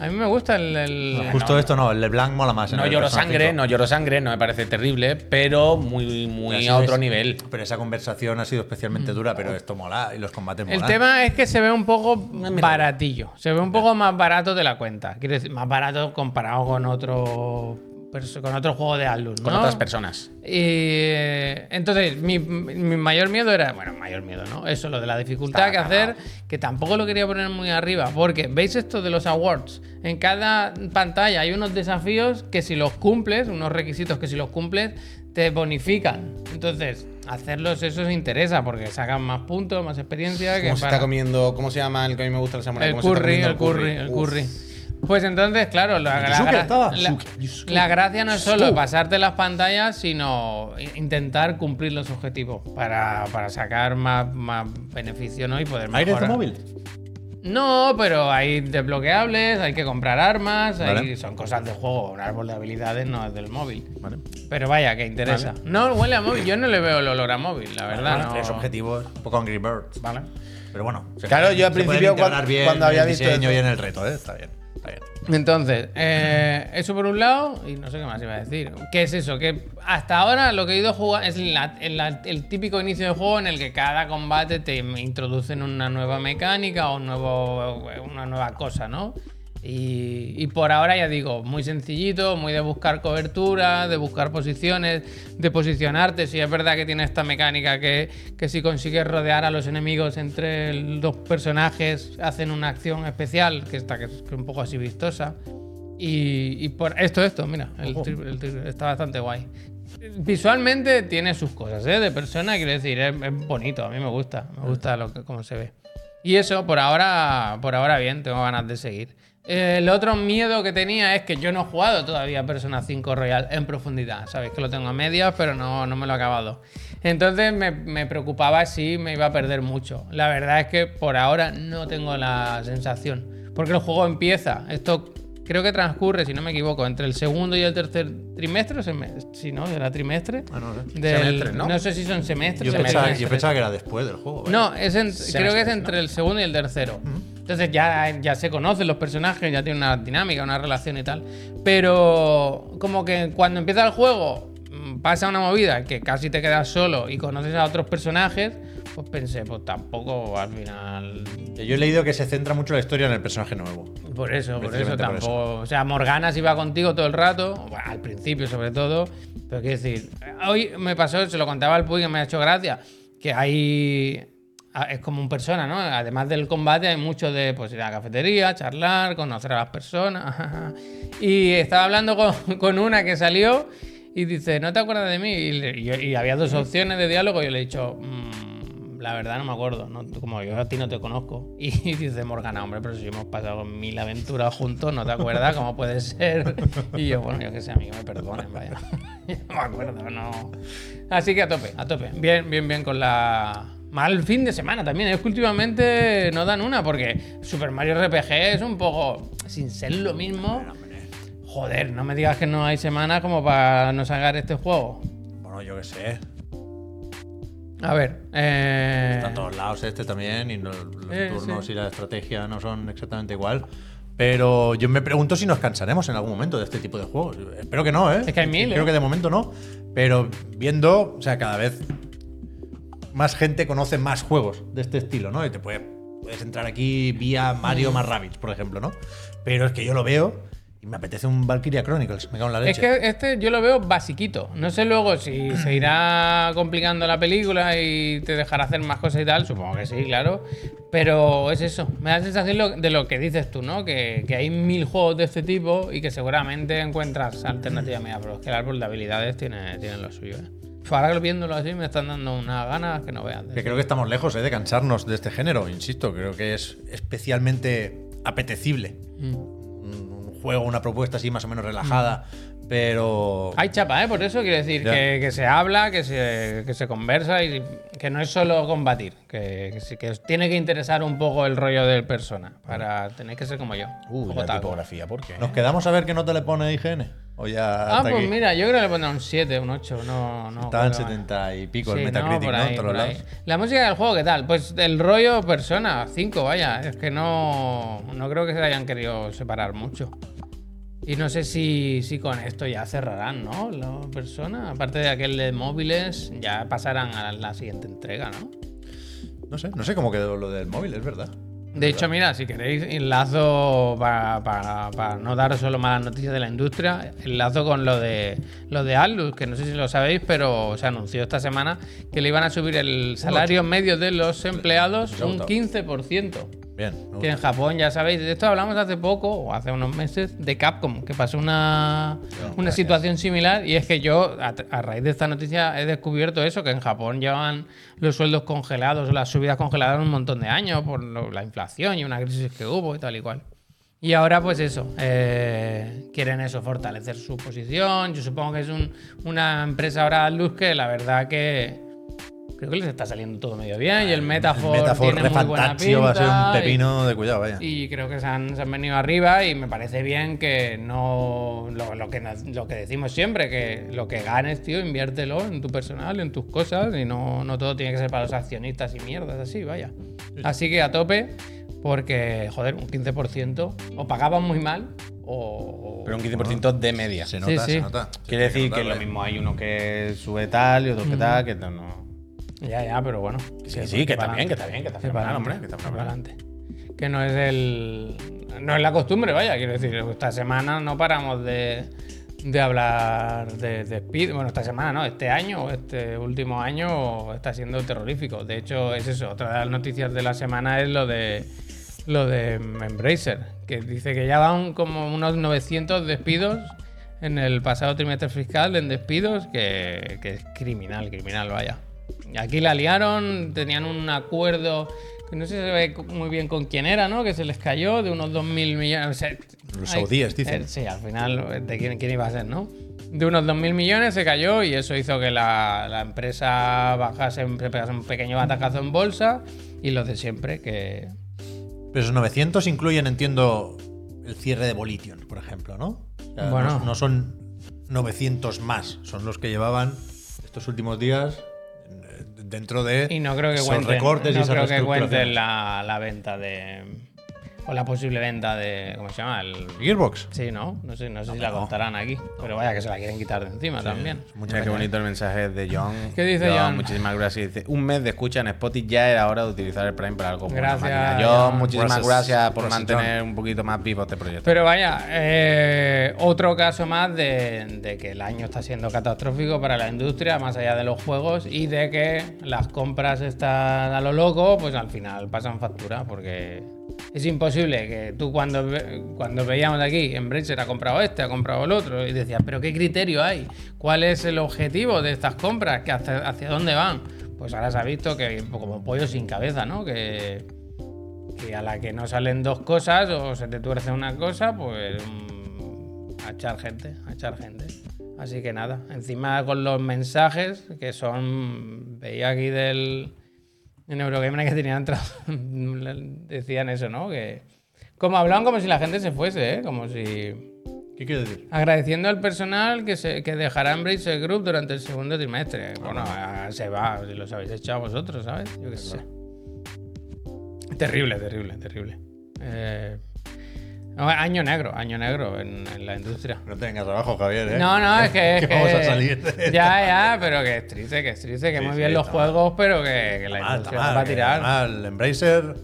Speaker 1: A mí me gusta el. el-
Speaker 4: Justo esto no, el de Blanc mola más. en
Speaker 3: No
Speaker 4: el
Speaker 3: lloro
Speaker 4: Persona
Speaker 3: sangre,
Speaker 4: 5.
Speaker 3: no lloro sangre, no me parece terrible, pero muy, muy
Speaker 4: Así
Speaker 3: a otro
Speaker 4: es.
Speaker 3: nivel. Mm.
Speaker 4: Pero esa conversación ha sido especialmente dura, pero esto mola y los combates
Speaker 1: El
Speaker 4: molan.
Speaker 1: tema es que se ve un poco baratillo. Se ve un poco más barato de la cuenta. Quiero decir, más barato comparado con otro perso- con otro juego de Atlus,
Speaker 3: Con
Speaker 1: ¿no?
Speaker 3: otras personas.
Speaker 1: Y, eh, entonces, mi, mi mayor miedo era, bueno, mayor miedo, ¿no? Eso, lo de la dificultad
Speaker 3: Está
Speaker 1: que hacer, que tampoco lo quería poner muy arriba, porque veis esto de los awards. En cada pantalla hay unos desafíos que si los cumples, unos requisitos que si los cumples, te bonifican. Entonces, hacerlos eso os interesa, porque sacan más puntos, más experiencia. Que
Speaker 3: ¿Cómo se
Speaker 1: para-
Speaker 3: está comiendo? ¿Cómo se llama el que a mí me gusta el samurai?
Speaker 1: el
Speaker 3: ¿Cómo se está
Speaker 1: curry,
Speaker 3: comiendo
Speaker 1: el curry, el curry. Pues entonces, claro, la, la,
Speaker 4: Yusuke
Speaker 1: gra-
Speaker 4: estaba.
Speaker 1: la-
Speaker 4: Yusuke, Yusuke.
Speaker 1: la gracia no es solo
Speaker 3: Yusuke.
Speaker 1: pasarte las pantallas, sino i- intentar cumplir los objetivos para, para sacar más, más beneficio ¿no? y poder
Speaker 4: ¿Aire de
Speaker 1: mejorar.
Speaker 4: móvil?
Speaker 1: No, pero hay desbloqueables, hay que comprar armas, hay-
Speaker 4: Vale.
Speaker 1: son cosas del juego, un árbol de habilidades no es del móvil.
Speaker 4: Vale.
Speaker 1: Pero vaya, que interesa. No, huele a móvil, yo no le veo el olor a móvil, la verdad.
Speaker 4: Ah, Bueno, Tres
Speaker 1: no.
Speaker 4: objetivos, un poco Angry Birds.
Speaker 3: Vale.
Speaker 4: Pero bueno. se
Speaker 3: Claro, yo al
Speaker 4: se pueden
Speaker 3: principio
Speaker 4: integrar
Speaker 3: cuan-
Speaker 4: bien
Speaker 3: cuando
Speaker 4: en
Speaker 3: había
Speaker 4: el
Speaker 3: visto
Speaker 4: diseño
Speaker 3: esto.
Speaker 4: y en el reto, ¿eh? Está bien. Está bien.
Speaker 1: Entonces, eh, eso por un lado, y no sé qué más iba a decir. ¿Qué es eso? Que hasta ahora lo que he ido a jugar es la- el, la- el típico inicio de juego en el que cada combate te introducen una nueva mecánica o un nuevo, una nueva cosa, ¿no? Y, y por ahora ya digo, muy sencillito, muy de buscar cobertura, de buscar posiciones, de posicionarte. Si es verdad que tiene esta mecánica que, que si consigues rodear a los enemigos entre los personajes, hacen una acción especial, que está que es un poco así vistosa. Y, y por esto, esto, mira, el tri- el tri- está bastante guay. Visualmente tiene sus cosas, ¿eh? De persona, quiero decir, es, es bonito, a mí me gusta, me gusta lo que, cómo se ve. Y eso, por ahora, por ahora bien, tengo ganas de seguir. Eh, el otro miedo que tenía es que yo no he jugado todavía Persona 5 Royal en profundidad. Sabéis que lo tengo a medias, pero no, no me lo he acabado. Entonces me, me preocupaba si me iba a perder mucho. La verdad es que por ahora no tengo la sensación. Porque el juego empieza. Esto creo que transcurre, si no me equivoco, entre el segundo y el tercer trimestre, o semestre, si no, será trimestre.
Speaker 4: Ah, no, no.
Speaker 1: del-
Speaker 3: Semestre, ¿no?
Speaker 1: sé si son semestres.
Speaker 4: Yo pensaba,
Speaker 1: semestres.
Speaker 4: yo pensaba que era después del juego. ¿eh?
Speaker 1: No, es en- creo que es
Speaker 3: Semestres,
Speaker 1: entre el segundo y el tercero. Entonces ya, ya se conocen los personajes, ya tienen una dinámica, una relación y tal. Pero como que cuando empieza el juego mm, pasa una movida que casi te quedas solo y conoces a otros personajes, pues pensé, pues tampoco al final...
Speaker 4: Que Yo he leído que se centra mucho la historia en el personaje nuevo.
Speaker 1: Por eso, por eso
Speaker 4: Precisamente por eso.
Speaker 1: tampoco... O sea, Morgana se iba contigo todo el rato, bueno, al principio sobre todo. Pero quiero decir, hoy me pasó, se lo contaba al Puy que me ha hecho gracia, que hay. a- Es como un persona, ¿no? Además del combate, hay mucho de pues, ir a la cafetería, charlar, conocer a las personas. Y estaba hablando con, con una que salió y dice, ¿no te acuerdas de mí? Y, le- y yo- y había dos opciones de diálogo y yo le he dicho, "Mm, la verdad no me acuerdo, no- como yo a ti no te conozco. Y, dice, Morgana, hombre, pero si hemos pasado mil aventuras juntos, ¿no te acuerdas? ¿Cómo puede ser? Y yo, bueno, yo que sé, amigo, me perdonen, vaya. No me acuerdo, no. Así que a tope, a tope. Bien, bien, bien con la... Mal fin de semana también. Es que últimamente no dan una porque Super Mario RPG es un poco, sin ser lo mismo... Joder, no me digas que no hay semanas como para no sacar este juego.
Speaker 4: Bueno, yo qué sé.
Speaker 1: A ver, eh...
Speaker 4: Está en todos lados este también y no- los
Speaker 1: Eh,
Speaker 4: turnos
Speaker 1: sí.
Speaker 4: y la estrategia no son exactamente igual. Pero yo me pregunto si nos cansaremos en algún momento de este tipo de juegos. Espero que no, ¿eh?
Speaker 1: Es que hay mil,
Speaker 4: Creo
Speaker 1: ¿eh?
Speaker 4: que de momento no. Pero viendo, o sea, cada vez más gente conoce más juegos de este estilo, ¿no? Y te puede- puedes entrar aquí vía
Speaker 1: Mm.
Speaker 4: Mario más Rabbids, por ejemplo, ¿no? Pero es que yo lo veo y me apetece un Valkyria Chronicles. Me cago en la leche.
Speaker 1: Es que este yo lo veo basiquito. No sé luego si se irá complicando la película y te dejará hacer más cosas y tal. Supongo que sí, claro. Pero es eso. Me da la sensación lo- de lo que dices tú, ¿no? Que, que hay mil juegos de este tipo y que seguramente encuentras alternativas medias. Pero es que el árbol de habilidades tiene, tiene lo suyo, ¿eh? Uf, Ahora viéndolo así me están dando unas ganas que no vean.
Speaker 4: Que creo que estamos lejos eh, de cansarnos de este género, insisto, creo que es especialmente apetecible.
Speaker 1: Mm.
Speaker 4: Un, un juego, una propuesta así más o menos relajada,
Speaker 1: Mm.
Speaker 4: pero...
Speaker 1: Hay chapa, ¿eh? Por eso quiero decir
Speaker 4: Ya.
Speaker 1: que, que se habla, que se, que se conversa y que no es solo combatir, que, que, sí- que os tiene que interesar un poco el rollo del persona para tener que ser como yo.
Speaker 3: Uh, la
Speaker 1: Otaku.
Speaker 3: tipografía, ¿por qué?
Speaker 4: ¿Nos quedamos a ver qué nota le pone IGN? O ya...
Speaker 1: Ah,
Speaker 4: hasta
Speaker 1: pues
Speaker 4: aquí?
Speaker 1: mira, yo creo que le pondrá un 7, un 8, no, no.
Speaker 4: Está en
Speaker 1: creo que-
Speaker 4: 70 y pico
Speaker 1: Sí,
Speaker 4: el
Speaker 1: no,
Speaker 4: Metacritic, ¿no?
Speaker 1: por
Speaker 4: En
Speaker 1: ahí,
Speaker 4: todos
Speaker 1: por
Speaker 4: lados.
Speaker 1: ahí. La música del juego, ¿qué tal? Pues el rollo persona, 5, vaya. Es que no, no creo que se hayan querido separar mucho. Y no sé si, si con esto ya cerrarán, ¿no? La persona, aparte de aquel de móviles, ya pasarán a la siguiente entrega, ¿no?
Speaker 4: No sé, no sé cómo quedó lo del móvil, es verdad.
Speaker 1: De hecho, mira, si queréis, enlazo para, para- para no dar solo malas noticias de la industria, enlazo con lo de lo de Atlus, que no sé si lo sabéis, pero se anunció esta semana que le iban a subir el salario medio de los empleados
Speaker 4: Me ha
Speaker 1: un
Speaker 4: gustado.
Speaker 1: 15%.
Speaker 4: Bien. me gusta.
Speaker 1: Que en Japón, ya sabéis, de esto hablamos hace poco, o hace unos meses, de Capcom, que pasó una, una situación similar. Y es que yo, a, a raíz de esta noticia, he descubierto eso, que en Japón llevan los sueldos congelados, o las subidas congeladas un montón de años por lo- la inflación y una crisis que hubo y tal y cual. Y ahora, pues eso, eh, quieren eso, fortalecer su posición. Yo supongo que es un- una empresa ahora luz que la verdad que creo que les está saliendo todo medio bien. Y el Metafor,
Speaker 4: Metafor
Speaker 1: tiene muy buena
Speaker 4: Refantasio va a ser un
Speaker 1: pinta y-
Speaker 4: pepino de cuidado, vaya.
Speaker 1: y creo que se han, se han venido arriba y me parece bien que no lo, lo que nos- lo que decimos siempre, que lo que ganes, tío, inviértelo en tu personal, en tus cosas y no, no todo tiene que ser para los accionistas y mierdas así, vaya. Así que a tope porque, joder, un 15% o pagaban muy mal o...
Speaker 3: Pero un 15% de media.
Speaker 4: Se nota,
Speaker 1: sí.
Speaker 4: Ah, se nota. Se
Speaker 3: Quiere
Speaker 4: tiene
Speaker 3: decir que lo
Speaker 4: notar, ¿eh?
Speaker 3: mismo hay uno que sube tal y otro que tal, que no. no.
Speaker 1: Ya, ya, pero bueno.
Speaker 3: Sí, sí, que está
Speaker 1: para
Speaker 3: bien,
Speaker 1: adelante.
Speaker 3: que está bien, que está
Speaker 1: Que
Speaker 3: fenomenal,
Speaker 1: para
Speaker 3: hombre, que está
Speaker 1: para
Speaker 3: fenomenal.
Speaker 1: adelante. Que no es el. No es la costumbre, vaya, quiero decir, esta semana no paramos de, de hablar de, de Speed. Bueno, esta semana no, este año, este último año está siendo terrorífico. De hecho, es eso, otra de las noticias de la semana es lo de. Lo de Embracer, que dice que ya van como unos 900 despidos en el pasado trimestre fiscal en despidos, que, que es criminal, criminal, vaya. Aquí la liaron, tenían un acuerdo, que no sé si se ve co- muy bien con quién era, ¿no? Que se les cayó de unos 2.000 millones. o sea,
Speaker 4: Los
Speaker 1: ay,
Speaker 4: saudíes, dicen.
Speaker 1: eh, sí, al final, eh, ¿de quién, quién iba a ser, no? De unos 2.000 millones se cayó y eso hizo que la, la empresa bajase, se pegase un pequeño batacazo en bolsa y los de siempre, que
Speaker 4: Pero esos 900 incluyen, entiendo, el cierre de Volition, por ejemplo, ¿no? O sea,
Speaker 1: Bueno.
Speaker 4: no, no son 900 más, son los que llevaban estos últimos días eh, dentro de
Speaker 1: Y no creo que
Speaker 4: esos
Speaker 1: cuenten,
Speaker 4: recortes y
Speaker 1: no
Speaker 4: esas
Speaker 1: creo que
Speaker 4: reestructuraciones.
Speaker 1: cuenten la, la venta de. O la posible venta de. ¿Cómo se llama? El,
Speaker 4: Gearbox.
Speaker 1: sí, ¿no? No sé, no sé si la contarán aquí. Pero vaya que se la quieren quitar de encima también.
Speaker 3: Mira qué bonito el mensaje de John.
Speaker 1: ¿Qué dice John?
Speaker 3: Muchísimas gracias. Dice, un mes de escucha en Spotify ya era hora de utilizar el Prime para algo bueno,
Speaker 1: Gracias,
Speaker 3: máquina".
Speaker 1: John.
Speaker 3: John, muchísimas
Speaker 4: Gracias,
Speaker 3: gracias, por
Speaker 4: gracias,
Speaker 3: mantener un poquito más vivo este proyecto.
Speaker 1: Pero vaya, eh, otro caso más de, de que el año está siendo catastrófico para la industria, más allá de los juegos, y de que las compras están a lo loco, pues al final pasan factura, porque es imposible que tú cuando, ve- cuando veíamos aquí, en Brecher ha comprado este, ha comprado el otro, y decías, pero ¿qué criterio hay? ¿Cuál es el objetivo de estas compras? ¿Que hacia, ¿Hacia dónde van? Pues ahora se ha visto que como pollo sin cabeza, ¿no? Que que a la que no salen dos cosas o se te tuerce una cosa, pues mm, a echar gente, a echar gente. Así que nada, encima con los mensajes que son, veía aquí del en Eurogamer que tenían tra- decían eso, ¿no? Que como hablaban como si la gente se fuese, ¿eh? como si
Speaker 4: ¿Qué quiero decir?
Speaker 1: Agradeciendo al personal que, se, que dejará Embracer Group durante el segundo trimestre. Bueno, ah, se va, si los habéis echado vosotros, ¿sabes? Yo qué sé. Terrible, terrible, terrible. Eh, no, año negro, año negro en, en la industria.
Speaker 4: No tengas trabajo, Javier, ¿eh?
Speaker 1: No, no, es que. es
Speaker 4: Que
Speaker 1: que-
Speaker 4: vamos a salir Ah, de
Speaker 1: Ya,
Speaker 4: esta.
Speaker 1: ya, pero que es triste, que es triste, que
Speaker 4: Sí,
Speaker 1: muy
Speaker 4: sí,
Speaker 1: bien los
Speaker 4: está mal.
Speaker 1: juegos, pero que, que la
Speaker 4: Mal, está
Speaker 1: industria
Speaker 4: mal,
Speaker 1: va a
Speaker 4: que
Speaker 1: tirar.
Speaker 4: está mal. Embracer,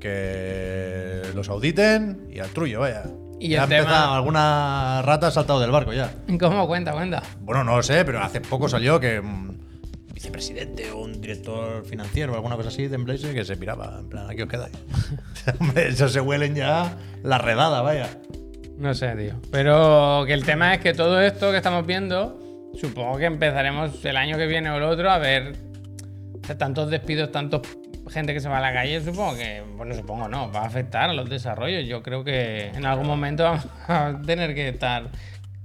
Speaker 4: que los auditen y al truyo, vaya.
Speaker 1: Y
Speaker 4: ya
Speaker 1: el
Speaker 4: ha
Speaker 1: tema-
Speaker 4: empezado, alguna rata ha saltado del barco ya.
Speaker 1: ¿Cómo cuenta, cuenta?
Speaker 4: Bueno, no lo sé, pero hace poco salió que mm, vicepresidente o un director financiero o alguna cosa así de Embracer que se piraba, en plan, aquí os quedáis. Hombre, eso se huelen ya la redada, vaya.
Speaker 1: No sé, tío. Pero que el tema es que todo esto que estamos viendo, supongo que empezaremos el año que viene o el otro a ver o sea, tantos despidos, tantos gente que se va a la calle, supongo que, bueno, supongo no, va a afectar a los desarrollos. Yo creo que en algún momento vamos a tener que estar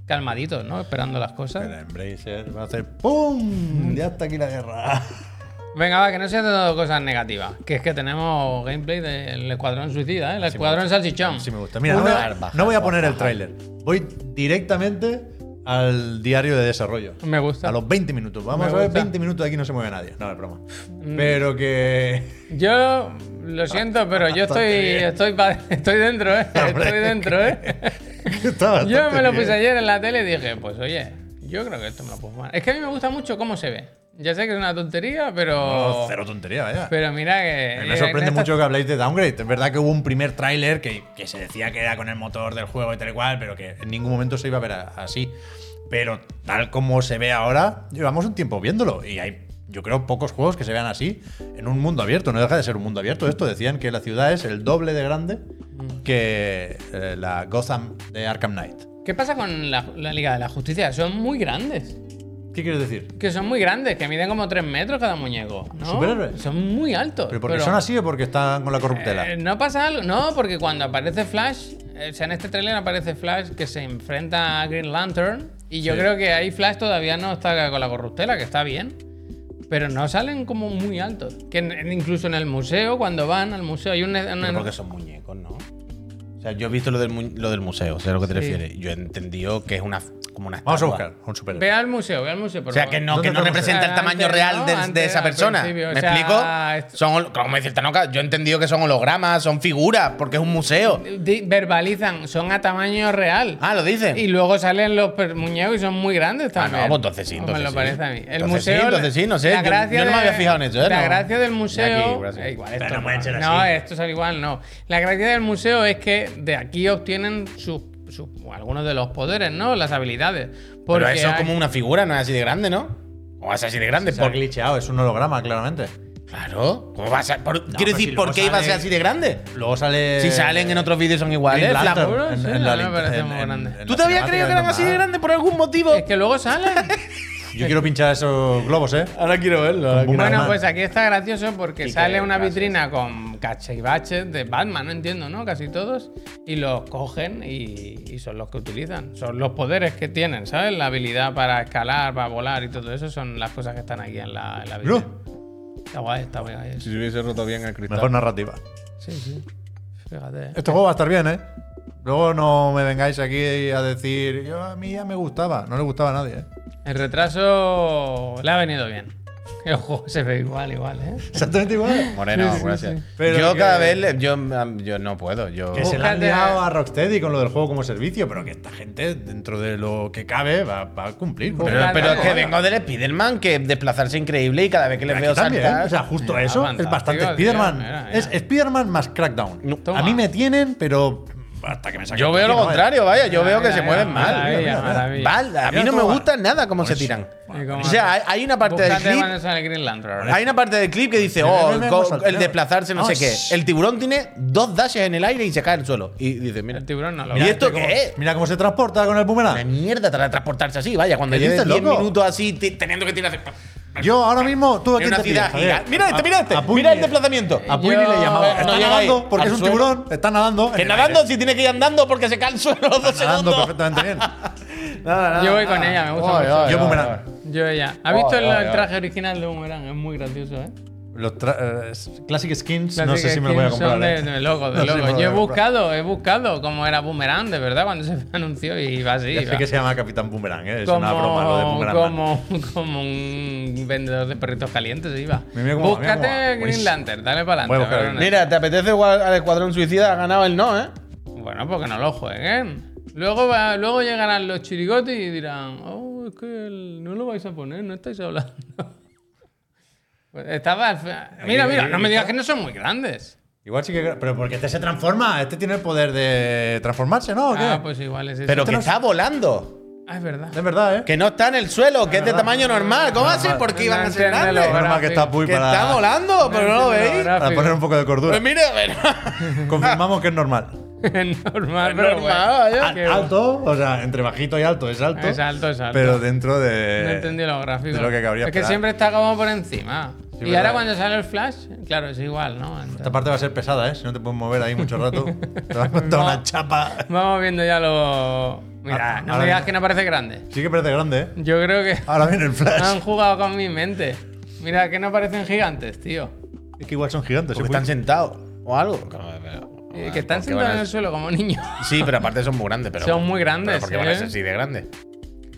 Speaker 1: calmaditos, ¿no? Esperando las
Speaker 4: Pero
Speaker 1: cosas.
Speaker 4: Embracer va a hacer ¡pum! Ya está aquí la guerra.
Speaker 1: Venga, va, que no sea todo cosas negativas. Que es que tenemos gameplay del Escuadrón Suicida, ¿eh? El Escuadrón Salchichón.
Speaker 4: Sí me gusta. Mira,
Speaker 1: Una-
Speaker 4: no voy a- no voy a poner el tráiler. Voy directamente al diario de desarrollo.
Speaker 1: Me gusta.
Speaker 4: A los 20 minutos.
Speaker 1: Me
Speaker 4: Vamos a ver,
Speaker 1: gusta. Mm.
Speaker 4: 20 minutos de aquí no se mueve nadie. No, es broma. Pero que...
Speaker 1: Yo lo siento, pero yo estoy,
Speaker 4: Ah, Bastante bien.
Speaker 1: estoy, pa- estoy dentro, ¿eh?
Speaker 4: Hombre.
Speaker 1: Estoy dentro, ¿eh?
Speaker 4: está bastante
Speaker 1: Yo me lo puse
Speaker 4: bien.
Speaker 1: ayer en la tele y dije, pues oye, yo creo que esto me lo puedo fumar. Es que a mí me gusta mucho cómo se ve. Ya sé que es una tontería, pero.
Speaker 4: No, cero tontería, vaya.
Speaker 1: Pero mira que. eh,
Speaker 4: Me sorprende mucho que habláis de downgrade. Es verdad que hubo un primer tráiler que, que se decía que era con el motor del juego y tal y cual, pero que en ningún momento se iba a ver a- así. Pero tal como se ve ahora, llevamos un tiempo viéndolo y hay, yo creo, pocos juegos que se vean así en un mundo abierto. No deja de ser un mundo abierto esto. Decían que la ciudad es el doble de grande
Speaker 1: Mm.
Speaker 4: que eh, la Gotham de Arkham Knight.
Speaker 1: ¿Qué pasa con la, la Liga de la Justicia? Son muy grandes.
Speaker 4: ¿Qué quieres decir?
Speaker 1: Que son muy grandes, que miden como 3 metros cada muñeco. ¿no?
Speaker 4: Superhéroes.
Speaker 1: Son muy altos.
Speaker 4: ¿Pero porque
Speaker 1: pero-
Speaker 4: son así o porque están con la corruptela?
Speaker 1: Eh, no pasa algo, no, porque cuando aparece Flash, eh, o sea, en este tráiler aparece Flash que se enfrenta a Green Lantern y yo
Speaker 4: Sí.
Speaker 1: creo que ahí Flash todavía no está con la corruptela, que está bien, pero no salen como muy altos. Que en- en- incluso en el museo, cuando van al museo, hay un... un-
Speaker 3: Pero porque son muñecos, ¿no? O sea, yo he visto lo del, mu- lo del museo, sé a lo que te
Speaker 1: Sí.
Speaker 3: refieres. Yo he entendido que es una, como una
Speaker 4: Vamos a
Speaker 3: estatua.
Speaker 4: buscar un superhéroe.
Speaker 1: Ve al museo, ve al museo. por
Speaker 3: O sea,
Speaker 1: favor.
Speaker 3: que no,
Speaker 4: ¿Dónde
Speaker 3: que no
Speaker 4: te lo
Speaker 3: representa el
Speaker 1: pusieron?
Speaker 3: tamaño
Speaker 1: Antes,
Speaker 3: real
Speaker 1: ¿no?
Speaker 3: de, de
Speaker 1: Antes,
Speaker 3: esa
Speaker 1: al
Speaker 3: persona. ¿Me
Speaker 1: principio, o sea,
Speaker 3: explico?
Speaker 1: esto-
Speaker 3: Son, hol- como decir Tanoka, yo he entendido que son hologramas, son figuras, porque es un museo.
Speaker 1: Di- verbalizan, son a tamaño real.
Speaker 3: Ah, lo dicen.
Speaker 1: Y luego salen los per- muñecos y son muy grandes
Speaker 3: Ah,
Speaker 1: también.
Speaker 3: no, pues entonces sí,
Speaker 1: O
Speaker 3: entonces
Speaker 1: me lo
Speaker 3: sí.
Speaker 1: parece a mí. El
Speaker 3: Entonces
Speaker 1: museo.
Speaker 3: sí, entonces sí, no sé,
Speaker 1: La
Speaker 3: yo-
Speaker 1: gracia
Speaker 3: yo no me
Speaker 1: de-
Speaker 3: había fijado en eso, ¿eh?
Speaker 1: La
Speaker 3: No.
Speaker 1: gracia del
Speaker 3: Aquí,
Speaker 1: museo.
Speaker 3: gracias.
Speaker 1: Eh, igual
Speaker 4: Pero
Speaker 1: esto
Speaker 4: no puede ser
Speaker 1: no,
Speaker 4: así.
Speaker 1: esto es al igual, no. La gracia del museo es que de aquí obtienen sus- sus- algunos de los poderes, ¿no? Las habilidades. Porque
Speaker 3: Pero eso es
Speaker 1: hay-
Speaker 3: como una figura, no es así de grande, ¿no? O es así de grande.
Speaker 4: Está
Speaker 3: por-
Speaker 4: glitcheado, es un holograma, claramente.
Speaker 3: Claro. ¿Cómo va a ser? Por-
Speaker 4: pero
Speaker 3: quiero decir,
Speaker 4: si
Speaker 3: ¿por
Speaker 4: luego
Speaker 3: qué iba a ser
Speaker 4: sale-
Speaker 3: así de grande?
Speaker 4: Luego sale.
Speaker 3: si salen en otros vídeos son iguales.
Speaker 4: Green
Speaker 3: flaco.
Speaker 4: Lantern
Speaker 1: Seguro,
Speaker 4: en-
Speaker 1: sí,
Speaker 4: en la
Speaker 1: no me
Speaker 4: lin-
Speaker 1: parece
Speaker 4: en-
Speaker 1: muy
Speaker 4: en-
Speaker 1: grande.
Speaker 4: en
Speaker 3: ¿Tú
Speaker 4: la
Speaker 3: te habías
Speaker 4: cinemática
Speaker 3: creído que
Speaker 4: es
Speaker 3: eran así de
Speaker 4: normal.
Speaker 3: grandes por algún motivo?
Speaker 1: Es que luego salen.
Speaker 4: Yo quiero pinchar esos globos, ¿eh?
Speaker 3: Ahora quiero verlo. ahora
Speaker 4: Como
Speaker 3: quiero-
Speaker 4: una
Speaker 1: Bueno,
Speaker 4: mano.
Speaker 1: pues aquí está gracioso porque
Speaker 3: Y
Speaker 1: sale
Speaker 3: que
Speaker 1: una
Speaker 3: gracias.
Speaker 1: vitrina con cache y baches de Batman, no entiendo, ¿no? Casi todos. Y los cogen y, y son los que utilizan. Son los poderes que tienen, ¿sabes? La habilidad para escalar, para volar y todo eso son las cosas que están aquí en la, en la
Speaker 4: Bro.
Speaker 1: vitrina. Está guay, está guay. eso.
Speaker 3: se hubiese roto bien el
Speaker 4: Mejor pues, narrativa.
Speaker 1: Sí, sí. Fíjate.
Speaker 4: Este juego va a estar bien, ¿eh? Luego no me vengáis aquí a decir, yo a mí ya me gustaba. No le gustaba a nadie, ¿eh?
Speaker 1: El retraso le ha venido bien. El juego se ve igual, igual, ¿eh?
Speaker 4: Exactamente igual.
Speaker 3: Moreno,
Speaker 1: Sí, sí,
Speaker 3: gracias.
Speaker 1: sí.
Speaker 4: Pero
Speaker 3: yo
Speaker 4: que-
Speaker 3: cada vez. le- yo, yo no puedo. Yo,
Speaker 4: Que se la han
Speaker 1: Búscate-
Speaker 4: liado a Rocksteady con lo del juego como servicio, pero que esta gente, dentro de lo que cabe, va, va a cumplir. con
Speaker 3: pero,
Speaker 4: la-
Speaker 3: pero es que
Speaker 1: Búscate-
Speaker 3: vengo del Spider-Man, que desplazarse increíble y cada vez que les
Speaker 4: Aquí
Speaker 3: veo
Speaker 4: también, ¿eh?
Speaker 3: saltar.
Speaker 4: O sea, justo
Speaker 1: Mira,
Speaker 4: eso es
Speaker 1: Ah, fantástico,
Speaker 4: bastante
Speaker 1: tío,
Speaker 4: Spider-Man.
Speaker 1: mira, mira.
Speaker 4: Es Spider-Man más Crackdown.
Speaker 1: Toma.
Speaker 4: a mí me tienen, pero hasta que me saquen.
Speaker 3: yo veo lo
Speaker 4: de aquí,
Speaker 3: contrario, vaya. Yo
Speaker 1: Mira,
Speaker 3: veo que
Speaker 1: mira,
Speaker 3: se mueven
Speaker 1: mira,
Speaker 3: mal.
Speaker 1: maravilla,
Speaker 3: Mira, mira.
Speaker 1: maravilla.
Speaker 3: Mal, A mí
Speaker 4: Mira
Speaker 3: no me
Speaker 4: cómo va.
Speaker 3: gusta nada cómo se
Speaker 4: Pues,
Speaker 3: tiran.
Speaker 1: Y como-
Speaker 3: O sea, hay, hay una parte del
Speaker 1: Búscate
Speaker 3: clip.
Speaker 1: cuando sale Greenland, bro.
Speaker 3: Hay una parte del clip que dice,
Speaker 4: Mira,
Speaker 3: oh,
Speaker 4: mira, mira,
Speaker 3: co-
Speaker 4: hemos
Speaker 3: el
Speaker 4: saltado.
Speaker 3: desplazarse, no sé
Speaker 4: Ah,
Speaker 3: qué.
Speaker 4: sí.
Speaker 3: El tiburón tiene dos dashes en el aire y se cae al suelo. Y dice, mira.
Speaker 1: El tiburón no lo
Speaker 3: ¿Y
Speaker 1: ve.
Speaker 3: esto
Speaker 4: cómo-
Speaker 3: qué es?
Speaker 4: Mira cómo se transporta con el
Speaker 3: Una
Speaker 4: boomerang.
Speaker 3: mierda tra- transportarse así, vaya. Cuando
Speaker 4: ¿Qué
Speaker 3: lleves
Speaker 4: dices,
Speaker 3: 10
Speaker 4: loco?
Speaker 3: minutos así ti- teniendo que tirarse.
Speaker 4: Yo ahora mismo tuve
Speaker 3: En
Speaker 4: que
Speaker 3: una ciudad gigante. Mira este, mira este. Mira el desplazamiento.
Speaker 4: A Puini
Speaker 1: Yo-
Speaker 4: le llamaba.
Speaker 1: no
Speaker 4: Está
Speaker 3: llega
Speaker 4: nadando
Speaker 3: ahí,
Speaker 4: porque
Speaker 3: al
Speaker 4: es un
Speaker 3: suelo.
Speaker 4: tiburón. Está nadando. en
Speaker 3: Que
Speaker 4: el
Speaker 3: nadando,
Speaker 4: aire.
Speaker 3: si tiene que ir andando porque se cae al suelo los dos
Speaker 4: Nadando
Speaker 3: segundos.
Speaker 4: perfectamente bien.
Speaker 1: Yo voy con ella, me gusta mucho.
Speaker 4: Yo boomerang.
Speaker 1: Yo ella. ¿Has visto
Speaker 3: Ay,
Speaker 1: el,
Speaker 3: ay,
Speaker 1: el
Speaker 3: ay.
Speaker 1: traje original de Boomerang? Es muy gracioso, ¿eh?
Speaker 4: Los tra- eh, classic skins, no
Speaker 1: Así
Speaker 4: sé
Speaker 1: que
Speaker 4: si me lo voy a
Speaker 1: es que
Speaker 4: comprar.
Speaker 1: son
Speaker 4: eh.
Speaker 1: De, de logo, de
Speaker 4: No sé si me
Speaker 1: logo.
Speaker 4: lo voy
Speaker 1: Yo he
Speaker 4: a comprar.
Speaker 1: buscado, he buscado cómo era Boomerang, de verdad, cuando se anunció y va así.
Speaker 4: Ya
Speaker 1: iba.
Speaker 4: sé que se llama Capitán Boomerang, eh, es
Speaker 1: como,
Speaker 4: una broma lo de Boomerang. Man.
Speaker 1: como, como un vendedor de perritos calientes, iba.
Speaker 4: Mira, mira cómo va, mira
Speaker 1: Búscate
Speaker 4: cómo va.
Speaker 1: Green
Speaker 4: Buenísimo.
Speaker 1: Lantern, dale para
Speaker 4: Voy a buscar
Speaker 1: adelante.
Speaker 3: Mira, ¿te apetece jugar al Escuadrón Suicida? Ha ganado el no, ¿eh?
Speaker 1: Bueno, porque no lo jueguen. Luego, va- luego llegarán los chirigotis y dirán, oh, es que el- no lo vais a poner, no estáis hablando. Pues Estaba. al fe- Mira, mira, no me digas que no son muy grandes.
Speaker 4: Igual sí que. Pero porque este se transforma, este tiene el poder de transformarse, ¿no? ¿O qué?
Speaker 1: Ah, pues igual es eso.
Speaker 3: Pero
Speaker 4: Esto
Speaker 3: que
Speaker 4: no es-
Speaker 3: está volando.
Speaker 1: Ah, es verdad.
Speaker 4: Es verdad, ¿eh?
Speaker 3: Que no está en el suelo, que es de
Speaker 4: verdad.
Speaker 3: tamaño normal. ¿Cómo así? ¿Por qué
Speaker 1: No
Speaker 3: iban a ser
Speaker 1: entiendo lo
Speaker 3: grandes?
Speaker 4: Menos mal que está Puy
Speaker 3: Que está
Speaker 4: para,
Speaker 3: volando, pero no lo veis.
Speaker 1: Ahora
Speaker 4: para poner un poco de
Speaker 3: Pues
Speaker 4: cordura.
Speaker 3: mira, a ver.
Speaker 4: Confirmamos que es normal.
Speaker 1: Es normal,
Speaker 3: Es
Speaker 1: pero
Speaker 3: normal,
Speaker 1: bueno.
Speaker 3: vaya.
Speaker 1: Qué
Speaker 4: Alto, o sea, entre bajito y alto es alto.
Speaker 1: bueno. Es alto, es alto.
Speaker 4: Pero dentro de.
Speaker 1: no entendí los gráficos.
Speaker 4: de lo que cabría
Speaker 1: es que
Speaker 4: esperar.
Speaker 1: siempre está como por encima. y
Speaker 4: verdad.
Speaker 1: ahora cuando sale el flash, claro, es igual, ¿no? Entonces,
Speaker 4: Esta parte va a ser pesada, ¿eh? Si no te puedes mover ahí mucho rato. te vas a montar una chapa.
Speaker 1: vamos viendo ya los. Mira,
Speaker 4: Ah,
Speaker 1: no me
Speaker 4: ahora
Speaker 1: digas
Speaker 4: mismo.
Speaker 1: que no parece grande.
Speaker 4: Sí que parece grande, ¿eh?
Speaker 1: Yo creo que
Speaker 4: Ahora viene el flash.
Speaker 1: han jugado con mi mente. Mira, que no parecen gigantes, tío.
Speaker 4: Es que igual son gigantes.
Speaker 3: Porque
Speaker 4: ¿eh?
Speaker 3: están sentados o algo.
Speaker 1: Eh, que están sentados en el suelo como niños.
Speaker 3: Sí, pero aparte son muy grandes. Pero,
Speaker 1: Son muy grandes,
Speaker 3: pero ¿Por qué van a
Speaker 1: ¿eh?
Speaker 3: ser así de grandes?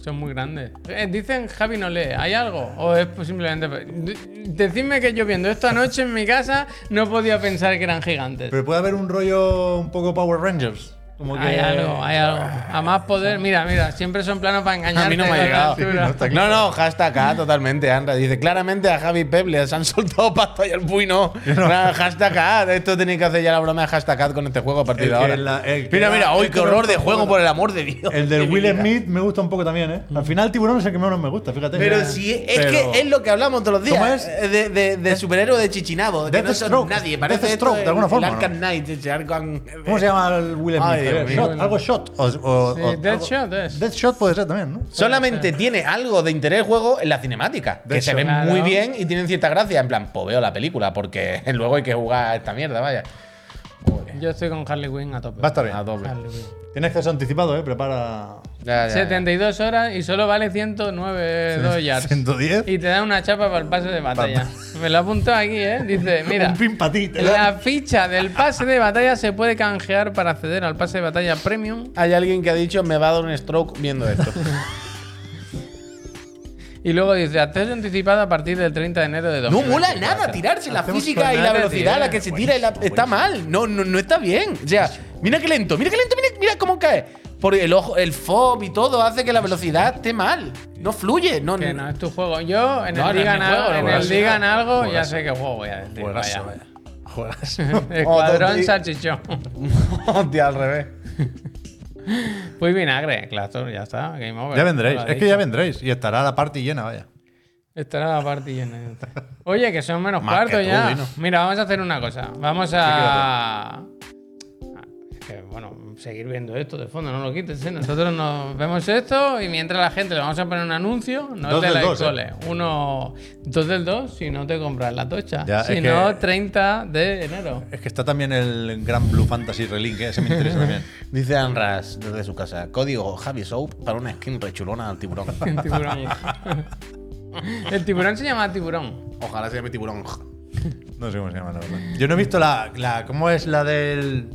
Speaker 1: Son muy grandes. Eh, dicen Javi no lee. ¿Hay algo? ¿O es pues, simplemente.? D- Decidme que yo viendo esto anoche en mi casa no podía pensar que eran gigantes.
Speaker 4: Pero puede haber un rollo un poco Power Rangers. Como que.
Speaker 1: Hay algo, hay algo. A más poder. Mira, mira, siempre son planos para engañar.
Speaker 3: A mí no me ha llegado. No, no, hashtag A totalmente, Andra. Dice, claramente a Javi Pep les han soltado pasta y al Puy no. Nada, hashtag A. De Esto tenéis que hacer ya la broma de hashtag A con este juego a partir
Speaker 4: El
Speaker 3: de
Speaker 4: que
Speaker 3: ahora.
Speaker 4: la- el que
Speaker 3: mira,
Speaker 4: la-
Speaker 3: mira, hoy
Speaker 4: el
Speaker 3: qué
Speaker 4: que
Speaker 3: horror
Speaker 4: la-
Speaker 3: de juego, por el amor de Dios.
Speaker 4: El del
Speaker 3: de mi
Speaker 4: Will
Speaker 3: vida.
Speaker 4: Smith me gusta un poco también, ¿eh?
Speaker 1: Mm.
Speaker 4: Al final, tiburón es el que menos me gusta, fíjate.
Speaker 3: Pero si es, es
Speaker 4: Pero-
Speaker 3: que es lo que hablamos todos los
Speaker 4: ¿Cómo
Speaker 3: días.
Speaker 4: es?
Speaker 3: eh, De, de, de superhéroe de Chichinabo. de que no son
Speaker 4: Deathstroke.
Speaker 3: nadie. Parece esto
Speaker 4: Deathstroke, de
Speaker 3: el-
Speaker 4: alguna forma,
Speaker 3: el Arkham
Speaker 4: ¿no?
Speaker 3: Knight, ese Arkham- eh,
Speaker 4: ¿Cómo se llama el Will Smith?
Speaker 3: Ay, Dios
Speaker 4: A ver,
Speaker 3: mío.
Speaker 4: shot, algo shot. O, o-
Speaker 1: Sí,
Speaker 4: o- algo-
Speaker 1: Deadshot es.
Speaker 4: Deadshot puede ser también, ¿no?
Speaker 3: Solamente tiene algo de interés el juego en la cinemática,
Speaker 4: Eh. De
Speaker 3: que
Speaker 4: hecho.
Speaker 3: se ven
Speaker 1: Claro.
Speaker 3: muy bien y tienen cierta gracia. En plan, pues veo la película, porque luego hay que jugar a esta mierda, vaya. Joder.
Speaker 1: Yo estoy con Harley Quinn a tope.
Speaker 4: Va a estar bien.
Speaker 3: A doble.
Speaker 1: Harley Quinn.
Speaker 4: Tiene acceso anticipado, ¿eh? Prepara.
Speaker 3: Ya, ya, ya.
Speaker 1: 72 horas y solo vale 109 dólares.
Speaker 4: 110.
Speaker 1: Y te da una chapa para el pase de batalla. Me lo apunto aquí, ¿eh? Dice, mira.
Speaker 4: Un pin para ti. te da.
Speaker 1: La ficha del pase de batalla se puede canjear para acceder al pase de batalla premium
Speaker 3: Hay alguien que ha dicho, me va a dar un stroke viendo esto.
Speaker 1: y luego dice acceso anticipado a partir del 30 de enero de 2000.
Speaker 3: no mola nada tirarse, la
Speaker 4: Hacemos
Speaker 3: física y la
Speaker 1: conares,
Speaker 3: velocidad a la
Speaker 1: tío.
Speaker 3: que se tira y la- está mal. No, no, no está bien. O sea, mira qué lento, mira qué lento, mira, mira cómo cae. Por el ojo, el fob y todo hace que la velocidad esté mal. No fluye, no,
Speaker 1: Que no es tu juego. Yo en
Speaker 3: No, no
Speaker 1: el
Speaker 3: es mi
Speaker 1: digan
Speaker 3: juego,
Speaker 1: algo, en el
Speaker 3: juegazo.
Speaker 1: digan algo ya
Speaker 3: Juegazo.
Speaker 1: sé qué juego voy a decir.
Speaker 4: Juegazo,
Speaker 1: vaya.
Speaker 4: vaya. Juegazo.
Speaker 1: Escuadrón
Speaker 3: Oh,
Speaker 1: salchichón.
Speaker 3: Hostia, al revés.
Speaker 1: Fui vinagre, claro, ya está. Game over.
Speaker 4: Ya vendréis,
Speaker 1: Lo ha
Speaker 4: es que ya
Speaker 1: dicho.
Speaker 4: vendréis. Y estará la party llena, vaya.
Speaker 1: Estará la parte llena. Oye, que son menos
Speaker 3: Más
Speaker 1: cuarto
Speaker 3: que tú,
Speaker 1: ya.
Speaker 3: Dino.
Speaker 1: Mira, vamos a hacer una cosa. Vamos a. Ah, Es que, bueno, seguir viendo esto de fondo, no lo quites. ¿eh? Nosotros nos vemos esto y mientras la gente le vamos a poner un anuncio, no
Speaker 4: Dos
Speaker 1: te
Speaker 4: del
Speaker 1: la
Speaker 4: dos, ¿eh?
Speaker 1: cole. Uno, dos del dos, si no te compras la tocha.
Speaker 4: Ya,
Speaker 1: si
Speaker 4: es que-
Speaker 1: no, 30 de enero.
Speaker 4: Es que está también el Gran Blue Fantasy Relink, ¿eh? ese me interesa también.
Speaker 3: Dice Anras desde su casa, código Javi Soap para una skin rechulona al tiburón.
Speaker 1: El tiburón. El tiburón se llama tiburón.
Speaker 3: Ojalá se llame tiburón.
Speaker 4: No sé cómo se llama, la verdad. Yo no he visto la. la ¿Cómo es la del.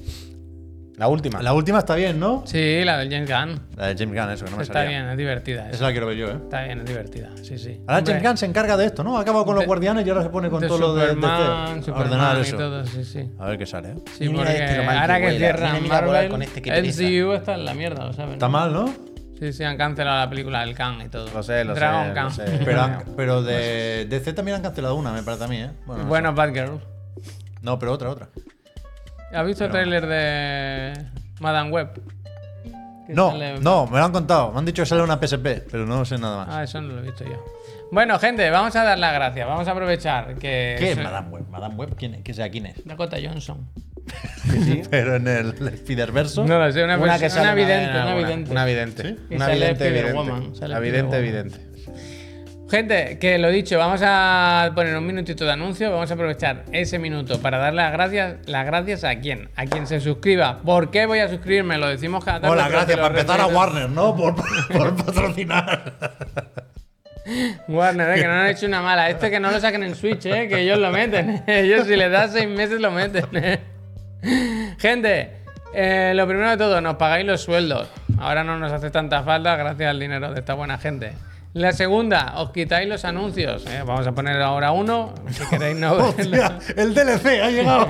Speaker 3: La última.
Speaker 4: La última está bien, ¿no?
Speaker 1: Sí, la del James Gunn.
Speaker 4: La de James Gunn, eso que no me
Speaker 1: Está
Speaker 4: salía.
Speaker 1: bien, es divertida.
Speaker 4: Esa la quiero ver yo, ¿eh?
Speaker 1: Está bien, es divertida. Sí, sí.
Speaker 4: Ahora
Speaker 1: Hombre,
Speaker 4: James Gunn se encarga de esto, ¿no? Ha acabado con los
Speaker 1: de-
Speaker 4: guardianes y ahora se pone con
Speaker 1: de
Speaker 4: todo lo de DC.
Speaker 1: Superman,
Speaker 4: A
Speaker 1: Superman
Speaker 4: ordenar
Speaker 1: y
Speaker 4: eso.
Speaker 1: todo, sí, sí.
Speaker 4: A ver qué sale. ¿eh?
Speaker 1: Sí,
Speaker 2: Mira
Speaker 1: porque
Speaker 2: este lo mal que
Speaker 1: ahora que
Speaker 2: vuela,
Speaker 1: cierran
Speaker 2: mira, mira volar
Speaker 1: Marvel,
Speaker 2: con este, qué
Speaker 1: el
Speaker 2: pereza.
Speaker 1: MCU está en la mierda, lo saben.
Speaker 4: Está mal, ¿no?
Speaker 1: Sí, sí, han cancelado la película del Khan y todo.
Speaker 3: Lo sé, lo sé,
Speaker 1: Dragon
Speaker 3: lo
Speaker 1: Khan.
Speaker 3: sé.
Speaker 4: Pero, han- pero de DC también han cancelado una, me parece a mí, ¿eh? Bueno, no,
Speaker 1: bueno, Bad Girl.
Speaker 4: sé. No, pero otra, otra.
Speaker 1: ¿Has visto el tráiler de Madame Web? Que
Speaker 4: No,
Speaker 1: sale-
Speaker 4: no, me lo han contado. Me han dicho que sale una PSP, pero no sé nada más.
Speaker 1: Ah, eso no lo he visto yo. Bueno, gente, vamos a dar las gracias. Vamos a aprovechar que.
Speaker 4: ¿Qué es
Speaker 1: soy-
Speaker 3: Ah,
Speaker 4: Madame
Speaker 3: pues,
Speaker 4: Web? ¿Madame Web? ¿Quién
Speaker 3: ¿eh?
Speaker 4: es? Que sea quién es.
Speaker 1: Dakota Johnson.
Speaker 4: Pero en el Spider-Verso.
Speaker 1: No lo sé, una,
Speaker 3: Una
Speaker 1: perso-
Speaker 3: Ah, que sale
Speaker 1: una
Speaker 3: una vez
Speaker 1: vidente,
Speaker 3: en
Speaker 1: una,
Speaker 3: alguna.
Speaker 1: vidente.
Speaker 3: Una vidente.
Speaker 1: Y
Speaker 3: Una
Speaker 1: sale
Speaker 3: vidente
Speaker 1: Spider-Woman,
Speaker 3: evidente.
Speaker 1: sale
Speaker 3: La vidente
Speaker 1: Spider-Woman.
Speaker 3: evidente.
Speaker 1: Gente, que lo dicho, vamos a poner un minutito de anuncio, vamos a aprovechar ese minuto para dar las gracias, las gracias a quien, a quien se suscriba. ¿Por qué voy a suscribirme? Lo decimos cada tarde.
Speaker 4: Hola,
Speaker 1: pero te
Speaker 4: gracias.
Speaker 1: lo
Speaker 4: Para empezar a
Speaker 1: repito.
Speaker 4: Warner, ¿no? Por, por patrocinar.
Speaker 1: Warner, eh, que no han hecho una mala. Este que no lo saquen en Switch, eh, que ellos lo meten. Ellos si les das seis meses lo meten. eh. Gente, eh, lo primero de todo, nos pagáis los sueldos. Ahora no nos hace tanta falta gracias al dinero de esta buena gente. La segunda, os quitáis los anuncios. eh. Vamos a poner ahora uno. Si queréis no verlo.
Speaker 4: Hostia, el DLC ha llegado.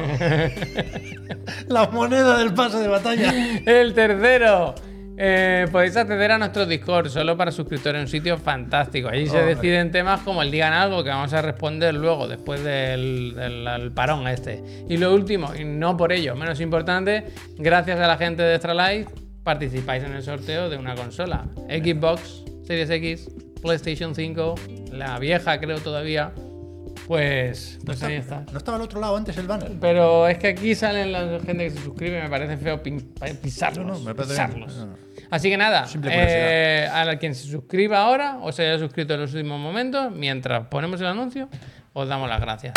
Speaker 4: La moneda del pase de batalla.
Speaker 1: El tercero. eh, podéis acceder a nuestro Discord solo para suscriptores, un sitio fantástico. Allí se deciden temas como el digan algo que vamos a responder luego, después del, del- al parón este. Y lo último, y no por ello, menos importante, gracias a la gente de Extra Life participáis en el sorteo de una consola. Xbox, Series X, PlayStation 5, la vieja creo todavía. Pues, pues ahí está.
Speaker 4: No estaba al otro lado antes el banner.
Speaker 1: Pero es que aquí salen la gente que se suscribe, me parece feo pin- pa- pisarlos.
Speaker 4: No, no, me parece
Speaker 1: pisarlos.
Speaker 4: bien. No, no.
Speaker 1: Así que nada,
Speaker 4: Simple
Speaker 1: eh, a la- quien se suscriba ahora o se haya suscrito en los últimos momentos, mientras ponemos el anuncio, os damos las gracias.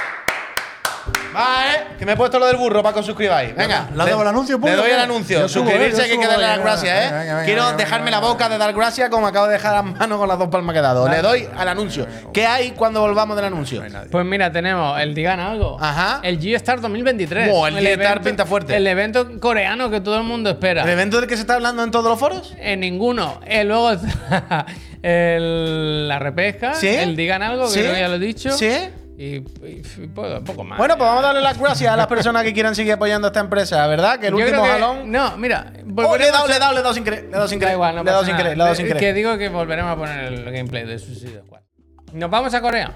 Speaker 3: Va, eh, que me he puesto lo del burro para que os suscribáis. Venga,
Speaker 4: ¿Le has dado el anuncio,
Speaker 3: Le
Speaker 4: pulga?
Speaker 3: doy el
Speaker 4: Venga.
Speaker 3: anuncio.
Speaker 4: Yo subo,
Speaker 3: Suscribirse,
Speaker 4: eh, yo
Speaker 3: que hay que
Speaker 4: subo,
Speaker 3: darle las
Speaker 4: venga,
Speaker 3: gracias,
Speaker 4: venga,
Speaker 3: eh.
Speaker 4: venga, venga,
Speaker 3: Quiero
Speaker 4: venga,
Speaker 3: dejarme
Speaker 4: venga,
Speaker 3: la boca de dar gracias como acabo de dejar las manos con las dos palmas que he dado. Le doy al anuncio. ¿Qué hay cuando volvamos del anuncio?
Speaker 1: Pues mira, tenemos el Digan Algo,
Speaker 3: Ajá.
Speaker 1: el G-Star 2023.
Speaker 3: Buah, el G-Star
Speaker 1: evento-
Speaker 3: pinta fuerte.
Speaker 1: El evento coreano que todo el mundo espera.
Speaker 3: ¿El evento del que se está hablando en todos los foros?
Speaker 1: En ninguno. Eh, luego el- la repesca,
Speaker 3: ¿Sí?
Speaker 1: el Digan Algo, que
Speaker 3: ¿Sí?
Speaker 1: creo que ya lo he dicho.
Speaker 3: ¿Sí?
Speaker 1: Y, y- y poco, poco más.
Speaker 3: Bueno, pues vamos a darle las gracias a las personas que quieran seguir apoyando a esta empresa, ¿verdad? Que el
Speaker 1: Yo
Speaker 3: último
Speaker 1: creo que-
Speaker 3: jalón.
Speaker 1: No, mira,
Speaker 3: Oh, le he dado,
Speaker 1: a-
Speaker 3: le he dado, le he dado sin querer. Le he dado sin
Speaker 1: Da
Speaker 3: querer.
Speaker 1: igual, no
Speaker 3: le he dado
Speaker 1: pasa
Speaker 3: sin
Speaker 1: nada.
Speaker 3: querer, le he dado sin
Speaker 1: Eh,
Speaker 3: querer.
Speaker 1: Que digo que volveremos a poner el gameplay de Suicide Squad. Nos vamos a Corea.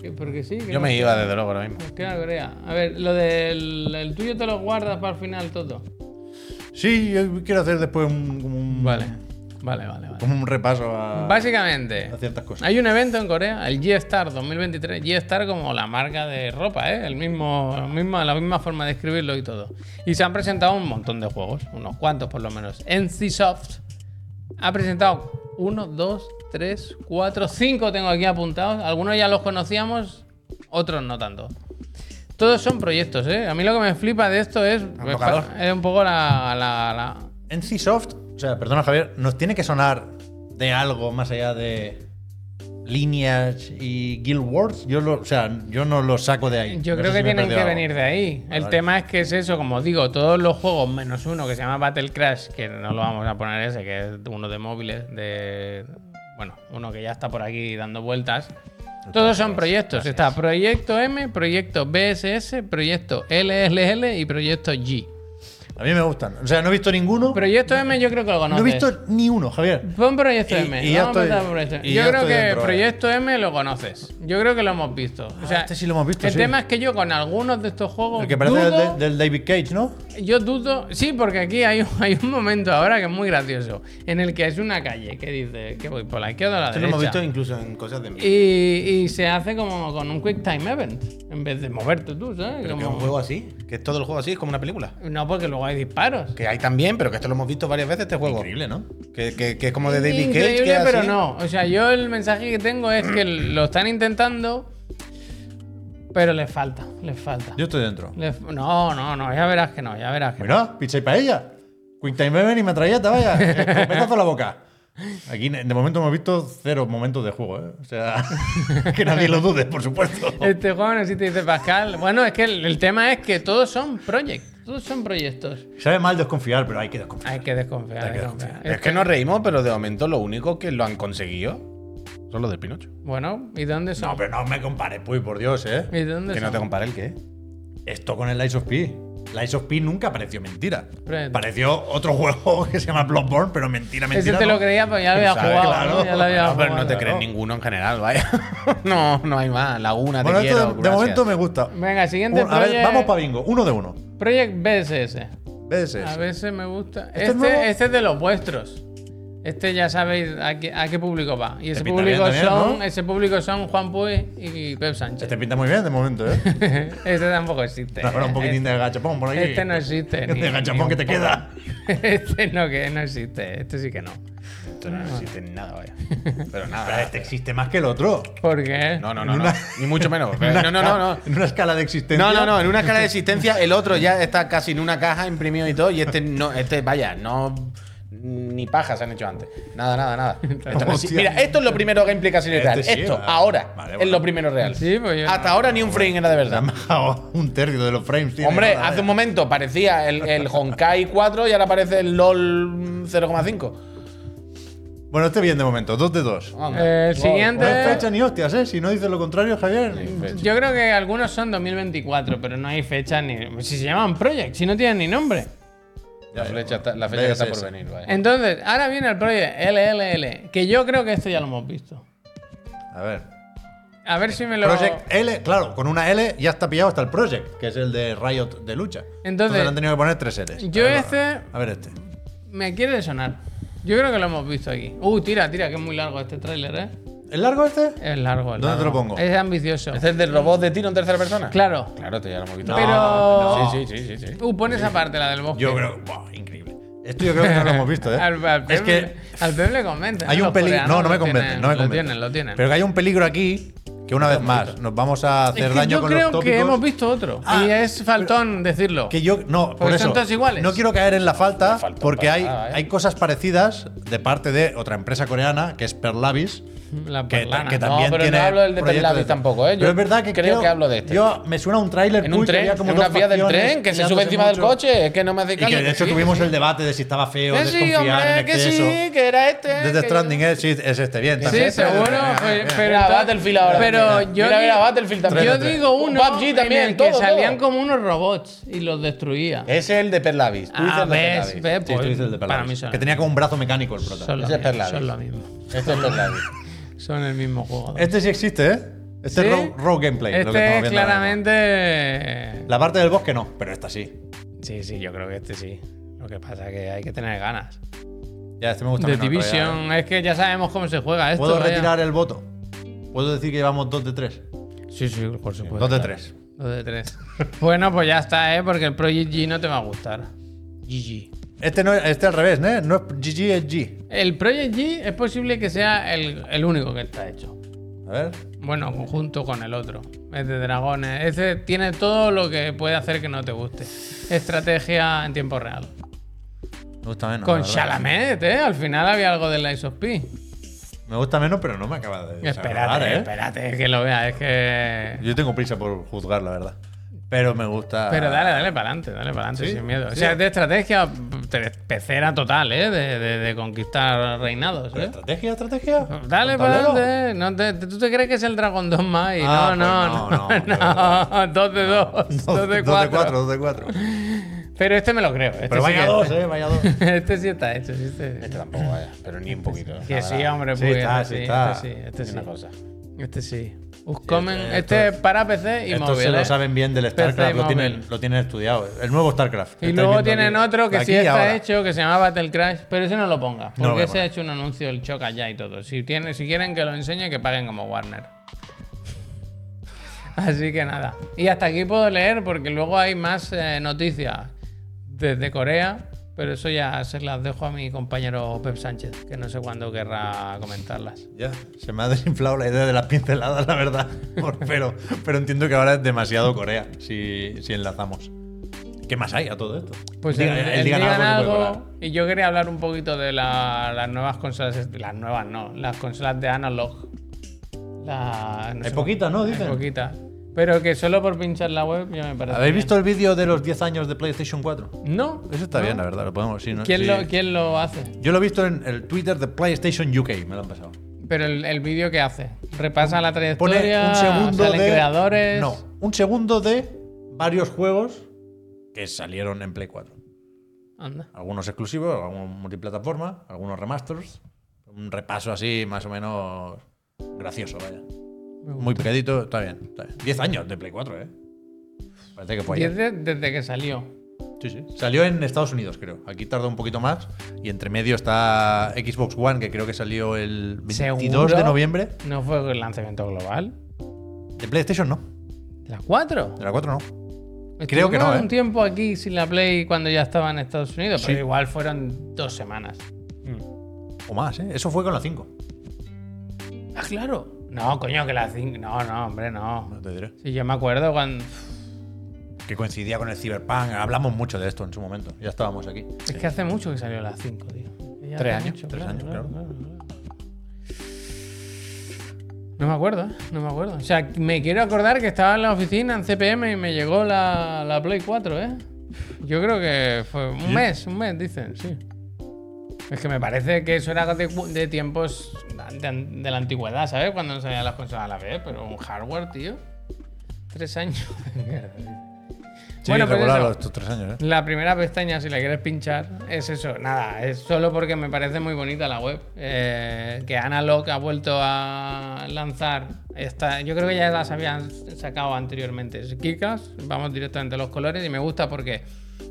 Speaker 1: Que- Porque sí. que
Speaker 3: Yo
Speaker 1: no-
Speaker 3: me iba desde luego ahora mismo.
Speaker 1: nos queda Corea. A ver, lo del el tuyo te lo guardas para el final, Toto.
Speaker 4: Sí, yo quiero hacer después un, como un,
Speaker 1: Vale, vale, vale. vale.
Speaker 4: como un repaso a,
Speaker 1: Básicamente,
Speaker 4: a ciertas cosas.
Speaker 1: hay un evento en Corea, el G-Star 2023. G-Star como la marca de ropa, ¿eh? El mismo, la misma- la misma forma de escribirlo y todo. Y se han presentado un montón de juegos, unos cuantos por lo menos. NCSoft ha presentado 1, 2, 3, 4, 5 tengo aquí apuntados. Algunos ya los conocíamos, otros no tanto. Todos son proyectos, ¿eh? A mí lo que me flipa de esto es, pues,
Speaker 3: tocador.
Speaker 1: es un poco la- la- la,
Speaker 4: NCSoft, o sea, perdona Javier, nos tiene que sonar de algo más allá de líneas y guild wars. Yo lo, o sea, yo no lo saco de ahí.
Speaker 1: Yo
Speaker 4: No
Speaker 1: creo
Speaker 4: sé
Speaker 1: que
Speaker 4: si me he
Speaker 1: tienen que
Speaker 4: perdido algo.
Speaker 1: venir de ahí. el
Speaker 4: vale.
Speaker 1: tema es que es eso, como digo, todos los juegos menos uno que se llama Battle Crash, que no lo vamos a poner ese, que es uno de móviles, de. Bueno, uno que ya está por aquí dando vueltas. Todos
Speaker 4: pues,
Speaker 1: son proyectos. Está Proyecto M, Proyecto BSS, Proyecto LLL y Proyecto G.
Speaker 4: A mí me gustan. O sea, no he visto ninguno.
Speaker 1: Proyecto M yo creo que lo
Speaker 4: no he
Speaker 1: conoces.
Speaker 4: visto ni uno, Javier.
Speaker 1: Pon Proyecto
Speaker 4: Y-
Speaker 1: M.
Speaker 4: y ya
Speaker 1: Vamos a
Speaker 4: estoy-
Speaker 1: empezar por Proyecto M.
Speaker 4: y
Speaker 1: Yo
Speaker 4: ya
Speaker 1: creo
Speaker 4: estoy
Speaker 1: que
Speaker 4: dentro, eh.
Speaker 1: Proyecto M lo conoces. Yo creo que lo hemos visto. O sea,
Speaker 4: este sí lo hemos visto,
Speaker 1: El
Speaker 4: sí.
Speaker 1: tema es que yo con algunos de estos juegos.
Speaker 4: El que parece el
Speaker 1: dudo-
Speaker 4: de- del David Cage, ¿no?
Speaker 1: yo dudo, sí, porque aquí hay un, hay un momento ahora que es muy gracioso, en el que es una calle que dice que voy por la izquierda o la
Speaker 3: Esto lo
Speaker 1: derecha.
Speaker 3: hemos visto incluso en cosas de mí.
Speaker 1: y, y se hace como con un quick time event, en vez de moverte tú, ¿sabes?
Speaker 3: Pero que es
Speaker 1: Como-
Speaker 3: un juego así, que es todo el juego así, es como una película.
Speaker 1: No, porque luego hay disparos.
Speaker 3: Que hay también, pero que esto lo hemos visto varias veces este juego.
Speaker 4: Increíble, ¿no?
Speaker 3: Que, que- que es como de David Cage.
Speaker 1: Increíble,
Speaker 3: que es
Speaker 1: pero
Speaker 3: así.
Speaker 1: no. O sea, yo el mensaje que tengo es que lo están intentando, pero les falta, les falta.
Speaker 4: Yo estoy dentro.
Speaker 1: Les- no, no, no, ya verás que no, ya verás que no.
Speaker 4: Mira, pizza y paella. Quick time event y metralleta, vaya. Escopetazo a la boca. Aquí, de momento, hemos visto cero momentos de juego, ¿eh? O sea, que nadie lo dude, por supuesto.
Speaker 1: Este juego no existe, dice Pascal. Bueno, es que el, el tema es que todos son project. Todos son proyectos.
Speaker 4: Sabe mal desconfiar, pero hay que desconfiar.
Speaker 1: Hay que desconfiar. hay que Este, desconfiar.
Speaker 3: Es que nos reímos, pero de momento lo único que lo han conseguido son los de Pinocho.
Speaker 1: Bueno, ¿y dónde son?
Speaker 4: No, pero no me compares, pues, por Dios, ¿eh?
Speaker 1: ¿Y dónde
Speaker 3: Que no
Speaker 1: son?
Speaker 3: te compare el qué.
Speaker 4: Esto con el Lies of P. Lies of P nunca pareció mentira.
Speaker 1: Pero-
Speaker 4: Pareció otro juego que se llama Bloodborne, pero mentira, mentira.
Speaker 1: Ese te
Speaker 4: no.
Speaker 1: lo creía, pero ya lo había
Speaker 3: Sabe,
Speaker 1: jugado.
Speaker 4: claro.
Speaker 1: ¿no? Ya lo había
Speaker 3: No, pero no
Speaker 1: jugado.
Speaker 3: te crees ninguno en general, vaya. no, no hay más. Laguna,
Speaker 4: Bueno,
Speaker 3: te
Speaker 4: esto
Speaker 3: quiero.
Speaker 4: de, de
Speaker 3: gracias.
Speaker 4: momento me gusta.
Speaker 1: Venga, siguiente
Speaker 4: Un- a ver,
Speaker 1: project-
Speaker 4: vamos para bingo. Uno de uno.
Speaker 1: Project BSS.
Speaker 4: ¿Ves
Speaker 1: A veces me gusta.
Speaker 4: ¿Este es
Speaker 1: Este,
Speaker 4: nuevo?
Speaker 1: este es, de los vuestros. Este ya sabéis a qué, a qué público va. Y ese
Speaker 4: pinta
Speaker 1: público,
Speaker 4: bien también,
Speaker 1: son,
Speaker 4: ¿no?
Speaker 1: ese público son Juan Puy y Pep
Speaker 4: Se
Speaker 1: Sánchez.
Speaker 4: te Este pinta muy bien de momento, ¿eh?
Speaker 1: este tampoco existe.
Speaker 4: Ahora un poquitín
Speaker 1: Este-
Speaker 4: de gachapón por aquí.
Speaker 1: Este no existe. ni-
Speaker 4: De gachapón
Speaker 1: ni
Speaker 4: que
Speaker 1: un
Speaker 4: te
Speaker 1: poco.
Speaker 4: queda.
Speaker 1: Este no, que no existe. Este sí que no.
Speaker 3: Esto no existe ni nada, vaya. Pero
Speaker 4: Pero
Speaker 3: nada.
Speaker 4: este existe más que el otro.
Speaker 1: ¿Por qué?
Speaker 3: No, no, no.
Speaker 4: En
Speaker 3: no.
Speaker 4: una-
Speaker 3: Ni mucho menos.
Speaker 4: En una
Speaker 3: Pero- No, no,
Speaker 4: esca-
Speaker 3: no, no.
Speaker 4: En una escala de existencia.
Speaker 3: No, no, no. En una escala de existencia, el otro ya está casi en una caja imprimido y todo. Y este no, este, vaya, no. Ni pajas han hecho antes. Nada, nada, nada. Esto no exi-
Speaker 4: Hostia.
Speaker 3: Mira, esto es lo primero gameplay casi real.
Speaker 4: sí,
Speaker 3: esto,
Speaker 4: vale.
Speaker 3: ahora,
Speaker 4: Vale,
Speaker 3: es
Speaker 4: bueno.
Speaker 3: lo primero real.
Speaker 1: Sí, pues yo
Speaker 4: Ah,
Speaker 3: Hasta
Speaker 1: no.
Speaker 3: ahora ni un frame era de
Speaker 4: Se
Speaker 3: verdad.
Speaker 4: han bajado un tercio de los frames. tío.
Speaker 3: Hombre,
Speaker 4: Nada, eh.
Speaker 3: hace un
Speaker 4: vaya.
Speaker 3: momento parecía el, el Honkai 4 y ahora parece el LOL 0,5.
Speaker 4: Bueno, este bien de momento. Dos de dos.
Speaker 3: Anda.
Speaker 1: Eh,
Speaker 3: Wow.
Speaker 4: No
Speaker 1: siguiente.
Speaker 4: hay fecha ni hostias, ¿eh? Si no dices lo contrario, Javier.
Speaker 1: Yo creo que algunos son 2024, pero no hay fecha ni. pues Si se llaman Project, si no tienen ni nombre.
Speaker 3: La fecha está, la fecha
Speaker 4: Ves
Speaker 3: que está por
Speaker 4: ese.
Speaker 3: venir, vaya.
Speaker 1: Entonces, ahora viene el Project LLL, que yo creo que este ya lo hemos visto.
Speaker 4: A ver.
Speaker 1: A ver si me lo.
Speaker 4: Project L, claro, con una L ya está pillado hasta el Project, que es el de Riot de lucha. Entonces, le han tenido que poner tres L's.
Speaker 1: Yo
Speaker 4: a ver,
Speaker 1: este-
Speaker 4: A ver este.
Speaker 1: Me quiere sonar. Yo creo que lo hemos visto aquí. Uh, tira, tira, que es muy largo este tráiler, ¿eh?
Speaker 4: ¿El largo este?
Speaker 1: Es largo. es
Speaker 4: ¿Dónde te
Speaker 1: largo.
Speaker 4: lo pongo?
Speaker 1: Es ambicioso.
Speaker 3: ¿Este es del robot de tiro en tercera persona?
Speaker 1: Claro.
Speaker 3: Claro, esto ya lo hemos visto.
Speaker 1: Pero.
Speaker 4: no.
Speaker 3: Sí, sí, sí, sí, sí.
Speaker 1: Uh, pon esa parte, la del bosque.
Speaker 4: Yo creo. Buah, increíble. Esto yo creo que no lo hemos visto, ¿eh?
Speaker 1: Al, al
Speaker 4: es
Speaker 1: Pep
Speaker 4: que
Speaker 1: le- al Pep le convence.
Speaker 4: hay
Speaker 1: Los
Speaker 4: un peligro.
Speaker 1: coreanos
Speaker 4: No, no me
Speaker 1: lo
Speaker 4: convence.
Speaker 1: tienen,
Speaker 4: No me
Speaker 1: Lo
Speaker 4: convence.
Speaker 1: tienen, lo tienen.
Speaker 4: Pero que hay un peligro aquí que, una vez más, nos vamos a hacer
Speaker 1: Es que
Speaker 4: daño
Speaker 1: yo
Speaker 4: con
Speaker 1: creo
Speaker 4: los tópicos.
Speaker 1: que hemos visto otro.
Speaker 4: Ah,
Speaker 1: y es faltón decirlo.
Speaker 4: Que yo, no, por
Speaker 1: son
Speaker 4: eso.
Speaker 1: todos iguales.
Speaker 4: No quiero caer en la falta,
Speaker 3: faltó
Speaker 4: porque
Speaker 3: para
Speaker 4: hay,
Speaker 3: nada, ¿eh?
Speaker 4: hay cosas parecidas de parte de otra empresa coreana, que es Perlavis.
Speaker 1: La
Speaker 4: Que,
Speaker 1: perlana.
Speaker 4: que
Speaker 1: No,
Speaker 4: también
Speaker 3: pero no
Speaker 4: tiene
Speaker 3: hablo del de
Speaker 4: proyectos este.
Speaker 3: Perlavis tampoco, ¿eh? Yo
Speaker 4: Pero es verdad que
Speaker 3: creo que hablo de este.
Speaker 4: Yo, me suena un tráiler
Speaker 3: En un
Speaker 4: cool que
Speaker 3: tren,
Speaker 4: había como
Speaker 3: en
Speaker 4: dos
Speaker 3: una vía del
Speaker 4: facciones
Speaker 3: tren, que se sube
Speaker 4: peleándose
Speaker 3: encima del
Speaker 4: mucho.
Speaker 3: coche. Es que no me hace
Speaker 4: Y que de hecho tuvimos el debate de si estaba feo,
Speaker 3: Que sí,
Speaker 4: desconfiar
Speaker 3: hombre,
Speaker 4: en
Speaker 3: que
Speaker 4: exceso.
Speaker 3: sí, que era este.
Speaker 4: Desde Stranding, eh, sí, es este, bien.
Speaker 1: Sí,
Speaker 4: también.
Speaker 1: seguro.
Speaker 4: Venga,
Speaker 1: fue-
Speaker 4: venga.
Speaker 1: pero
Speaker 3: Mira, Battlefield ahora
Speaker 1: Pero
Speaker 3: también.
Speaker 1: yo
Speaker 3: Mira, mira,
Speaker 1: digo-
Speaker 3: Battlefield también.
Speaker 1: Yo
Speaker 4: Tres de tres.
Speaker 1: digo uno
Speaker 3: PUBG también,
Speaker 1: en el que
Speaker 3: todo,
Speaker 1: salían
Speaker 3: todo.
Speaker 1: como unos robots y los destruía.
Speaker 4: Eh,
Speaker 3: Es el de Perlavis. Tú dices
Speaker 1: ah,
Speaker 3: el de
Speaker 1: ves,
Speaker 3: Perlavis.
Speaker 1: ves,
Speaker 4: Sí,
Speaker 1: pues,
Speaker 4: tú dices el de
Speaker 1: para mí
Speaker 4: Perlavis.
Speaker 1: son,
Speaker 4: Que tenía como un brazo mecánico el
Speaker 1: son,
Speaker 4: prota.
Speaker 1: lo
Speaker 3: Ese es
Speaker 1: mismo,
Speaker 3: Perlavis.
Speaker 1: son lo mismo.
Speaker 3: Esto es Perlavis.
Speaker 1: Son el mismo juego.
Speaker 4: Este sí existe, ¿eh? Este
Speaker 1: ¿Sí?
Speaker 4: es raw, raw gameplay. lo que
Speaker 1: Este
Speaker 4: estamos
Speaker 1: es
Speaker 4: viendo ahora mismo.
Speaker 1: claramente.
Speaker 4: La parte del bosque no, pero esta sí.
Speaker 1: Sí, sí, yo creo que este sí. Lo que pasa es que hay que tener ganas.
Speaker 4: Ya, este me gusta
Speaker 1: De
Speaker 4: menos, en realidad,
Speaker 1: Division, es que ya sabemos cómo se juega
Speaker 4: ¿eh?
Speaker 1: esto.
Speaker 4: ¿Puedo
Speaker 1: vaya. Pues
Speaker 4: retirar el voto? ¿Puedo decir que llevamos 2 de 3?
Speaker 1: Sí, sí, por supuesto.
Speaker 4: 2 de 3.
Speaker 1: Dos de tres. bueno, pues ya está, ¿eh? Porque el Project G no te va a gustar. GG.
Speaker 4: Este, no, es- este al revés, ¿eh? No es GG, es G.
Speaker 1: El Project G es posible que sea el, el único que está hecho.
Speaker 4: A ver.
Speaker 1: Bueno, junto con el otro. Es de dragones. Ese tiene todo lo que puede hacer que no te guste. Estrategia en tiempo real.
Speaker 4: Me gusta menos.
Speaker 1: con
Speaker 4: la verdad.
Speaker 1: Chalamet, ¿eh? Al final había algo de Lies of P.
Speaker 4: Me gusta menos, pero no me acaba de. desagradar, ¿eh?
Speaker 1: Espérate, espérate, que lo vea. Es que.
Speaker 4: Yo tengo prisa por juzgar, la verdad. Pero me gusta.
Speaker 1: Pero dale, dale para adelante, dale para adelante,
Speaker 4: Sí,
Speaker 1: sin miedo. O
Speaker 4: sí.
Speaker 1: sea, es de estrategia te- pecera total, ¿eh? De, de- de conquistar reinados,
Speaker 4: Pero
Speaker 1: ¿eh?
Speaker 4: ¿Estrategia, estrategia?
Speaker 1: Dale
Speaker 4: ¿Con
Speaker 1: para
Speaker 4: tablero?
Speaker 1: adelante. eh. No te- ¿Tú te crees que es el Dragon 2 más? Y
Speaker 4: Ah,
Speaker 1: no,
Speaker 4: pues
Speaker 1: no,
Speaker 4: no,
Speaker 1: no,
Speaker 4: no,
Speaker 1: no. Dos de dos,
Speaker 4: Dos
Speaker 1: dos
Speaker 4: de
Speaker 1: de
Speaker 4: 4,
Speaker 1: cuatro.
Speaker 4: 2 de 4.
Speaker 1: Pero este me lo creo. Este
Speaker 4: Pero
Speaker 1: sí
Speaker 4: vaya
Speaker 1: que-
Speaker 4: 2, ¿eh? Vaya 2.
Speaker 1: Este sí está hecho. sí, Este,
Speaker 3: Este tampoco, vaya. Pero ni un poquito.
Speaker 1: que
Speaker 3: la
Speaker 1: sí,
Speaker 3: verdad.
Speaker 1: hombre,
Speaker 4: Sí,
Speaker 1: pues,
Speaker 4: está,
Speaker 1: este
Speaker 4: sí,
Speaker 1: sí,
Speaker 4: está.
Speaker 1: Este sí, este
Speaker 3: Es
Speaker 1: sí.
Speaker 3: una cosa.
Speaker 1: Este sí. Uscomen,
Speaker 4: esto-
Speaker 1: este, es para PC y
Speaker 4: Estos
Speaker 1: móvil.
Speaker 4: se lo
Speaker 1: ¿eh?
Speaker 4: saben bien del StarCraft,
Speaker 1: y
Speaker 4: lo
Speaker 1: móvil.
Speaker 4: tienen, lo tienen estudiado. El nuevo StarCraft. que
Speaker 1: Y
Speaker 4: estáis
Speaker 1: luego
Speaker 4: viendo
Speaker 1: tienen
Speaker 4: aquí.
Speaker 1: otro que
Speaker 4: Aquí
Speaker 1: sí
Speaker 4: y
Speaker 1: está
Speaker 4: ahora.
Speaker 1: hecho, que se llama Battle Crash, pero ese no lo ponga,
Speaker 4: No lo
Speaker 1: porque
Speaker 4: voy a
Speaker 1: ese
Speaker 4: poner.
Speaker 1: ha hecho un anuncio del choca ya y todo. Si, tienen, si quieren que lo enseñe, que paguen como Warner. Así que nada. Y hasta aquí puedo leer, porque luego hay más eh, noticias desde Corea, pero eso ya se las dejo a mi compañero Pep Sánchez, que no sé cuándo querrá comentarlas.
Speaker 4: Ya, se me ha desinflado la idea de las pinceladas, la verdad. Por- Pero, pero entiendo que ahora es demasiado Corea, si, si enlazamos. ¿Qué más hay a todo esto?
Speaker 1: Pues
Speaker 4: Diga-
Speaker 1: el,
Speaker 4: el
Speaker 1: el
Speaker 4: Digan
Speaker 1: Digan
Speaker 4: Algo se puede
Speaker 1: Algo, y yo quería hablar un poquito de la- las nuevas consolas, las nuevas no, las consolas de analog. La, no
Speaker 4: Hay
Speaker 1: sé-
Speaker 4: poquitas, ¿no?
Speaker 1: hay
Speaker 4: Dicen.
Speaker 1: poquitas. Pero que solo por pinchar la web ya me parece.
Speaker 4: ¿Habéis
Speaker 1: bien.
Speaker 4: visto el vídeo de los 10 años de PlayStation 4?
Speaker 1: No.
Speaker 4: Eso está
Speaker 1: no.
Speaker 4: bien, la verdad, lo podemos sí, ¿no?
Speaker 1: ¿Quién,
Speaker 4: Sí.
Speaker 1: lo, ¿Quién lo hace?
Speaker 4: Yo lo he visto en el Twitter de PlayStation UK, me lo han pasado.
Speaker 1: Pero el, el vídeo que hace. Repasa la
Speaker 4: Pone
Speaker 1: trayectoria.
Speaker 4: un segundo
Speaker 1: salen
Speaker 4: de.
Speaker 1: creadores.
Speaker 4: No, un segundo de varios juegos que salieron en Play 4.
Speaker 1: Anda.
Speaker 4: Algunos exclusivos, algunos multiplataforma, algunos remasters. Un repaso así, más o menos gracioso, vaya. Muy picadito, está bien. Está bien. 10 años de Play 4, ¿eh? Parece que fue ayer.
Speaker 1: Desde, desde que salió.
Speaker 4: Sí, sí. Salió en Estados Unidos, creo. Aquí tardó un poquito más. Y entre medio está Xbox One, que creo que salió el 22
Speaker 1: ¿Seguro?
Speaker 4: de noviembre.
Speaker 1: ¿No fue el lanzamiento global?
Speaker 4: De PlayStation no.
Speaker 1: ¿De las 4?
Speaker 4: De la 4 no. Creo que no, ¿eh?
Speaker 1: un tiempo aquí sin la Play cuando ya estaba en Estados Unidos,
Speaker 4: Sí.
Speaker 1: pero igual fueron dos semanas.
Speaker 4: O más, ¿eh? Eso fue con la 5.
Speaker 1: Ah, claro. No, coño, que las 5. No, no, hombre, no.
Speaker 4: No te diré.
Speaker 1: Sí, yo me acuerdo cuando.
Speaker 4: Que coincidía con el Cyberpunk. Hablamos mucho de esto en su momento. Ya estábamos aquí.
Speaker 1: Es que hace mucho que salió las 5, tío. Ya
Speaker 4: Tres
Speaker 1: hace
Speaker 4: años, tres años,
Speaker 1: claro. No me acuerdo, ¿eh? no me acuerdo. O sea, me quiero acordar que estaba en la oficina en CPM y me llegó la, la Play 4, ¿eh? Yo creo que fue un mes, un mes, dicen, sí. Es que me parece que eso era de, cu- de tiempos de, de la antigüedad, ¿sabes? Cuando no salían las consolas a la vez, pero un hardware, tío. Tres años de mierda, tío.
Speaker 4: Sí,
Speaker 1: Bueno, pues
Speaker 4: regular
Speaker 1: eso.
Speaker 4: estos tres años, ¿eh?
Speaker 1: La primera pestaña, si la quieres pinchar, es eso. Nada, es solo porque me parece muy bonita la web. Eh, que Analog ha vuelto a lanzar. Esta, yo creo que ya las habían sacado anteriormente. Es Kikas, vamos directamente a los colores y me gusta porque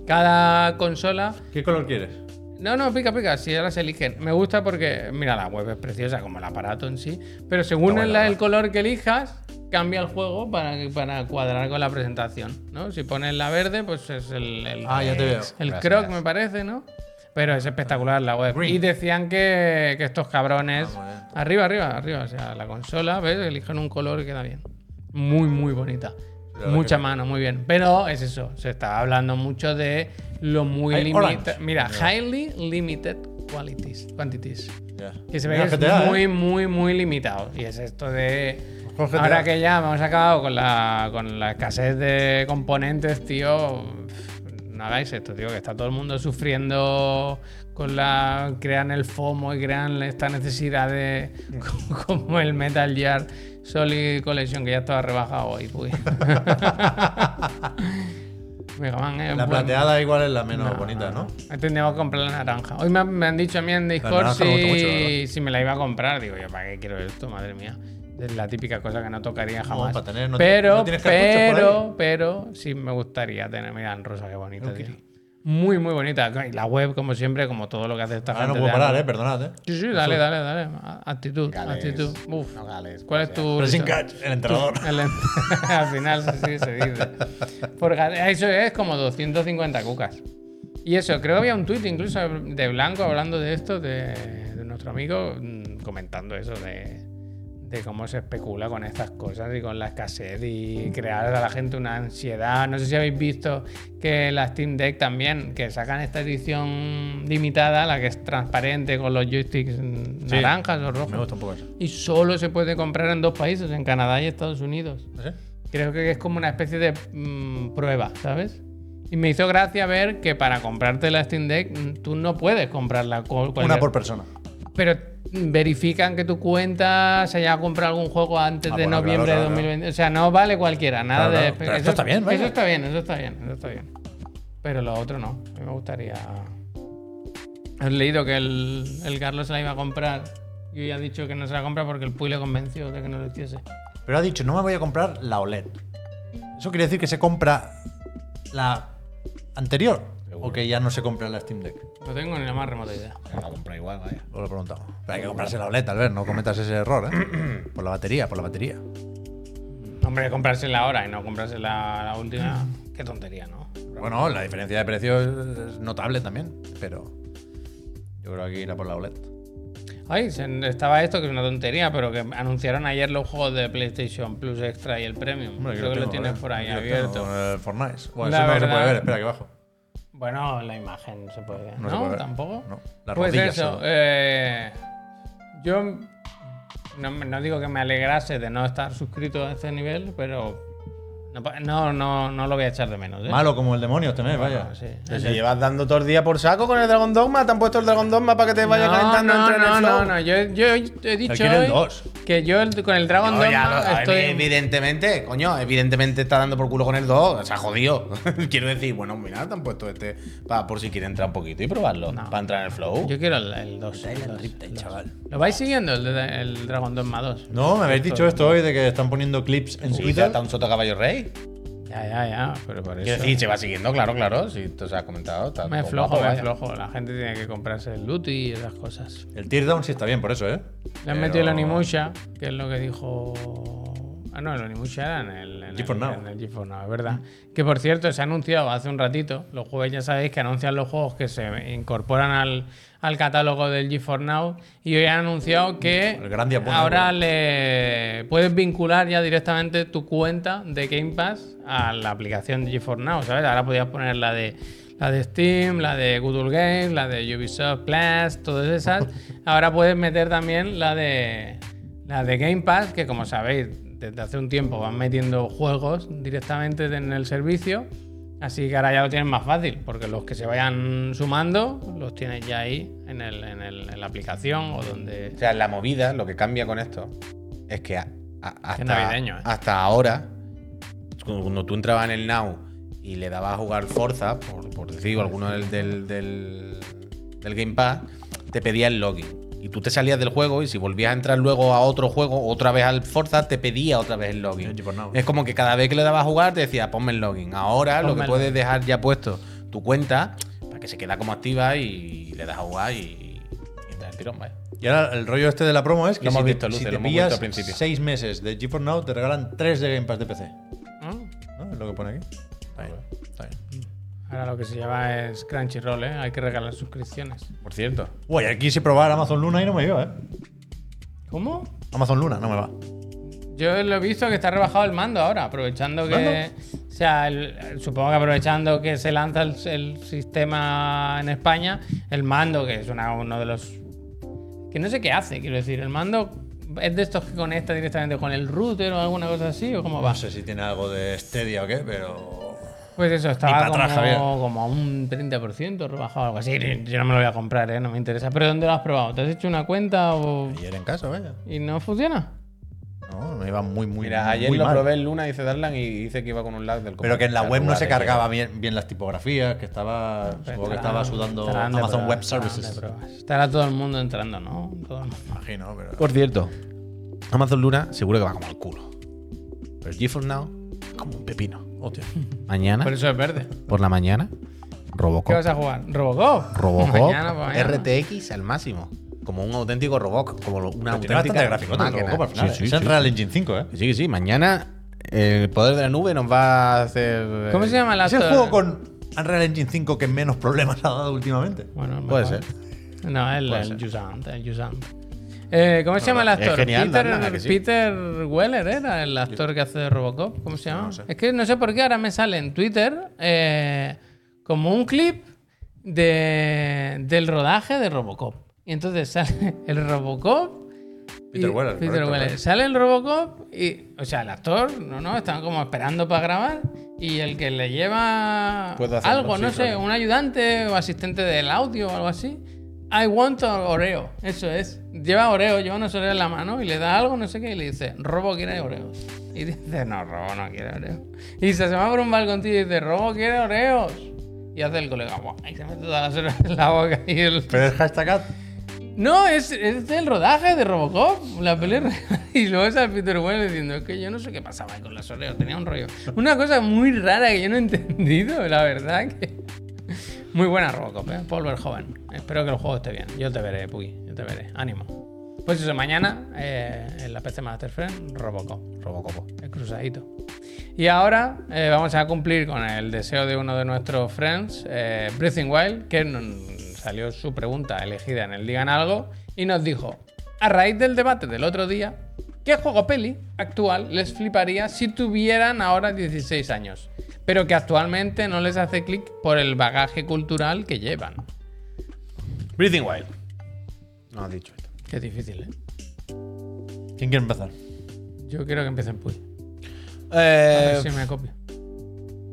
Speaker 1: cada consola.
Speaker 4: ¿Qué color quieres?
Speaker 1: No, no, pica, pica, si ahora se eligen. Me gusta porque, mira, la web es preciosa como el aparato en sí, pero según
Speaker 4: Está buena
Speaker 1: el,
Speaker 4: la
Speaker 1: el
Speaker 4: web.
Speaker 1: color que elijas, cambia el juego para, para cuadrar con la presentación, ¿no? Si pones la verde, pues es el, el,
Speaker 4: Ah, ya te veo.
Speaker 1: el
Speaker 3: Gracias.
Speaker 1: croc, me parece, ¿no? Pero es espectacular la web.
Speaker 4: Green.
Speaker 1: Y decían que, que estos cabrones...
Speaker 4: Ah, muy bien.
Speaker 1: arriba, arriba, arriba, o sea, la consola, ¿ves? Elijan un color y queda bien. Muy, muy bonita.
Speaker 4: verdad
Speaker 1: Mucha
Speaker 4: que-
Speaker 1: mano, muy bien. Pero es eso, se está hablando mucho de lo muy muy
Speaker 4: Hay
Speaker 1: limita-
Speaker 4: orange.
Speaker 1: Mira, highly limited qualities, quantities.
Speaker 4: Ya.
Speaker 1: Que se ve
Speaker 4: Mira,
Speaker 1: que
Speaker 4: GTA,
Speaker 1: es
Speaker 4: ¿eh?
Speaker 1: muy, muy, muy limitado. Y es esto de.
Speaker 4: Mejor GTA.
Speaker 1: Ahora que ya hemos acabado con la, con la escasez de componentes, tío. pff, No hagáis esto, tío, que está todo el mundo sufriendo con la. crean el FOMO y crean esta necesidad de. como, como el Metal Gear Solid Collection, que ya estaba rebajado hoy, pues. Mega Man es
Speaker 4: La
Speaker 1: buen-
Speaker 4: plateada igual es la menos bonita, ¿no?
Speaker 1: he tenido que comprar la naranja. Hoy me, han- me han dicho a mí en Discord
Speaker 4: naranja me gusta
Speaker 1: si,
Speaker 4: mucho, la verdad.
Speaker 1: si me la iba a comprar. Digo yo, ¿para qué quiero esto? Madre mía. Es la típica cosa que no tocaría jamás.
Speaker 4: para tener, no te-
Speaker 1: pero,
Speaker 4: ¿no tienes cartuchos
Speaker 1: pero,
Speaker 4: por
Speaker 1: pero, sí me gustaría tener. Mira, en rosa, qué bonita.
Speaker 4: Ok.
Speaker 1: tío. Muy, muy bonita. Y La web, como siempre, como todo lo que hace esta
Speaker 4: Ahora
Speaker 1: gente.
Speaker 4: no puedo
Speaker 1: te da-
Speaker 4: parar, ¿eh? Perdonad, ¿eh?
Speaker 1: Sí, sí, dale, dale, dale. A- Actitud,
Speaker 3: Gales.
Speaker 1: actitud. Uf.
Speaker 3: No gales, pues
Speaker 1: ¿Cuál es
Speaker 3: o
Speaker 1: tu.
Speaker 4: Pressing
Speaker 1: tu-
Speaker 4: catch, el entrenador.
Speaker 1: el- al final sí se dice. Por ga- eso es como 250 cucas. Y eso, creo que había un tuit incluso de Blanco hablando de esto, de, de nuestro amigo, mm, comentando eso de, de cómo se especula con estas cosas y con la escasez y crear a la gente una ansiedad. No sé si habéis visto que la Steam Deck también, que sacan esta edición limitada, la que es transparente con los joysticks mm,
Speaker 4: Sí.
Speaker 1: naranjas o rojos.
Speaker 4: Me gusta un poco eso.
Speaker 1: Y solo se puede comprar en dos países, en Canadá y Estados Unidos.
Speaker 4: ¿No sé?
Speaker 1: Creo que es como una especie de mm, prueba, ¿sabes? Y me hizo gracia ver que para comprarte la Steam Deck mm, tú no puedes comprarla con
Speaker 4: Una
Speaker 1: cualquier-
Speaker 4: por persona.
Speaker 1: Pero verifican que tu cuenta se haya comprado algún juego antes
Speaker 4: Ah,
Speaker 1: de
Speaker 4: bueno, claro,
Speaker 1: noviembre de
Speaker 4: claro,
Speaker 1: 2020. O sea, no vale cualquiera, nada
Speaker 4: Claro,
Speaker 1: de...
Speaker 4: claro. Pero esto está bien, vaya.
Speaker 1: Eso está bien, eso está bien, eso está bien. Pero lo otro no. A mí me gustaría... He leído que el, el Carlos se la iba a comprar. Yo ya he dicho que no se la compra porque el Puy le convenció de que no lo hiciese.
Speaker 4: Pero ha dicho, no me voy a comprar la OLED. Eso quiere decir que se compra la anterior. O que ya no se compra la Steam Deck.
Speaker 1: No tengo ni la más remota idea.
Speaker 3: sea, La compra igual, vaya.
Speaker 4: Os lo preguntamos. Pero hay que comprarse la OLED, tal vez. No cometas ese error, ¿eh? Por la batería, por la batería.
Speaker 1: Hombre, comprársela ahora y no comprársela la última. Qué tontería, ¿no?
Speaker 4: Bueno, la diferencia de precio es notable también. Pero yo creo que irá por la OLED.
Speaker 1: Ay, se- estaba esto que es una tontería, pero que anunciaron ayer los juegos de PlayStation Plus Extra y el Premium. Creo que lo
Speaker 4: ¿eh?
Speaker 1: tienes por ahí abierto.
Speaker 4: Fortnite. Bueno,
Speaker 1: La
Speaker 4: eso no se
Speaker 1: verdad-
Speaker 4: puede ver. Espera, aquí abajo.
Speaker 1: Bueno, la imagen se puede ver.
Speaker 4: No
Speaker 1: No,
Speaker 4: se puede ver.
Speaker 1: tampoco.
Speaker 4: No, las
Speaker 1: pues
Speaker 4: rodillas
Speaker 1: eso.
Speaker 4: solo.
Speaker 1: eh, yo no, me- no digo que me alegrase de no estar suscrito a este nivel, pero No, pa- no, no, no lo voy a echar de menos. ¿eh?
Speaker 4: Malo como el demonio este mes, vaya.
Speaker 1: Sí.
Speaker 3: Te Pues llevas dando todo el día por saco con el Dragon Dogma. Te han puesto el Dragon Dogma para que te vaya
Speaker 1: No,
Speaker 3: calentando
Speaker 1: no,
Speaker 3: entre
Speaker 1: no,
Speaker 3: en el flow.
Speaker 1: no, no. Yo, yo he dicho
Speaker 4: quieren
Speaker 1: hoy
Speaker 4: dos.
Speaker 1: que yo el- con el Dragon
Speaker 3: No, ya
Speaker 1: Dogma
Speaker 3: lo-
Speaker 1: estoy...
Speaker 3: Evidentemente, coño, evidentemente está dando por culo con el 2. O sea, jodido. Quiero decir, bueno, mira, te han puesto este pa- por si quiere entrar un poquito y probarlo. Para entrar en el flow.
Speaker 1: Yo quiero el 2.
Speaker 3: chaval.
Speaker 1: ¿Lo vais siguiendo, el, de- el Dragon Dogma 2?
Speaker 4: No, me habéis dicho esto hoy de que están poniendo clips en
Speaker 3: Sí, ya
Speaker 4: Twitter.
Speaker 3: está un soto caballo rey.
Speaker 1: Ya, ya, ya. Pero por
Speaker 3: Quiero
Speaker 1: eso...
Speaker 3: decir, se va siguiendo, claro, claro. Si tú se has comentado. Está
Speaker 1: Me
Speaker 3: todo
Speaker 1: flojo,
Speaker 3: guapo,
Speaker 1: me
Speaker 3: vaya.
Speaker 1: flojo. La gente tiene que comprarse el loot y esas cosas.
Speaker 4: El teardown sí está bien, por eso, ¿eh?
Speaker 1: Le han
Speaker 3: Pero-
Speaker 1: metido el Onimusha, que es lo que dijo. Ah, no, el Onimusha era en el. En
Speaker 4: G4
Speaker 1: el,
Speaker 4: Now.
Speaker 1: en el G4 Now, es verdad. Que por cierto, se ha anunciado hace un ratito. Los jueves ya sabéis que anuncian los juegos que se incorporan al, al catálogo del G4 Now. Y hoy han anunciado que
Speaker 4: El gran día bueno,
Speaker 1: ahora
Speaker 4: bueno.
Speaker 1: le puedes vincular ya directamente tu cuenta de Game Pass a la aplicación de G4 Now, ¿sabes? Ahora podías poner la de la de Steam, la de Google Games, la de Ubisoft Plus, todas esas. Ahora puedes meter también la de la de Game Pass, que como sabéis, desde hace un tiempo van metiendo juegos directamente en el servicio. Así que ahora ya lo tienen más fácil, porque los que se vayan sumando los tienes ya ahí en, el- en el- en la aplicación o donde
Speaker 3: O sea, la movida, lo que cambia con esto, es que a- a- hasta,
Speaker 1: navideño, ¿eh?
Speaker 3: hasta ahora, cuando tú entrabas en el Now y le dabas a jugar Forza, por, por decir alguno del, del, del- del Game Pass, te pedía el login. Y tú te salías del juego y si volvías a entrar luego a otro juego, otra vez al Forza, te pedía otra vez el login.
Speaker 4: El G4 Now.
Speaker 3: Es como que cada vez que le dabas a jugar te decía, ponme el login. Ahora lo
Speaker 1: Ponme
Speaker 3: que
Speaker 1: el
Speaker 3: puedes dejar ya puesto tu cuenta para que se queda como activa y le das a jugar y, y te da el tirón, vaya.
Speaker 4: Y ahora el rollo este de la promo es que
Speaker 3: Lo
Speaker 4: si,
Speaker 3: hemos
Speaker 4: te,
Speaker 3: visto,
Speaker 4: si
Speaker 3: Luce,
Speaker 4: te
Speaker 3: lo hemos
Speaker 4: pillas
Speaker 3: visto al principio.
Speaker 4: seis meses de GeForce Now, te regalan tres de Game Pass de PC.
Speaker 1: ¿no?
Speaker 4: ¿No? Es lo que pone aquí. Está bien, está bien.
Speaker 1: Ahora lo que se llama es Crunchyroll, ¿eh? Hay que regalar suscripciones.
Speaker 3: Por cierto.
Speaker 4: Uy, aquí si probar Amazon Luna y no me iba, ¿eh?
Speaker 1: ¿Cómo?
Speaker 4: Amazon Luna, no me va.
Speaker 1: Yo lo he visto que está rebajado el mando ahora, aprovechando que. O sea, el- supongo que aprovechando que se lanza el, el sistema en España, el mando, que es una- uno de los. que no sé qué hace, quiero decir. El mando es de estos que conecta directamente con el router o alguna cosa así, o cómo va.
Speaker 4: No sé si tiene algo de Stadia o qué, pero.
Speaker 1: Pues eso, estaba
Speaker 4: pa' atrás, Javier.
Speaker 1: como, como a un 30% rebajado o algo así. Yo no me lo voy a comprar, ¿eh? no me interesa. ¿Pero dónde lo has probado? ¿Te has hecho una cuenta o.?
Speaker 4: Ayer en casa, vaya.
Speaker 1: ¿Y no funciona?
Speaker 4: No, me iba muy, muy
Speaker 3: Mira,
Speaker 4: muy
Speaker 3: ayer lo
Speaker 4: mal.
Speaker 3: probé en Luna, dice Darlan, y dice que iba con un lag del
Speaker 4: Pero que en la web no se
Speaker 3: celular,
Speaker 4: cargaba bien, bien las tipografías, que estaba. Supongo que estaba sudando
Speaker 1: Pues Estarán de
Speaker 4: Amazon
Speaker 1: pruebas,
Speaker 4: Web
Speaker 1: estarán de
Speaker 4: Services.
Speaker 1: pruebas. Estará todo el mundo entrando, ¿no? Todo el mundo.
Speaker 4: Imagino, pero.
Speaker 3: eh. Por cierto, Amazon Luna seguro que va como el culo. Pero el GeForce Now, como un pepino.
Speaker 4: Hostia.
Speaker 3: Mañana,
Speaker 1: Por eso es verde.
Speaker 3: por la mañana,
Speaker 1: ¿Qué
Speaker 3: Robocop.
Speaker 1: vas a jugar? ¿Robocop?
Speaker 3: Robocop,
Speaker 1: Mañana, pues, mañana.
Speaker 3: RTX al máximo. Como un auténtico Robocop. Como lo- una
Speaker 4: Pero tiene bastante
Speaker 3: auténtica
Speaker 4: graficota el
Speaker 3: máquina.
Speaker 4: Robocop al final. ¿eh?
Speaker 3: Sí, sí,
Speaker 4: es
Speaker 3: sí,
Speaker 4: en Real Engine 5, ¿eh?
Speaker 3: sí. Sí, sí, mañana eh, el poder de la nube nos va a hacer... eh,
Speaker 1: ¿Cómo se llama la
Speaker 4: Es el
Speaker 1: otra?
Speaker 4: juego con Unreal Engine 5 que menos problemas ha dado últimamente.
Speaker 1: Bueno, el
Speaker 3: Puede
Speaker 1: mejor.
Speaker 3: ser.
Speaker 1: No, el,
Speaker 3: Puede
Speaker 1: el
Speaker 3: ser.
Speaker 1: Yusant, el Yusant. Eh, ¿Cómo se llama el
Speaker 3: Es
Speaker 1: actor?
Speaker 3: genial,
Speaker 1: Peter,
Speaker 3: Dana, ¿a que sí?
Speaker 1: Peter Weller era el actor que hace de Robocop. ¿Cómo se llama?
Speaker 4: No sé.
Speaker 1: Es que no sé por qué ahora me sale en Twitter eh, como un clip de, del rodaje de Robocop. Y entonces sale el Robocop. y-
Speaker 4: Peter Weller,
Speaker 1: Peter
Speaker 4: correcto,
Speaker 1: Weller.
Speaker 4: correcto.
Speaker 1: Sale el Robocop y. O sea, el actor, no, no, estaban como esperando para grabar. Y el que le lleva
Speaker 3: Puedo hacerlo,
Speaker 1: algo,
Speaker 3: sí,
Speaker 1: no sé,
Speaker 3: claro.
Speaker 1: un ayudante o asistente del audio o algo así. I want a Oreo. Eso es. Lleva Oreo, lleva unos Oreo en la mano y le da algo, no sé qué, y le dice, Robo quiere Oreo. Y dice, no, Robo no quiere Oreo. Y se asoma por un balconcillo y dice, Robo quiere Oreos. Y hace el colega, "Buah", y se mete todas las Oreos en la boca. Y el...
Speaker 4: Pero es hashtag ad.
Speaker 1: No, es, es el rodaje de Robocop, la pelea. Y luego es al Peter Weller diciendo, es que yo no sé qué pasaba ahí con las Oreos, tenía un rollo. Una cosa muy rara que yo no he entendido, la verdad que... Muy buena Robocop, ¿eh? Paul Verhoeven. Espero que el juego esté bien. Yo te veré, Puy. Yo te veré. Ánimo. Pues eso, mañana eh, en la PC Master Friend, Robocop.
Speaker 3: Robocop.
Speaker 1: El cruzadito. Y ahora eh, vamos a cumplir con el deseo de uno de nuestros friends, eh, Breathing Wild, que nos salió su pregunta elegida en el Digan Algo y nos dijo, a raíz del debate del otro día, ¿qué juego peli actual les fliparía si tuvieran ahora 16 años? Pero que actualmente no les hace clic por el bagaje cultural que llevan.
Speaker 3: Breathing Wild. No has dicho esto.
Speaker 1: Qué difícil, ¿eh?
Speaker 4: ¿Quién quiere empezar?
Speaker 1: Yo quiero que empiecen Puy. A
Speaker 3: Eh,
Speaker 1: ver si me copio.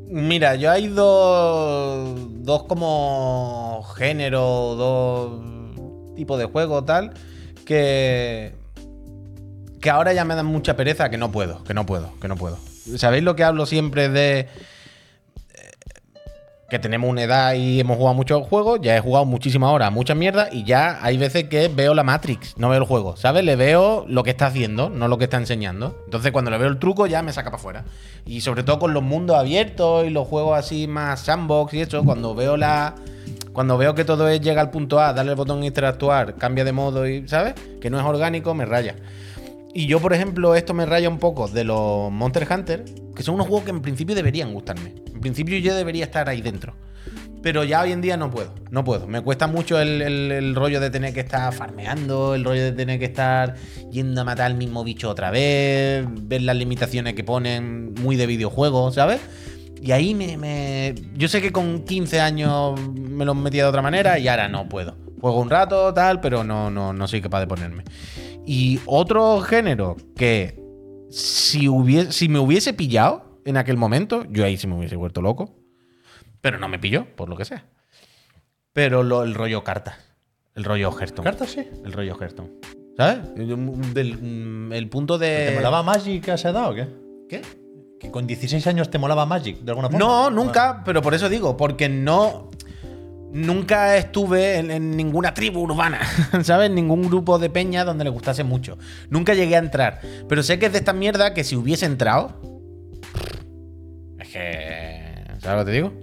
Speaker 3: Mira, yo hay dos, dos como género, dos tipos de juego tal, que, que ahora ya me dan mucha pereza, que no puedo, que no puedo, que no puedo. ¿Sabéis lo que hablo siempre de eh, que tenemos una edad y hemos jugado muchos juegos? Ya he jugado muchísimas horas, muchas mierdas, y ya hay veces que veo la Matrix, no veo el juego, ¿sabes? Le veo lo que está haciendo, no lo que está enseñando. Entonces cuando le veo el truco ya me saca para afuera. Y sobre todo con los mundos abiertos y los juegos así más sandbox y eso, cuando veo la... Cuando veo que todo es llega al punto A, darle el botón interactuar, cambia de modo y, ¿sabes? Que no es orgánico, me raya. Y yo, por ejemplo, esto me raya un poco de los Monster Hunter, que son unos juegos que en principio deberían gustarme. En principio yo debería estar ahí dentro. Pero ya hoy en día no puedo, no puedo. Me cuesta mucho el, el- el rollo de tener que estar farmeando, el rollo de tener que estar yendo a matar al mismo bicho otra vez, ver las limitaciones que ponen muy de videojuego, ¿sabes? Y ahí me, me- Yo sé que con 15 años me los metía de otra manera y ahora no puedo. Juego un rato, tal, pero no, no, no soy capaz de ponerme. Y otro género que si, hubiese, si me hubiese pillado en aquel momento, yo ahí sí me hubiese vuelto loco. Pero no me pilló, por lo que sea. Pero lo- el rollo cartas. El rollo Hearthstone.
Speaker 4: Cartas, sí.
Speaker 3: El rollo Hearthstone. ¿Sabes? El, del- mm, el punto de...
Speaker 1: Eh,
Speaker 4: ¿Te molaba Magic a esa edad o qué?
Speaker 3: ¿Qué?
Speaker 4: Que con 16 años te molaba Magic, de alguna forma.
Speaker 3: No, nunca, pero por eso digo, porque no. Nunca estuve en, en ninguna tribu urbana, ¿sabes? Ningún grupo de peña donde le gustase mucho. Nunca llegué a entrar. Pero sé que es de esta mierda que si hubiese entrado. Es que. ¿Sabes lo que te digo?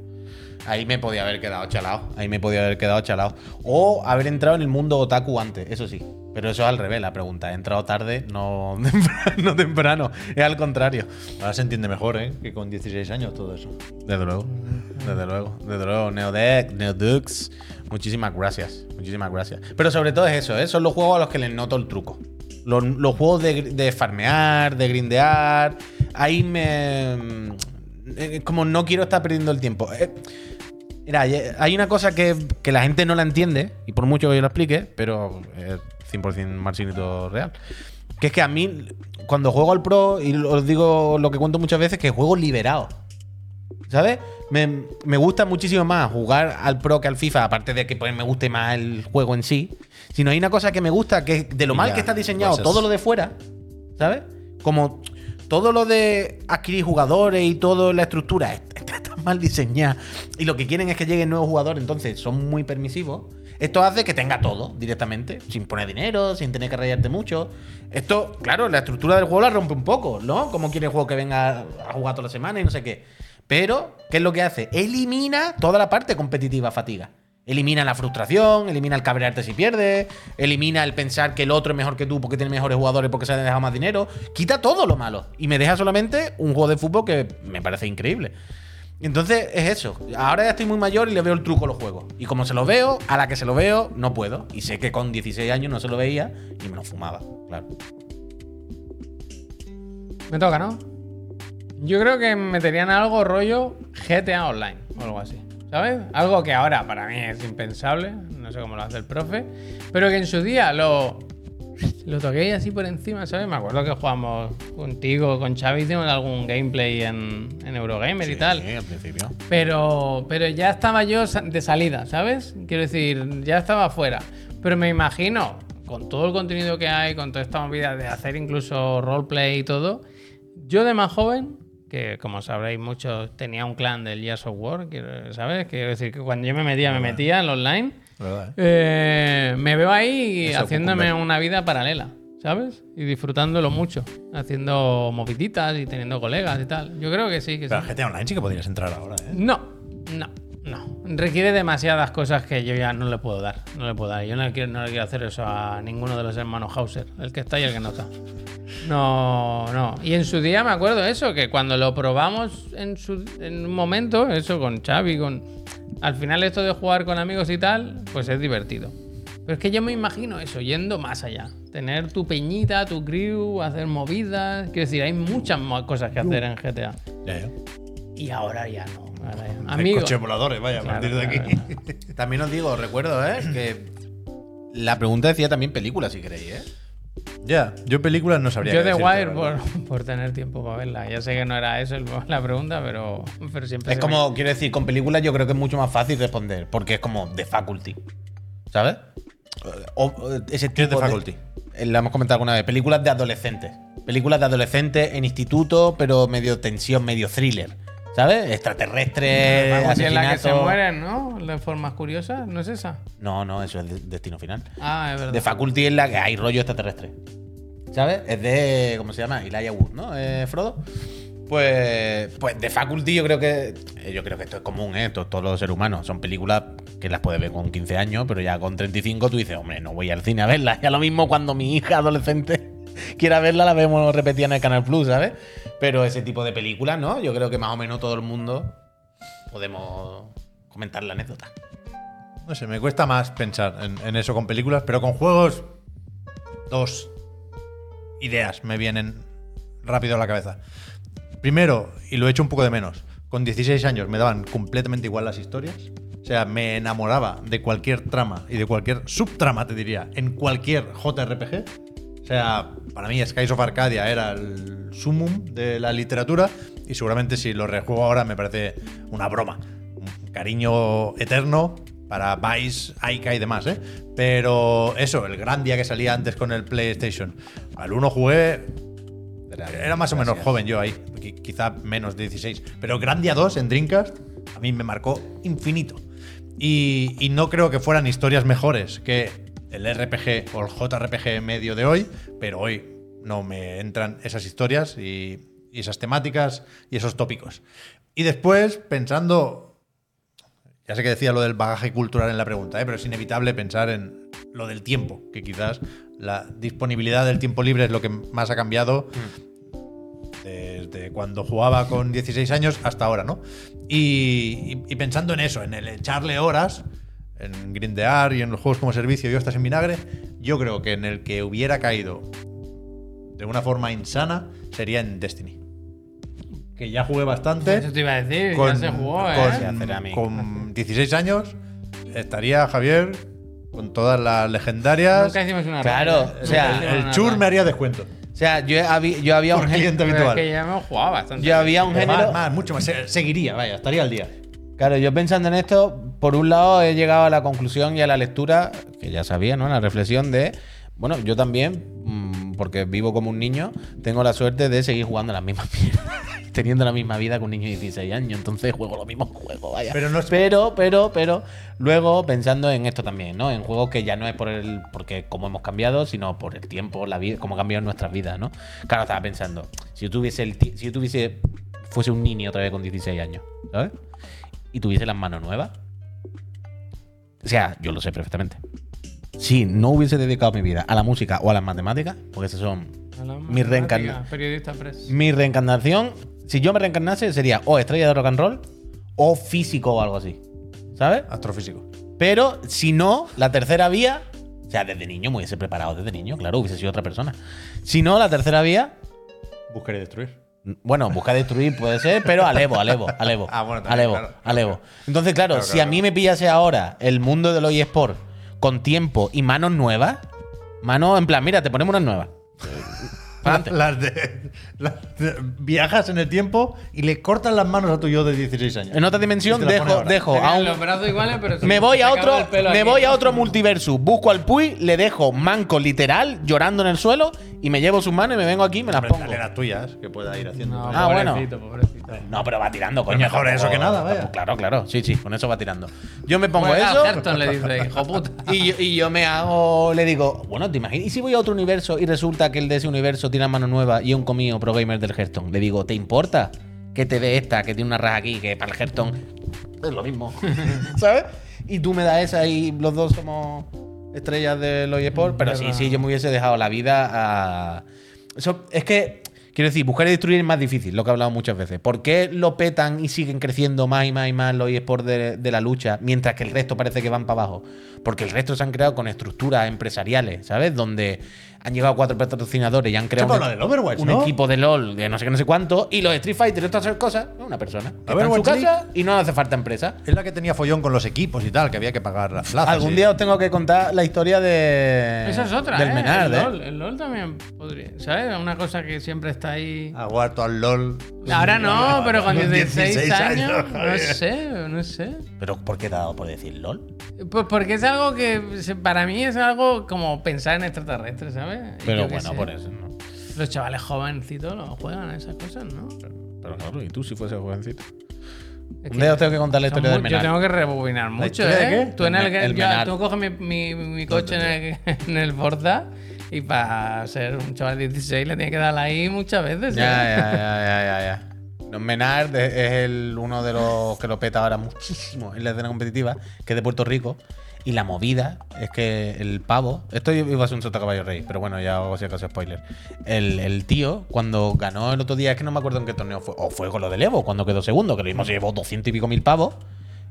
Speaker 3: Ahí me podía haber quedado chalado. Ahí me podía haber quedado chalado. O haber entrado en el mundo otaku antes, eso sí. Pero eso es al revés la pregunta. He entrado tarde, no, no temprano. Es al contrario.
Speaker 4: Ahora se entiende mejor, ¿eh? Que con 16 años todo eso.
Speaker 3: Desde luego, desde luego, desde luego. Neodeck, Neodux, muchísimas gracias, muchísimas gracias. Pero sobre todo es eso, ¿eh? son los juegos a los que les noto el truco. Los, los juegos de, gr- de farmear, de grindear, ahí me... eh, Como no quiero estar perdiendo el tiempo. Eh, Mira, hay- hay una cosa que, que la gente no la entiende, y por mucho que yo lo explique, pero es 100% marcinito real. Que es que a mí, cuando juego al pro, y os digo lo que cuento muchas veces, que juego liberado. ¿Sabes? Me, me gusta muchísimo más jugar al pro que al FIFA, aparte de que pues, me guste más el juego en sí. Sino hay una cosa que me gusta, que es de lo
Speaker 4: Y
Speaker 3: mal
Speaker 4: ya,
Speaker 3: que está diseñado
Speaker 4: cosas.
Speaker 3: todo lo de fuera, ¿sabes? Como todo lo de adquirir jugadores y toda la estructura es- está tan mal diseñada. Y lo que quieren es que lleguen nuevos jugadores, entonces son muy permisivos. Esto hace que tenga todo directamente, sin poner dinero, sin tener que rayarte mucho. Esto, claro, la estructura del juego la rompe un poco, ¿no? Como quiere el juego que venga a jugar toda la semana y no sé qué. Pero, ¿qué es lo que hace? Elimina toda la parte competitiva fatiga. Elimina la frustración, elimina el cabrearte si pierdes, elimina el pensar que el otro es mejor que tú porque tiene mejores jugadores porque se le ha dejado más dinero. Quita todo lo malo y me deja solamente un juego de fútbol que me parece increíble. Entonces es eso. Ahora ya estoy muy mayor y le veo el truco a los juegos. Y como se lo veo, a la que se lo veo, no puedo. Y sé que con 16 años no se lo veía y me lo fumaba, claro.
Speaker 1: Me toca, ¿no? Yo creo que meterían algo rollo GTA Online o algo así. ¿Sabes? Algo que ahora para mí es impensable. No sé cómo lo hace el profe. Pero que en su día lo. Lo toqué así por encima, ¿sabes? Me acuerdo que jugamos contigo, con Xavi, hicimos algún gameplay en, en Eurogamer y tal.
Speaker 3: Sí, al principio.
Speaker 1: Pero, pero ya estaba yo sa- de salida, ¿sabes? Quiero decir, ya estaba fuera. Pero me imagino, con todo el contenido que hay, con toda esta movida de hacer incluso roleplay y todo, yo de más joven, que como sabréis muchos, tenía un clan del Jazz of War, quiero- ¿sabes? Quiero decir que cuando yo me metía,
Speaker 4: Ah,
Speaker 1: me metía en online.
Speaker 4: La verdad, ¿eh?
Speaker 1: Eh, me veo ahí
Speaker 4: Eso,
Speaker 1: haciéndome
Speaker 4: cucumber.
Speaker 1: una vida paralela, ¿sabes? Y disfrutándolo mucho, haciendo moviditas y teniendo colegas y tal. Yo creo que sí, que sí.
Speaker 4: Pero GTA Online sí que podrías entrar ahora, ¿eh?
Speaker 1: No, no, no. Requiere demasiadas cosas que yo ya no le puedo dar. No le puedo dar. Yo no le quiero, no le quiero hacer eso a ninguno de los hermanos Hauser, el que está y el que no está. No, no. Y en su día me acuerdo eso, que cuando lo probamos en, su, en un momento, eso con Xavi, con... Al final esto de jugar con amigos y tal, pues es divertido. Pero es que yo me imagino eso, yendo más allá. Tener tu peñita, tu crew, hacer movidas. Quiero decir, hay muchas más cosas que hacer en GTA.
Speaker 4: Ya, ya.
Speaker 1: Y ahora ya no. ahora ya no.
Speaker 4: Hay
Speaker 1: Amigo.
Speaker 4: Coches voladores, vaya, a
Speaker 1: Claro,
Speaker 4: partir de aquí.
Speaker 3: También os digo, os recuerdo, ¿eh? Que la pregunta decía también películas, si queréis, ¿eh?
Speaker 4: Ya, yo películas no sabría.
Speaker 1: Yo
Speaker 4: qué
Speaker 1: de
Speaker 4: decirte,
Speaker 1: Wire
Speaker 4: la
Speaker 1: por,
Speaker 4: verdad.
Speaker 1: por tener tiempo para verla. Ya sé que no era eso el- la pregunta, pero, pero siempre.
Speaker 3: Es
Speaker 1: se
Speaker 3: como, quiero decir, con películas yo creo que es mucho más fácil responder, porque es como The Faculty. ¿Sabes? O- o ese
Speaker 4: ¿Qué
Speaker 3: tipo
Speaker 4: es The
Speaker 3: de-
Speaker 4: Faculty?
Speaker 3: eh, lo hemos comentado alguna vez. Películas de adolescentes. Películas de adolescentes en instituto, pero medio tensión, medio thriller. ¿Sabes?
Speaker 1: me-
Speaker 3: Extraterrestres,
Speaker 1: Vamos, si es la que se
Speaker 3: asesinatos.
Speaker 1: mueren, ¿no? De formas curiosas, ¿no es esa?
Speaker 3: No, no, eso es de- Destino Final.
Speaker 1: Ah, es verdad.
Speaker 3: The Faculty es la que hay rollo extraterrestre. ¿Sabes? Es de. ¿Cómo se llama? Elijah Wood, ¿no? Eh, Frodo. Pues. Pues The Faculty, yo creo que. eh, Yo creo que esto es común, ¿eh? Esto es todos los seres humanos. Son películas que las puedes ver con 15 años, pero ya con 35 tú dices, hombre, no voy al cine a verla. Ya lo mismo cuando mi hija adolescente quiera verla, la vemos repetida en el Canal Plus, ¿sabes? Pero ese tipo de películas, ¿no? Yo creo que más o menos todo el mundo podemos comentar la anécdota.
Speaker 4: No sé, me cuesta más pensar en, en eso con películas, pero con juegos. Dos ideas me vienen rápido a la cabeza. Primero, y lo he hecho un poco de menos, con 16 años me daban completamente igual las historias. O sea, me enamoraba de cualquier trama y de cualquier subtrama, te diría, en cualquier JRPG. O sea, para mí Skies of Arcadia era el sumum de la literatura y seguramente si lo rejuego ahora me parece una broma. Un cariño eterno para Vice, Aika y demás, ¿eh? Pero eso, el gran día que salía antes con el PlayStation. Al 1 jugué era más o menos joven yo ahí, qui- quizá menos de 16. Pero Grandia 2 en Dreamcast a mí me marcó infinito. Y, y no creo que fueran historias mejores que el RPG o el JRPG medio de hoy, pero hoy no me entran esas historias y, y esas temáticas y esos tópicos. Y después, pensando ya sé que decía lo del bagaje cultural en la pregunta, ¿eh? pero es inevitable pensar en lo del tiempo, que quizás la disponibilidad del tiempo libre es lo que más ha cambiado desde cuando jugaba con 16 años hasta ahora, ¿no? Y, y- y pensando en eso, en el echarle horas, en grindear y en los juegos como servicio y ostras en vinagre, yo creo que en el que hubiera caído de una forma insana sería en Destiny. Que ya jugué bastante
Speaker 1: Eso te iba a decir, ya se jugó,
Speaker 4: con-
Speaker 1: ¿eh?
Speaker 3: Ceramic.
Speaker 4: con 16 años estaría Javier con todas las legendarias.
Speaker 1: Nunca hicimos una
Speaker 3: Claro,
Speaker 1: raya.
Speaker 3: o sea,
Speaker 1: Nunca hicimos
Speaker 4: El
Speaker 1: una
Speaker 4: chur
Speaker 1: raya.
Speaker 4: me haría descuento.
Speaker 3: O sea, yo, habí- yo había
Speaker 4: Por
Speaker 3: un gen-
Speaker 4: cliente
Speaker 1: Pero Es que
Speaker 4: habitual.
Speaker 1: ya hemos jugado bastante.
Speaker 3: yo había un género.
Speaker 4: Más, más, mucho más. Se- Seguiría, vaya, estaría al día.
Speaker 3: Claro, yo pensando en esto, por un lado he llegado a la conclusión y a la lectura, que ya sabía, ¿no? A la reflexión de, bueno, yo también, mm, porque vivo como un niño, tengo la suerte de seguir jugando las mismas mierdas, teniendo la misma vida que un niño de 16 años, entonces juego los mismos juegos, vaya.
Speaker 4: Pero no es-
Speaker 3: pero, pero, pero, luego pensando en esto también, ¿no? En juegos que ya no es por el, porque como hemos cambiado, sino por el tiempo, la vida, cómo ha cambiado nuestras vidas, ¿no? Claro, estaba pensando, si yo tuviese, el, ti- si yo tuviese, fuese un niño otra vez con 16 años, ¿sabes? y tuviese las manos nuevas. O sea, yo lo sé perfectamente. Si no hubiese dedicado mi vida a la música o a las matemáticas, porque esas son
Speaker 1: A la
Speaker 3: mi reencarnación.
Speaker 1: matemática, Periodista press.
Speaker 3: Mi reencarnación, si yo me reencarnase, sería o estrella de rock and roll o físico o algo así. ¿Sabes?
Speaker 4: Astrofísico.
Speaker 3: Pero si no, la tercera vía, o sea, desde niño me hubiese preparado, desde niño, claro, hubiese sido otra persona. Si no, la tercera vía,
Speaker 4: Buscar y destruir.
Speaker 3: bueno, busca destruir puede ser, pero alevo, alevo, alevo.
Speaker 4: Ah, bueno, también,
Speaker 3: alevo,
Speaker 4: claro, claro,
Speaker 3: alevo. Entonces, claro,
Speaker 4: Claro,
Speaker 3: si
Speaker 4: claro,
Speaker 3: a mí me pillase ahora el mundo del eSport con tiempo y manos nuevas, manos en plan, mira, te ponemos unas nuevas. Adelante.
Speaker 4: Las de, las de- Viajas en el tiempo y le cortas las manos a tu yo de 16 años.
Speaker 3: En otra dimensión,
Speaker 4: Y te la Este pone
Speaker 3: dejo, dejo
Speaker 4: ahora.
Speaker 1: Te
Speaker 3: a
Speaker 1: quedan
Speaker 3: un-
Speaker 1: los brazos iguales, pero sí,
Speaker 3: Me voy
Speaker 1: te
Speaker 3: a
Speaker 1: acaba el
Speaker 3: otro,
Speaker 1: pelo
Speaker 3: me
Speaker 1: aquí.
Speaker 3: voy a otro multiverso. Busco al Puy, le dejo manco literal, llorando en el suelo, y me llevo sus manos y me vengo aquí y me las
Speaker 4: Hombre,
Speaker 3: pongo.
Speaker 4: dale las tuyas que pueda ir haciendo.
Speaker 1: No,
Speaker 3: Ah, bueno.
Speaker 1: pobrecito, pobrecito.
Speaker 3: No, pero va tirando, coño. Pues
Speaker 4: mejor eso que nada, vaya.
Speaker 3: Claro, claro. Sí, sí, con eso va tirando. Yo me pongo
Speaker 1: Pues a
Speaker 3: eso.
Speaker 1: Herton le dice, hijo puta.
Speaker 3: Y yo, y yo me hago, le digo, bueno, te imaginas, ¿y si voy a otro universo y resulta que el de ese universo tiene mano nueva y es un comido pro gamer del Hearthstone? Le digo, ¿te importa que te dé esta, que tiene una raja aquí, que para el Hearthstone es lo mismo? ¿Sabes? Y tú me das esa y los dos somos estrellas del eSport, pero sí,
Speaker 1: Verdad.
Speaker 3: sí, yo me hubiese dejado la vida a... Eso, es que, quiero Quiero decir, buscar y destruir es más difícil, lo que he hablado muchas veces. ¿Por qué lo petan y siguen creciendo más y más y más los eSports de, de la lucha, mientras que el resto parece que van para abajo? Porque el resto se han creado con estructuras empresariales, ¿sabes? Donde han llegado cuatro patrocinadores y han creado
Speaker 4: habla del Overwatch,
Speaker 3: un
Speaker 4: ¿no?
Speaker 3: equipo de LOL de no sé qué, no sé cuánto, y los Street Fighter y otras cosas, una persona. Que está en su
Speaker 4: Overwatch League.
Speaker 3: casa y no le hace falta empresa.
Speaker 4: Es la que tenía follón con los equipos y tal, que había que pagar las plazas.
Speaker 3: Algún
Speaker 4: y-
Speaker 3: día os tengo que contar la historia de.
Speaker 1: Esa es otra,
Speaker 3: Del
Speaker 1: ¿eh?
Speaker 3: Menard,
Speaker 1: el,
Speaker 3: ¿eh?
Speaker 1: LOL, el LOL también podría. ¿Sabes? Una cosa que siempre está ahí.
Speaker 4: Aguardo al LOL.
Speaker 1: Ahora no, pero con
Speaker 4: Con
Speaker 1: 16,
Speaker 4: 16
Speaker 1: años.
Speaker 4: años,
Speaker 1: no
Speaker 4: joder.
Speaker 1: sé, no sé.
Speaker 3: Pero ¿por qué te ha dado por decir LOL?
Speaker 1: Pues porque es algo que se- para mí es algo como pensar en extraterrestres, ¿sabes? Y
Speaker 3: Pero
Speaker 1: yo qué
Speaker 3: bueno, pues
Speaker 1: sé.
Speaker 3: por eso, ¿no?
Speaker 1: Los chavales jovencitos lo juegan a esas cosas, ¿no?
Speaker 3: Pero claro, ¿y tú si fuese jovencito?
Speaker 1: Es
Speaker 3: Un
Speaker 1: que
Speaker 3: día os tengo que contar la
Speaker 1: son
Speaker 3: historia del
Speaker 1: mu- yo
Speaker 3: Menard.
Speaker 1: tengo que rebobinar mucho,
Speaker 4: historia de
Speaker 1: ¿eh?
Speaker 4: qué?
Speaker 1: Tú en el,
Speaker 3: El me- el
Speaker 1: yo-
Speaker 3: menar.
Speaker 1: tú coges mi, mi- mi coche en el, en el Forza y para ser un chaval de 16 le tienes que dar ahí muchas veces.
Speaker 3: Ya,
Speaker 1: ¿eh?
Speaker 3: ya, ya, ya, ya, ya. No, Menard es es el, uno de los que lo peta ahora muchísimo en la escena competitiva, que es de Puerto Rico. Y la movida es que el pavo. Esto iba a ser un sota caballo rey, pero bueno, ya hago si acaso spoiler. El, el tío, cuando ganó el otro día, es que no me acuerdo en qué torneo fue, o fue con lo del Evo, cuando quedó segundo, que lo mismo se llevó 200 y pico mil pavos.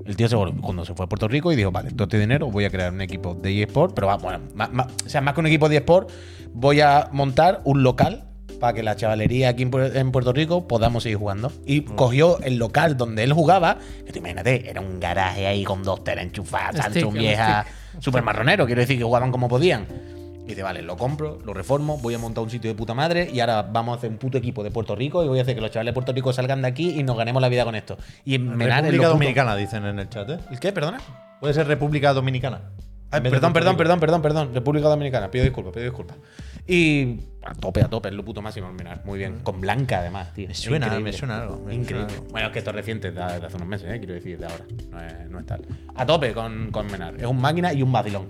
Speaker 3: El tío se volvió- cuando se fue a Puerto Rico y dijo, vale, todo este dinero voy a crear un equipo de eSport, pero va, bueno, ma- ma- o sea, más que un equipo de eSport, voy a montar un local para que la chavalería aquí en, Pu- en Puerto Rico podamos seguir jugando. Y cogió el local donde él jugaba, que tú imagínate, era un garaje ahí con dos telas enchufadas,
Speaker 1: Stick,
Speaker 3: Samsung
Speaker 1: un
Speaker 3: vieja, super marronero, quiero decir que jugaban como podían. Y dice, vale, lo compro, lo reformo, voy a montar un sitio de puta madre y ahora vamos a hacer un puto equipo de Puerto Rico y voy a hacer que los chavales de Puerto Rico salgan de aquí y nos ganemos la vida con esto. Y en Menar es lo puto-
Speaker 4: República Dominicana, dicen en el chat, ¿eh?
Speaker 3: ¿El qué? Perdona.
Speaker 4: Puede ser República Dominicana.
Speaker 3: Ay,
Speaker 4: En vez de
Speaker 3: perdón,
Speaker 4: Puerto
Speaker 3: perdón,
Speaker 4: Rico.
Speaker 3: perdón, perdón, perdón. República Dominicana. Pido disculpas, pido disculpas. Y a tope, a tope, es lo puto máximo Menar. Muy bien. Con Blanca, además, tío.
Speaker 4: Mm. Me suena,
Speaker 3: Increíble.
Speaker 4: me suena algo, me
Speaker 3: Increíble.
Speaker 4: suena algo.
Speaker 3: Bueno, es que esto es reciente, de, de hace unos meses, eh, quiero decir, de ahora. No es, no es tal. A tope con, con Menar. Es un máquina y un vacilón.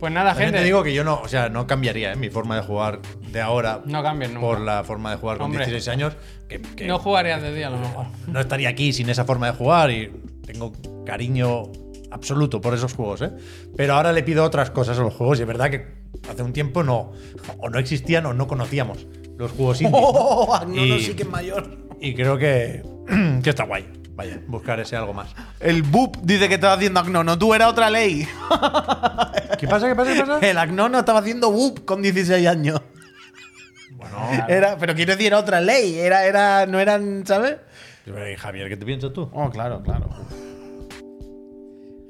Speaker 1: Pues nada,
Speaker 4: También
Speaker 1: gente.
Speaker 4: te digo que yo no, o sea, no cambiaría ¿eh? mi forma de jugar de ahora
Speaker 1: No cambies nunca.
Speaker 4: por la forma de jugar con
Speaker 1: Hombre.
Speaker 4: 16 años. Que, que
Speaker 1: no jugarías de día a lo mejor.
Speaker 4: no estaría aquí sin esa forma de jugar y tengo cariño absoluto por esos juegos, ¿eh? Pero ahora le pido otras cosas a los juegos y es verdad que hace un tiempo no, o no existían o no conocíamos los juegos indie.
Speaker 3: ¡Oh! Agnolo
Speaker 4: Y-
Speaker 3: sí que es mayor.
Speaker 4: Y creo que, que está guay. Vaya, buscar ese algo más.
Speaker 3: El Boop dice que estaba haciendo Agnono. Tú era otra ley.
Speaker 4: ¿Qué pasa? ¿Qué pasa? ¿Qué pasa?
Speaker 3: El Agnono estaba haciendo Boop con 16 años.
Speaker 4: Bueno,
Speaker 3: Era, pero quiero decir, era otra ley. Era, era, no eran, ¿sabes?
Speaker 4: pero, ¿y Javier, ¿qué te piensas tú?
Speaker 3: Oh, claro, claro.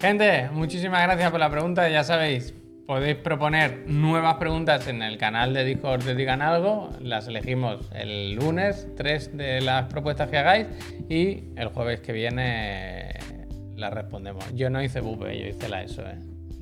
Speaker 1: Gente, muchísimas gracias por la pregunta. Ya sabéis, podéis proponer nuevas preguntas en el canal de Discord de Digan Algo. Las elegimos el lunes, tres de las propuestas que hagáis. Y el jueves que viene las respondemos. Yo no hice bupe, yo hice la ESO, ¿eh?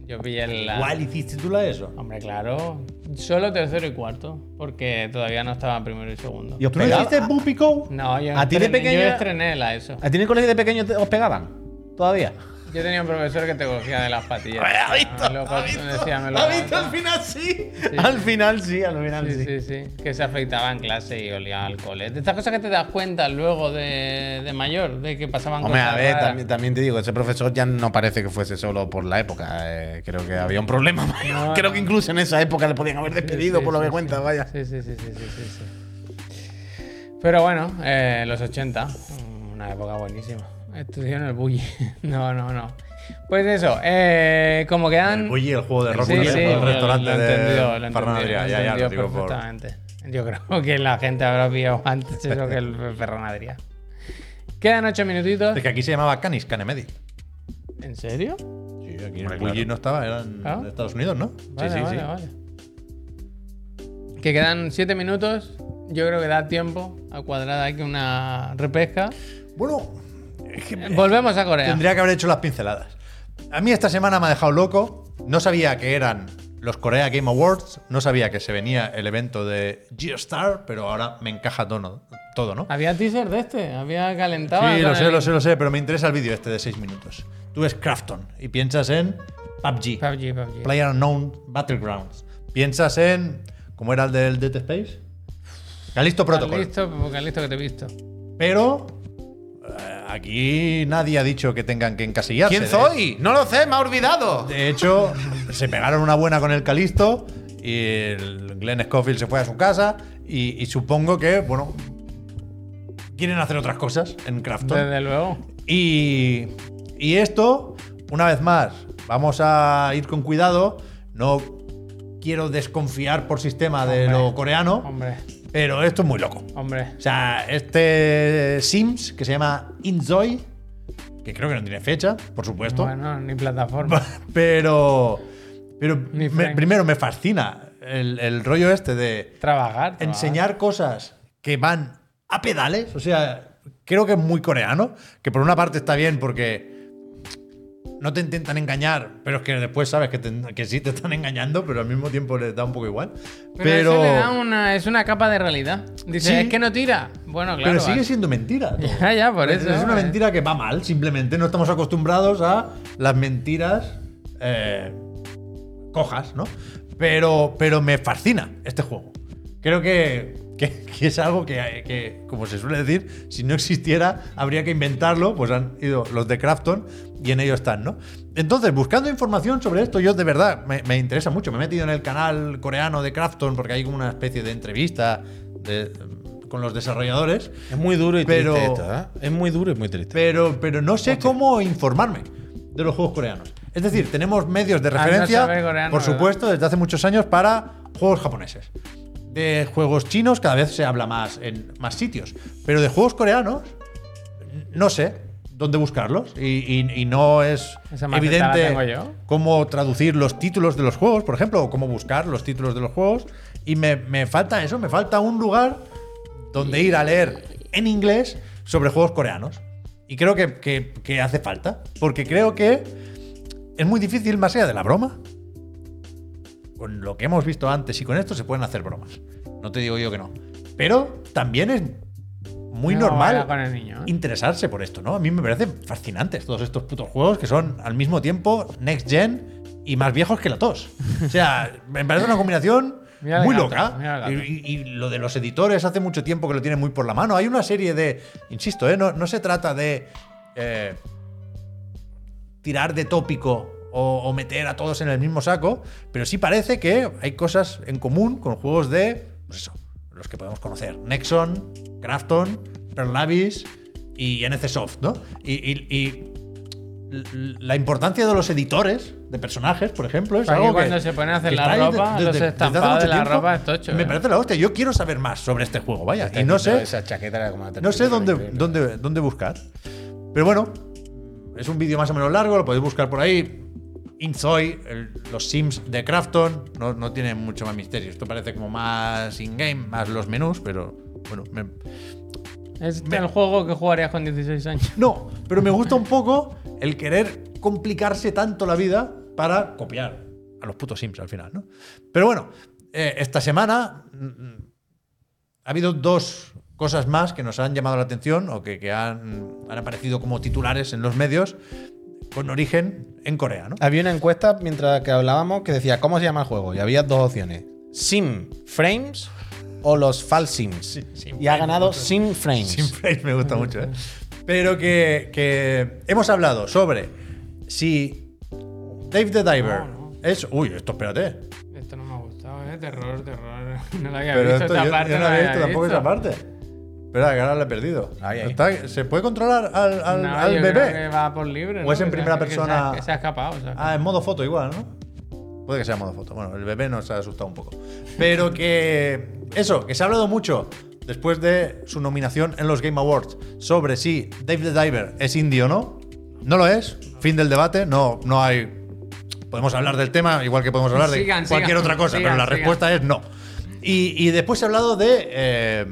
Speaker 1: Yo pillé
Speaker 3: Ah.
Speaker 1: la.
Speaker 4: Igual hiciste tú la eso.
Speaker 1: Hombre, claro. Solo tercero y cuarto, porque todavía no estaban primero y segundo.
Speaker 3: Y os
Speaker 4: ¿Tú no
Speaker 3: pegaba-
Speaker 4: hiciste Bupico?
Speaker 1: No, yo,
Speaker 3: ¿A ti de
Speaker 1: estrené-
Speaker 3: pequeño-
Speaker 1: yo estrené la ESO.
Speaker 3: ¿A ti en el colegio de pequeño te- os pegaban? ¿Todavía?
Speaker 1: Yo tenía un profesor que te cogía de las patillas.
Speaker 3: ¿Ha visto?
Speaker 1: Me lo
Speaker 3: ¿Ha
Speaker 1: corto-
Speaker 3: visto?
Speaker 1: decía, me lo
Speaker 3: ¿Ha visto?
Speaker 1: corto.
Speaker 3: Al final sí. Al final sí, al final
Speaker 1: Sí, sí,
Speaker 3: sí.
Speaker 1: sí. Que se afeitaba en clase y olía a alcohol. ¿eh? De estas cosas que te das cuenta luego de, de mayor, de que pasaban
Speaker 3: Hombre,
Speaker 1: cosas.
Speaker 3: a ver,
Speaker 1: raras.
Speaker 3: también, también te digo, ese profesor ya no parece que fuese solo por la época. eh, creo que había un problema. mayor.
Speaker 1: No,
Speaker 3: creo
Speaker 1: no.
Speaker 3: que incluso en esa época le podían haber
Speaker 1: Sí,
Speaker 3: despedido,
Speaker 1: sí,
Speaker 3: por lo
Speaker 1: sí,
Speaker 3: que
Speaker 1: sí.
Speaker 3: cuenta, vaya.
Speaker 1: Sí, sí, sí, sí, sí, sí, sí. Pero bueno, eh, los 80, una época buenísima. Estudió en el bully. No, no, no. Pues eso, eh, como quedan.
Speaker 4: El Bully, el juego de rock,
Speaker 1: Sí,
Speaker 4: una vez,
Speaker 1: sí,
Speaker 4: por el
Speaker 1: lo-
Speaker 4: restaurante
Speaker 1: lo entendió, lo
Speaker 4: de
Speaker 1: entendió,
Speaker 4: Fernando Adrià.
Speaker 1: lo
Speaker 4: Ya, ya, lo
Speaker 1: entendió
Speaker 4: digo por.
Speaker 1: perfectamente. Yo creo que la gente habrá pillado antes eso que el Ferran Adrià. Quedan ocho minutitos.
Speaker 4: Es que aquí se llamaba Canis, Canemedi.
Speaker 1: ¿En serio?
Speaker 4: Sí, aquí
Speaker 3: Hombre,
Speaker 4: el Bully
Speaker 3: claro.
Speaker 4: no estaba, era en
Speaker 1: ¿Ah?
Speaker 4: Estados Unidos, ¿no?
Speaker 1: Vale,
Speaker 4: sí, sí,
Speaker 1: vale,
Speaker 4: sí.
Speaker 1: vale. Que quedan siete minutos. Yo creo que da tiempo a cuadrar aquí una repesca.
Speaker 4: Bueno, es que
Speaker 1: Volvemos a Corea.
Speaker 4: tendría que haber hecho las pinceladas. A mí esta semana me ha dejado loco. No sabía que eran los Korea Game Awards, no sabía que se venía el evento de Geostar, pero ahora me encaja todo, todo ¿no?
Speaker 1: Había teaser de este, había calentado.
Speaker 4: Sí, lo
Speaker 1: Ah, con
Speaker 4: sé,
Speaker 1: el-
Speaker 4: lo sé, lo sé, pero me interesa el vídeo este de 6 minutos. Tú ves Crafton y piensas en PUBG,
Speaker 1: PUBG, PUBG.
Speaker 4: Player Unknown Battlegrounds. Piensas en. ¿Cómo era el del Dead Space? Calisto Protocol.
Speaker 1: Listo, porque listo que te he visto.
Speaker 4: Pero. eh, aquí nadie ha dicho que tengan que encasillarse.
Speaker 3: ¿Quién
Speaker 4: De-
Speaker 3: soy? No lo sé, me ha olvidado.
Speaker 4: De hecho, se pegaron una buena con el Calisto Y el Glenn Scofield se fue a su casa. Y, y supongo que, bueno, quieren hacer otras cosas en Krafton.
Speaker 1: Desde luego.
Speaker 4: Y, y esto, una vez más, vamos a ir con cuidado. No quiero desconfiar por sistema de
Speaker 1: Hombre.
Speaker 4: lo coreano,
Speaker 1: Hombre,
Speaker 4: pero esto es muy loco.
Speaker 1: hombre.
Speaker 4: O sea, este Sims que se llama Inzoy, que creo que no tiene fecha, por supuesto,
Speaker 1: Bueno, ni plataforma.
Speaker 4: pero, pero
Speaker 1: Ni
Speaker 4: me-
Speaker 1: Frank.
Speaker 4: primero me fascina el, el rollo este de
Speaker 1: trabajar, trabajar.
Speaker 4: enseñar cosas que van a pedales. O sea, creo que es muy coreano. Que por una parte está bien porque no te intentan engañar, pero es que después sabes que, te- que sí te están engañando, pero al mismo tiempo les da un poco igual. Pero,
Speaker 1: Pero, eso le da una, es una capa de realidad. Dice,
Speaker 4: Sí.
Speaker 1: es que no tira. Bueno, claro.
Speaker 4: pero sigue
Speaker 1: vale.
Speaker 4: siendo mentira. todo.
Speaker 1: Ya, ya, por
Speaker 4: Es-
Speaker 1: eso.
Speaker 4: Es una
Speaker 1: eh.
Speaker 4: mentira que va mal, simplemente. No estamos acostumbrados a las mentiras eh, cojas, ¿no? Pero, pero me fascina este juego. Creo que, que- que es algo que, que, como se suele decir, si no existiera, habría que inventarlo. Pues han ido los de Crafton y en ello están, ¿no? Entonces, buscando información sobre esto, yo de verdad me, me interesa mucho. Me he metido en el canal coreano de Crafton porque hay como una especie de entrevista de- con los desarrolladores.
Speaker 3: Es muy duro y
Speaker 4: Pero-
Speaker 3: triste esto, ¿eh? Es muy duro y muy triste.
Speaker 4: Pero, pero no sé cómo informarme de los juegos coreanos. Es decir, tenemos medios de
Speaker 1: Ah, no
Speaker 4: referencia,
Speaker 1: saber coreano,
Speaker 4: por
Speaker 1: ¿verdad?
Speaker 4: supuesto, desde hace muchos años para juegos japoneses. De juegos chinos cada vez se habla más en más sitios. Pero de juegos coreanos no sé dónde buscarlos y, y- y no es
Speaker 1: Esa maceta la
Speaker 4: evidente
Speaker 1: tengo yo.
Speaker 4: cómo traducir los títulos de los juegos, por ejemplo, o cómo buscar los títulos de los juegos. Y me, me falta eso, me falta un lugar donde ir a leer en inglés sobre juegos coreanos. Y creo que, que- que hace falta, porque creo que es muy difícil, más allá de la broma. Con lo que hemos visto antes y con esto se pueden hacer bromas. No te digo yo que no. Pero también es muy
Speaker 1: No,
Speaker 4: normal
Speaker 1: vaya con el niño, ¿eh?
Speaker 4: interesarse por esto, ¿no? A mí me parecen fascinantes todos estos putos juegos que son al mismo tiempo next gen y más viejos que la tos. O sea, me parece una combinación
Speaker 1: Mira el
Speaker 4: muy
Speaker 1: gato, mira el gato.
Speaker 4: loca. Y, y- y lo de los editores hace mucho tiempo que lo tienen muy por la mano. Hay una serie de, insisto, ¿eh? no, no se trata de eh, tirar de tópico o, o meter a todos en el mismo saco, pero sí parece que hay cosas en común con juegos de, pues eso, los que podemos conocer, Nexon, Crafton, Perlavis y NCSoft, ¿no? Y, y- y l- la importancia de los editores de personajes, por ejemplo, es
Speaker 1: Para que
Speaker 4: algo que
Speaker 1: cuando se ponen a hacer
Speaker 4: que
Speaker 1: la
Speaker 4: está ahí
Speaker 1: ropa, los
Speaker 4: hace
Speaker 1: estampados
Speaker 4: mucho
Speaker 1: de la ropa es tocho,
Speaker 4: Me
Speaker 1: ¿eh?
Speaker 4: parece la hostia. Yo quiero saber más sobre este juego, vaya. Y no sé,
Speaker 3: Esa chaqueta era como la
Speaker 4: no sé
Speaker 3: tercera,
Speaker 4: dónde,
Speaker 3: increíble.
Speaker 4: dónde, dónde buscar. Pero bueno, es un vídeo más o menos largo, lo podéis buscar por ahí. Inzoy, el- los Sims de Crafton, no, no tiene mucho más misterio. Esto parece como más in-game, más los menús, pero bueno. me-
Speaker 1: Es
Speaker 4: Me-
Speaker 1: el juego que jugarías con 16 años.
Speaker 4: No, pero me gusta un poco el querer complicarse tanto la vida para copiar a los putos Sims al final, ¿no? Pero bueno, eh, esta semana mm, ha habido dos cosas más que nos han llamado la atención o que, que han, han aparecido como titulares en los medios con origen en Corea, ¿no?
Speaker 3: Había una encuesta mientras que hablábamos que decía cómo se llama el juego y había dos opciones: Sim Frames o los False Sims.
Speaker 4: Sim
Speaker 3: y ha
Speaker 4: Frames,
Speaker 3: ganado
Speaker 4: otro.
Speaker 3: Sim Frames.
Speaker 4: Simframes me gusta mucho, ¿eh? Pero que, que hemos hablado sobre si Dave the Diver
Speaker 1: No,
Speaker 4: es... Uy, esto espérate.
Speaker 1: Esto no me ha gustado, ¿eh? Terror, terror. No lo había
Speaker 4: Pero
Speaker 1: visto
Speaker 4: esto
Speaker 1: esta
Speaker 4: yo,
Speaker 1: parte.
Speaker 4: yo no había
Speaker 1: la
Speaker 4: visto tampoco
Speaker 1: visto.
Speaker 4: esa parte. Pero que ahora la he perdido.
Speaker 3: Ahí, ahí.
Speaker 4: Está- ¿Se puede controlar al, al-
Speaker 1: No,
Speaker 4: al
Speaker 1: yo creo
Speaker 4: bebé?
Speaker 1: que va por libre.
Speaker 4: ¿O
Speaker 1: ¿no?
Speaker 4: es en
Speaker 1: Que se-
Speaker 4: primera
Speaker 1: que se ha-
Speaker 4: persona?
Speaker 1: que Se ha escapado. o sea,
Speaker 4: Ah, en modo foto igual, ¿no? Puede que sea en modo foto. Bueno, el bebé nos ha asustado un poco. Pero que eso, que se ha hablado mucho después de su nominación en los Game Awards sobre si Dave the Diver es indio o no. No lo es. Fin del debate. No, no hay. Podemos hablar del tema, igual que podemos hablar de
Speaker 1: Sigan,
Speaker 4: cualquier
Speaker 1: sigan,
Speaker 4: otra cosa,
Speaker 1: sigan,
Speaker 4: pero la
Speaker 1: sigan.
Speaker 4: respuesta es no. Y, y después se ha hablado de. eh,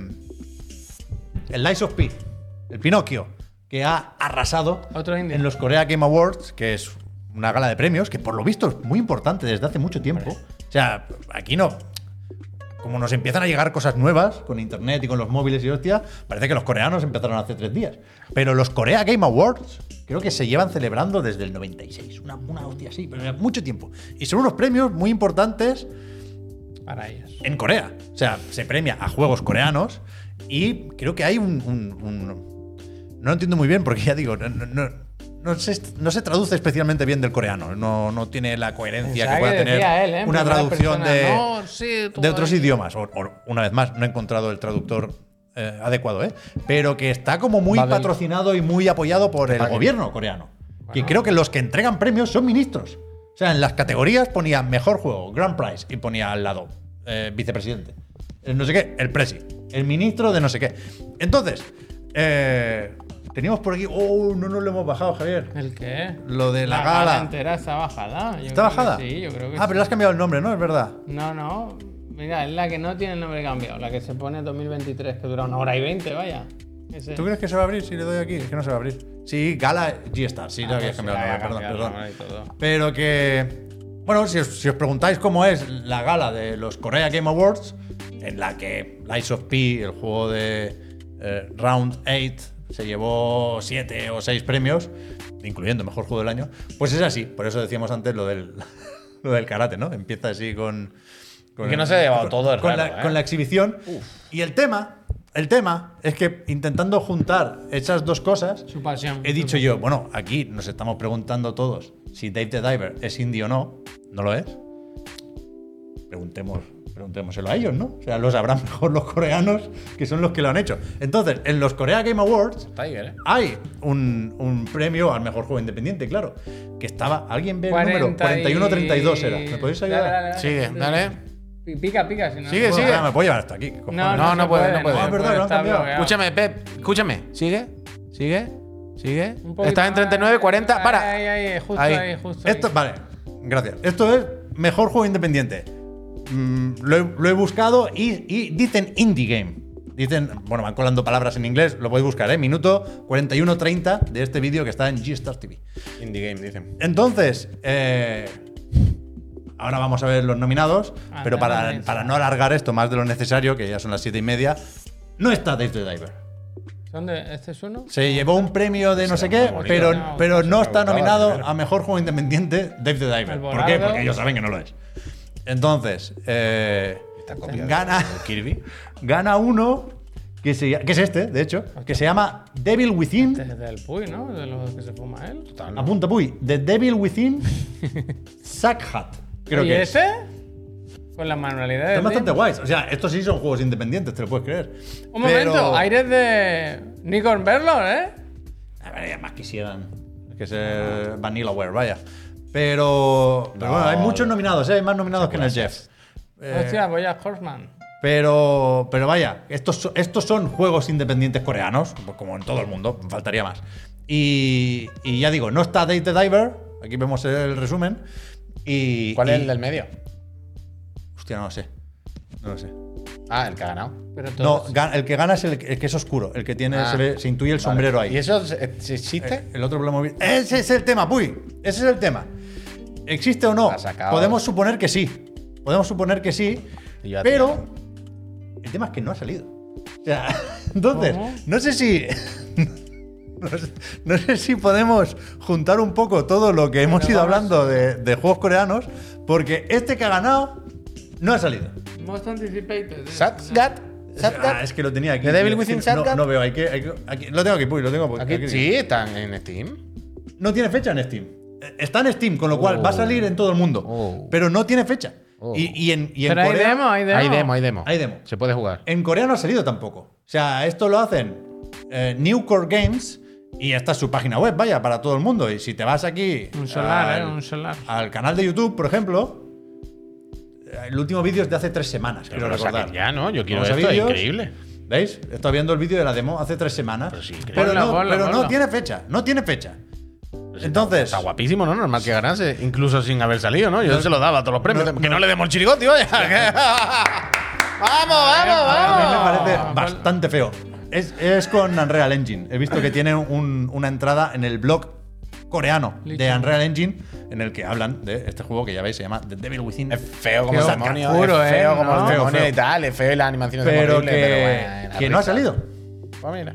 Speaker 4: el Lies of P, el Pinocchio, que ha arrasado
Speaker 1: Otro indie.
Speaker 4: en los Korea Game Awards, que es una gala de premios que por lo visto es muy importante desde hace mucho tiempo. O sea, aquí no. Como nos empiezan a llegar cosas nuevas con internet y con los móviles y hostia, parece que los coreanos empezaron hace tres días. Pero los Korea Game Awards creo que se llevan celebrando desde el 96. Una, una hostia así, pero mucho tiempo. Y son unos premios muy importantes
Speaker 1: para ellos.
Speaker 4: en Corea. O sea, se premia a juegos coreanos y creo que hay un... un- un- no lo entiendo muy bien porque ya digo, no, no- no- no no se, no se traduce especialmente bien del coreano. No, no tiene la coherencia
Speaker 1: Pensaba
Speaker 4: que pueda
Speaker 1: que
Speaker 4: tener
Speaker 1: decía él, ¿eh? En
Speaker 4: una
Speaker 1: primera
Speaker 4: traducción
Speaker 1: persona,
Speaker 4: de,
Speaker 1: "No, sí, tú eh.
Speaker 4: de otros
Speaker 1: ahí".
Speaker 4: idiomas. O- o, una vez más, no he encontrado el traductor eh, adecuado, ¿eh? Pero que está como muy
Speaker 3: Va del-
Speaker 4: patrocinado y muy apoyado por el
Speaker 3: paguen.
Speaker 4: gobierno coreano. Que creo que los que entregan premios son ministros. O sea, en las categorías ponía mejor juego, Grand Prize, y ponía al lado eh, vicepresidente. El no sé qué, el presi, el ministro de no sé qué. Entonces, eh, teníamos por aquí. Oh, no nos lo hemos bajado, Javier.
Speaker 1: ¿El qué?
Speaker 4: Lo de la
Speaker 1: gala.
Speaker 4: gala.
Speaker 1: entera está bajada. yo creo
Speaker 4: ¿Está
Speaker 1: que
Speaker 4: bajada?
Speaker 1: Sí, yo creo que
Speaker 4: Ah,
Speaker 1: sí.
Speaker 4: pero le has cambiado el nombre, ¿no? Es verdad.
Speaker 1: No, no. Mira, es la que no tiene el nombre cambiado. La que se pone 2023, que dura una hora y veinte, vaya. Ese.
Speaker 4: ¿Tú crees que se va a abrir si le doy aquí? Es que no se va a abrir. Sí, Gala G-Star. Sí,
Speaker 1: Ah,
Speaker 4: lo
Speaker 1: pues
Speaker 4: habías cambiado.
Speaker 1: sí, la
Speaker 4: el nombre,
Speaker 1: había
Speaker 4: perdón,
Speaker 1: cambiado
Speaker 4: perdón.
Speaker 1: el nombre
Speaker 4: Pero que. Bueno, si os, si os preguntáis cómo es la gala de los Korea Game Awards, en la que Lies of P, el juego de eh, Round 8, se llevó 7 o 6 premios, incluyendo mejor juego del año, pues es así. Por eso decíamos antes lo del, lo del karate, ¿no? Empieza así con. con
Speaker 2: Y que no se ha llevado todo, es
Speaker 4: con
Speaker 2: raro,
Speaker 4: la-
Speaker 2: ¿eh?
Speaker 4: con la exhibición. Y el tema, el tema es que intentando juntar esas dos cosas,
Speaker 1: Su pasión.
Speaker 4: he dicho yo, bueno, aquí nos estamos preguntando todos si Dave the Diver es indio o no. No lo es. Preguntemos, preguntémoselo a ellos, ¿no? O sea, lo sabrán mejor los coreanos, que son los que lo han hecho. Entonces, en los Korea Game Awards
Speaker 2: Tiger, ¿eh?
Speaker 4: hay un, un premio al mejor juego independiente, claro. Que estaba. ¿Alguien ve el
Speaker 1: 40
Speaker 4: número? 41-32 era. ¿Me podéis ayudar?
Speaker 1: Dale, dale, dale.
Speaker 2: Sigue, dale.
Speaker 1: Pi- Pica, pica, si no.
Speaker 2: Sigue, sigue.
Speaker 4: Ah, me puedo llevar hasta aquí. ¿qué cojones?
Speaker 1: No,
Speaker 2: No,
Speaker 1: no,
Speaker 2: no
Speaker 1: se
Speaker 2: puede,
Speaker 1: puede,
Speaker 2: no puede.
Speaker 4: Ah, es verdad, lo han
Speaker 1: está
Speaker 4: cambiado.
Speaker 1: bloqueado.
Speaker 2: Escúchame, Pep, escúchame. ¿Sigue? ¿Sigue? ¿Sigue?
Speaker 1: Un poquito
Speaker 2: Estás en
Speaker 1: más.
Speaker 2: 39, 40.
Speaker 1: Ahí,
Speaker 2: Para.
Speaker 1: ahí, justo
Speaker 2: Ahí.
Speaker 1: ahí, justo ahí.
Speaker 4: Esto, vale, gracias. Esto es mejor juego independiente. Mm, lo, he, lo he buscado y, y dicen indie game. Dicen, bueno, van colando palabras en inglés, lo podéis buscar, ¿eh? Minuto 41.30 de este vídeo que está en G-Star TV.
Speaker 2: Indie Game, dicen.
Speaker 4: Entonces, eh, ahora vamos a ver los nominados,
Speaker 1: Anda,
Speaker 4: pero para,
Speaker 1: nominados.
Speaker 4: para no alargar esto más de lo necesario, que ya son las 7 y media, no está Dave the Diver.
Speaker 1: ¿Son de- ¿Este es uno?
Speaker 4: Se llevó un premio de no sé qué,
Speaker 2: bonito.
Speaker 4: pero,
Speaker 1: No,
Speaker 4: pero no está
Speaker 2: agotaba
Speaker 4: nominado
Speaker 2: primero.
Speaker 4: a mejor juego independiente Dave the Diver.
Speaker 1: El
Speaker 4: ¿Por qué?
Speaker 1: Borrado.
Speaker 4: Porque ellos saben que no lo es. Entonces, eh,
Speaker 2: Esta copia de-
Speaker 4: gana,
Speaker 2: de Kirby.
Speaker 4: gana uno, que, se- que es este, de hecho, que se llama Devil
Speaker 1: Este
Speaker 4: Within.
Speaker 1: es del Puy, ¿no? De los que se fuma él.
Speaker 4: Apunta, puy. The Devil Within Sack Hat. Creo
Speaker 1: ¿Y
Speaker 4: que es.
Speaker 1: ese? Con las manualidades.
Speaker 4: Están bastante
Speaker 1: tío.
Speaker 4: guays. O sea, estos sí son juegos independientes, te lo puedes creer.
Speaker 1: Un
Speaker 4: Pero-
Speaker 1: momento, aires de Nikon Verlon, ¿eh?
Speaker 4: A ver, ya más quisieran que ser Vanillaware, vaya. Pero, pero bueno, hay muchos nominados, ¿eh? hay más nominados que en el Jeff. Eh,
Speaker 1: Hostia, voy a Horseman.
Speaker 4: pero, pero vaya, estos, so- estos son juegos independientes coreanos, pues como en todo el mundo, faltaría más. Y, y ya digo, no está Date the Diver, aquí vemos el resumen. Y,
Speaker 2: ¿Cuál es
Speaker 4: y-
Speaker 2: el del medio?
Speaker 4: Hostia, no lo sé. No lo sé.
Speaker 2: Ah, el que ha ganado.
Speaker 1: Pero
Speaker 4: No,
Speaker 1: todos.
Speaker 4: ga- el que gana es el, que- el que es oscuro, el que tiene,
Speaker 2: Ah.
Speaker 4: se, ve- se intuye el
Speaker 2: Vale.
Speaker 4: sombrero ahí.
Speaker 2: ¿Y eso se- se
Speaker 4: Eh,
Speaker 2: existe?
Speaker 4: El otro Playmobil. Ese es el tema, puy. Ese es el tema. ¿Existe o no?
Speaker 2: La sacabas.
Speaker 4: Podemos suponer que sí. Podemos suponer que sí.
Speaker 2: Y ya
Speaker 4: Pero el tema es que no ha salido. O sea, entonces,
Speaker 1: ¿Cómo?
Speaker 4: no sé si. No sé, no sé si podemos juntar un poco todo lo que hemos
Speaker 1: Pero
Speaker 4: ido
Speaker 1: vamos.
Speaker 4: hablando de, de juegos coreanos, porque este que ha ganado no ha salido.
Speaker 1: Most Anticipated. ¿eh?
Speaker 2: ¿Satgat?
Speaker 4: Ah,
Speaker 2: ¿Satgat?
Speaker 4: es que lo tenía aquí.
Speaker 2: ¿The Devil
Speaker 4: Es que
Speaker 2: Within
Speaker 4: no,
Speaker 2: Shotgun?
Speaker 4: no veo, hay que, hay que- aquí- lo tengo aquí, puy, lo tengo aquí.
Speaker 2: Aquí sí, están en Steam.
Speaker 4: no tiene fecha en Steam. Eh, Está en Steam, con lo cual
Speaker 2: Oh.
Speaker 4: va a salir en todo el mundo.
Speaker 2: Oh.
Speaker 4: Pero no tiene fecha.
Speaker 2: Oh.
Speaker 4: Y, y en, y en
Speaker 1: Pero hay
Speaker 4: Corea,
Speaker 1: demo, hay demo.
Speaker 2: Hay demo, hay demo.
Speaker 4: Hay demo.
Speaker 2: Se puede jugar.
Speaker 4: en Corea no ha salido tampoco. O sea, esto lo hacen eh, New Core Games y esta es su página web, vaya, para todo el mundo. Y si te vas aquí
Speaker 1: Un solar,
Speaker 4: al,
Speaker 1: ¿eh? Un solar.
Speaker 4: al canal de YouTube, por ejemplo, eh, el último vídeo es de hace tres semanas,
Speaker 2: Pero
Speaker 4: quiero
Speaker 2: lo
Speaker 4: recordar.
Speaker 2: saquen ya, ¿no? Yo quiero
Speaker 4: Vamos a
Speaker 2: esto, es
Speaker 4: vídeos.
Speaker 2: increíble.
Speaker 4: ¿Veis? Estaba viendo el vídeo de la demo hace tres semanas.
Speaker 2: Pero sí, increíble.
Speaker 4: pero no,
Speaker 1: Ponlo, ponlo,
Speaker 4: pero no
Speaker 1: ponlo.
Speaker 4: tiene fecha, no tiene fecha.
Speaker 2: Pues
Speaker 4: Entonces,
Speaker 2: Está guapísimo, ¿no? Normal que ganase, incluso sin haber salido, ¿no? Yo se lo daba a todos los premios. que no, le demos el chirigoti, oye. ¡Vamos, vamos,
Speaker 1: A mí me
Speaker 2: vamos!
Speaker 1: parece-
Speaker 4: parece
Speaker 1: Ah,
Speaker 4: bastante feo. Es, es con Unreal Engine. He visto que tiene un- una entrada en el blog coreano de
Speaker 1: Lichon.
Speaker 4: Unreal Engine en el que hablan de este juego que ya veis se llama The Devil Within.
Speaker 2: Es feo como
Speaker 4: Feo
Speaker 2: el demonio.
Speaker 1: oscuro,
Speaker 2: es feo
Speaker 1: ¿eh?
Speaker 2: como
Speaker 1: ¿No?
Speaker 2: el demonio
Speaker 4: Feo, feo.
Speaker 2: y tal. Es feo y la animación es
Speaker 4: pero
Speaker 2: horrible,
Speaker 4: que,
Speaker 2: pero bueno, la
Speaker 4: que no ha
Speaker 2: risa.
Speaker 4: salido.
Speaker 2: Pues mira.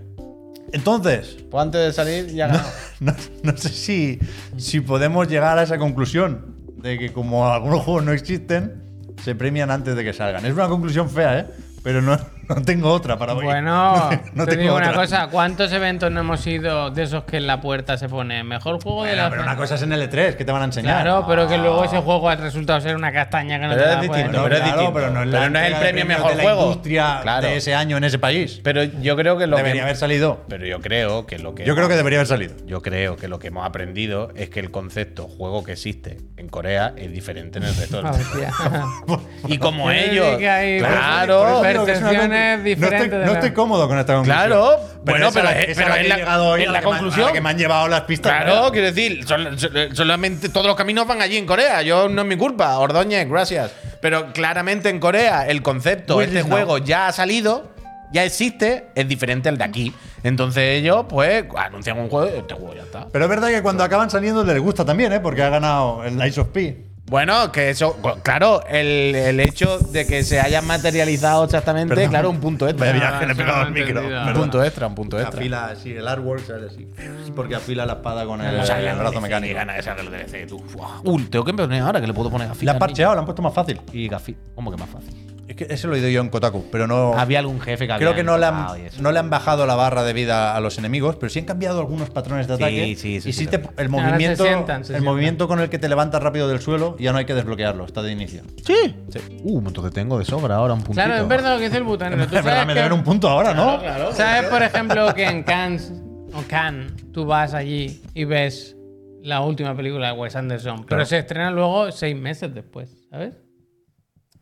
Speaker 4: Entonces,
Speaker 2: Pues antes de salir ya ganó.
Speaker 4: no, no sé si, si podemos llegar a esa conclusión de que como algunos juegos no existen, se premian antes de que salgan. Es una conclusión fea, ¿eh? Pero no, No tengo otra para hoy.
Speaker 1: Bueno,
Speaker 4: No
Speaker 1: te
Speaker 4: tengo
Speaker 1: digo una
Speaker 4: otra.
Speaker 1: cosa, ¿cuántos eventos no hemos ido de esos que en la puerta se pone mejor juego de
Speaker 4: Bueno,
Speaker 1: la
Speaker 4: pero una cosa es en L3, que te van a enseñar?
Speaker 1: Claro, pero que luego ese juego ha resultado ser una castaña que no
Speaker 2: Pero
Speaker 1: te
Speaker 2: es
Speaker 1: la puedes-
Speaker 2: distinto.
Speaker 4: No,
Speaker 2: pero es
Speaker 4: Ah, claro,
Speaker 2: distinto.
Speaker 4: pero no es, la
Speaker 2: Pero no es el
Speaker 4: entrega de
Speaker 2: premio
Speaker 4: premios
Speaker 2: mejor
Speaker 4: de la
Speaker 2: juego.
Speaker 4: industria
Speaker 3: Claro.
Speaker 4: de ese año en ese país.
Speaker 3: Pero yo creo que lo
Speaker 4: debería
Speaker 3: que.
Speaker 4: haber salido.
Speaker 3: Pero yo creo que lo que.
Speaker 4: Yo creo que debería haber salido.
Speaker 3: Yo creo que lo que hemos aprendido es que el concepto juego que existe en Corea es diferente en el resto del
Speaker 1: Ah,
Speaker 3: mundo.
Speaker 1: hostia.
Speaker 3: Y como
Speaker 1: Sí,
Speaker 3: ellos.
Speaker 1: que hay-
Speaker 3: Claro.
Speaker 1: Por eso digo,
Speaker 4: Pero es una
Speaker 1: Percepciones
Speaker 4: conclu- No
Speaker 1: diferentes
Speaker 4: estoy,
Speaker 1: de
Speaker 4: no
Speaker 1: la-
Speaker 4: estoy cómodo con esta conclusión.
Speaker 3: Claro, bueno,
Speaker 4: esa
Speaker 3: pero
Speaker 4: la-
Speaker 3: es-
Speaker 4: esa
Speaker 3: pero
Speaker 4: la que
Speaker 3: es
Speaker 4: he
Speaker 3: la-
Speaker 4: llegado hoy,
Speaker 3: es
Speaker 4: a
Speaker 3: la
Speaker 4: que me han-
Speaker 3: conclusión.
Speaker 4: a la que me han llevado las pistas.
Speaker 3: Claro, quiero decir, sol- sol- solamente todos los caminos van allí en Corea. Yo no es mi culpa, Ordóñez, gracias. Pero claramente en Corea el concepto,
Speaker 4: Will
Speaker 3: este
Speaker 4: is
Speaker 3: juego ya ha salido, ya existe, es diferente al de aquí. Entonces ellos, pues, anuncian un juego y este juego ya está.
Speaker 4: Pero es verdad que cuando acaban saliendo les gusta también, ¿eh? Porque ha ganado el Ice of P.
Speaker 3: Bueno, que eso, bueno, claro, el, el hecho de que se hayan materializado Ah, exactamente,
Speaker 4: Perdón.
Speaker 3: claro, un punto extra.
Speaker 4: Vaya
Speaker 1: Ah,
Speaker 4: viaje, le he
Speaker 1: eso
Speaker 4: pegado
Speaker 1: no
Speaker 4: al
Speaker 1: lo he
Speaker 4: micro.
Speaker 1: entendido.
Speaker 3: un
Speaker 4: perdona.
Speaker 3: punto extra, un punto extra.
Speaker 4: Afila así, el artwork sale así. Porque afila la espada con el,
Speaker 3: O sea,
Speaker 4: el
Speaker 3: el
Speaker 4: brazo
Speaker 3: DLC,
Speaker 4: mecánico.
Speaker 3: Ah, gana esa del DLC, tú. Buah. Uh, tengo que poner ahora que le puedo poner gafita.
Speaker 4: La han
Speaker 3: al niño.
Speaker 4: parcheado, la han puesto más fácil.
Speaker 3: Y gafita. ¿Cómo que más fácil?
Speaker 4: Es que ese lo he oído yo en Kotaku, pero no.
Speaker 3: Había algún jefe que
Speaker 4: Creo que no le,
Speaker 3: habían
Speaker 4: han,
Speaker 3: tocado y eso.
Speaker 4: no le han bajado la barra de vida a los enemigos, pero sí han cambiado algunos patrones de
Speaker 3: Sí,
Speaker 4: ataque.
Speaker 3: sí, eso
Speaker 4: y
Speaker 3: sí
Speaker 4: sí
Speaker 3: lo
Speaker 4: te-
Speaker 3: veo.
Speaker 1: Ahora
Speaker 4: el
Speaker 1: se
Speaker 4: movimiento,
Speaker 1: sientan, se
Speaker 4: el
Speaker 1: sientan.
Speaker 4: movimiento con el que te levantas rápido del suelo ya no hay que desbloquearlo, está de inicio.
Speaker 3: Sí. Uh, entonces tengo de sobra ahora un puntito.
Speaker 1: Claro, es verdad lo que dice el butanero.
Speaker 4: Es
Speaker 1: ¿Tú sabes
Speaker 4: verdad, me
Speaker 1: que-
Speaker 4: deben un punto ahora, ¿no?
Speaker 1: ¿Sabes, por ejemplo, que en Cannes o Cannes tú vas allí y ves la última película de Wes Anderson, pero se estrena luego seis meses después, ¿sabes?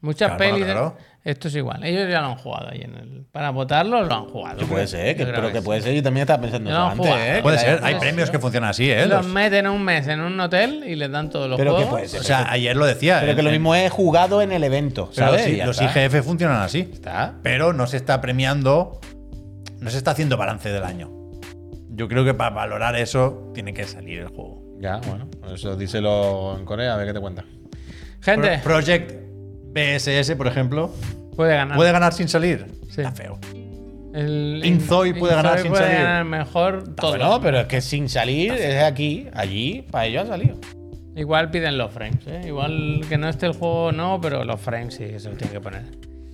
Speaker 1: Muchas
Speaker 4: Claro,
Speaker 1: pelis.
Speaker 4: claro.
Speaker 1: Esto es igual. Ellos ya lo han jugado ahí en el. Para votarlo lo han jugado.
Speaker 3: Que puede ser, que,
Speaker 1: Yo creo
Speaker 3: pero que
Speaker 1: sí.
Speaker 3: puede ser. Yo también estaba pensando
Speaker 1: Yo
Speaker 3: eso
Speaker 1: no
Speaker 3: antes,
Speaker 1: jugaba.
Speaker 3: ¿eh?
Speaker 4: Puede
Speaker 3: Que
Speaker 4: ser,
Speaker 3: la-
Speaker 4: hay premios que funcionan así, ¿eh?
Speaker 1: Los
Speaker 4: Los-
Speaker 1: meten un mes en un hotel y les dan todos los
Speaker 3: Pero que
Speaker 1: juegos.
Speaker 3: puede ser.
Speaker 4: o sea, ayer lo decía.
Speaker 3: Pero que lo
Speaker 4: en-
Speaker 3: mismo es jugado en el evento,
Speaker 4: pero
Speaker 3: ¿sabes?
Speaker 4: sí,
Speaker 3: Y ya
Speaker 4: los
Speaker 3: está.
Speaker 4: IGF funcionan así.
Speaker 3: Está.
Speaker 4: Pero no se está premiando, no se está haciendo balance del año. Yo creo que para valorar eso tiene que salir el juego.
Speaker 3: Ya, bueno. Eso díselo en Corea, a ver qué te cuenta.
Speaker 1: Gente,
Speaker 4: Pro- Project BSS, por ejemplo,
Speaker 1: puede ganar.
Speaker 4: puede ganar sin salir.
Speaker 1: Sí.
Speaker 4: Está feo.
Speaker 1: El-
Speaker 4: Inzoi puede ganar
Speaker 1: Inzoi
Speaker 4: sin
Speaker 1: puede
Speaker 4: salir.
Speaker 1: ganar mejor todo.
Speaker 3: Bueno, pero es que sin salir, es aquí, allí, para ellos ha salido.
Speaker 1: Igual piden los frames, ¿eh? Igual que no esté el juego, no, pero los frames sí, eso lo tienen que poner.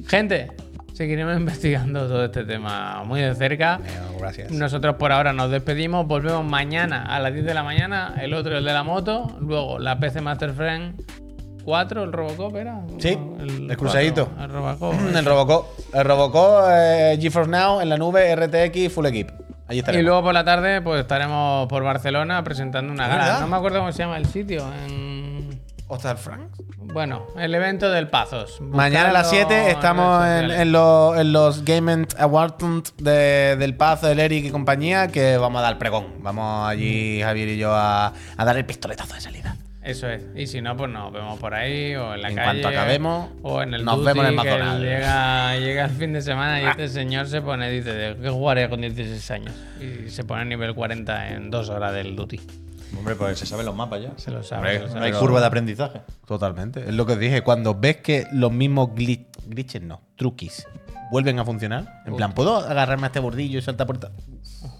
Speaker 1: Gente, seguiremos investigando todo este tema muy de cerca.
Speaker 3: Gracias.
Speaker 1: Nosotros por ahora nos despedimos, volvemos mañana a las 10 de la mañana, el otro el de la moto, luego la PC Master Frame 4, el Robocop era.
Speaker 3: Sí, el cruzadito.
Speaker 1: cuatro, El Robocop.
Speaker 3: Mm, El Robocop. El Robocop, eh, GeForce Now, en la nube, RTX, Full Equip.
Speaker 1: Y
Speaker 3: Allí estaremos.
Speaker 1: luego por la tarde pues estaremos por Barcelona presentando una gala.
Speaker 4: ¿Verdad?
Speaker 1: No me acuerdo cómo se llama el sitio. En...
Speaker 3: Hostal Franks.
Speaker 1: Bueno, el evento del Pazos.
Speaker 3: Mañana a las
Speaker 1: Buscadlo
Speaker 3: 7 estamos
Speaker 1: redes
Speaker 3: en,
Speaker 1: sociales.
Speaker 3: en los, en los Game and Awards de- del Pazo, del Eric y compañía, que vamos a dar pregón. Vamos allí, Javier y yo, a, a dar el pistoletazo de salida.
Speaker 1: Eso es. Y si no, pues nos vemos por ahí o en la
Speaker 3: En
Speaker 1: calle.
Speaker 3: cuanto acabemos,
Speaker 1: O en el
Speaker 3: nos
Speaker 1: duty,
Speaker 3: vemos en el
Speaker 1: que
Speaker 3: McDonald's.
Speaker 1: Llega, llega el fin de semana y este señor se pone, dice, ¿qué jugaré con 16 años? Y se pone a nivel 40 en dos horas del duty.
Speaker 4: Hombre, pues se saben los mapas ya.
Speaker 1: Se lo sabe. se lo
Speaker 4: No
Speaker 1: sabe.
Speaker 4: hay curva de aprendizaje.
Speaker 3: Totalmente. Es lo que os dije. Cuando ves que los mismos glitch- glitches, no, truquis, vuelven a funcionar. En plan, ¿puedo agarrarme a este bordillo y saltar por esta-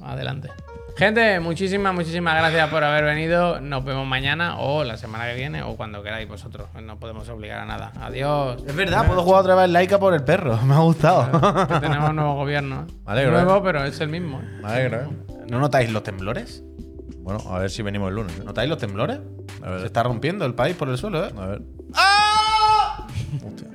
Speaker 1: Adelante. Gente, muchísimas, muchísimas gracias por haber venido. Nos vemos mañana o la semana que viene o cuando queráis vosotros. No podemos obligar a nada. Adiós.
Speaker 3: Es verdad, puedo jugar otra vez Laika por el perro. Me ha gustado.
Speaker 1: Que tenemos nuevo gobierno. ¿eh?
Speaker 4: Me alegro,
Speaker 1: Nuevo, pero es el mismo. ¿eh?
Speaker 4: Me alegro, ¿eh?
Speaker 3: ¿No notáis los temblores?
Speaker 4: Bueno, a ver si venimos el lunes. ¿eh?
Speaker 3: ¿Notáis los temblores?
Speaker 4: La verdad.
Speaker 3: Se está rompiendo el país por el suelo, ¿eh?
Speaker 4: A ver.
Speaker 3: ¡Ah!
Speaker 4: Hostia.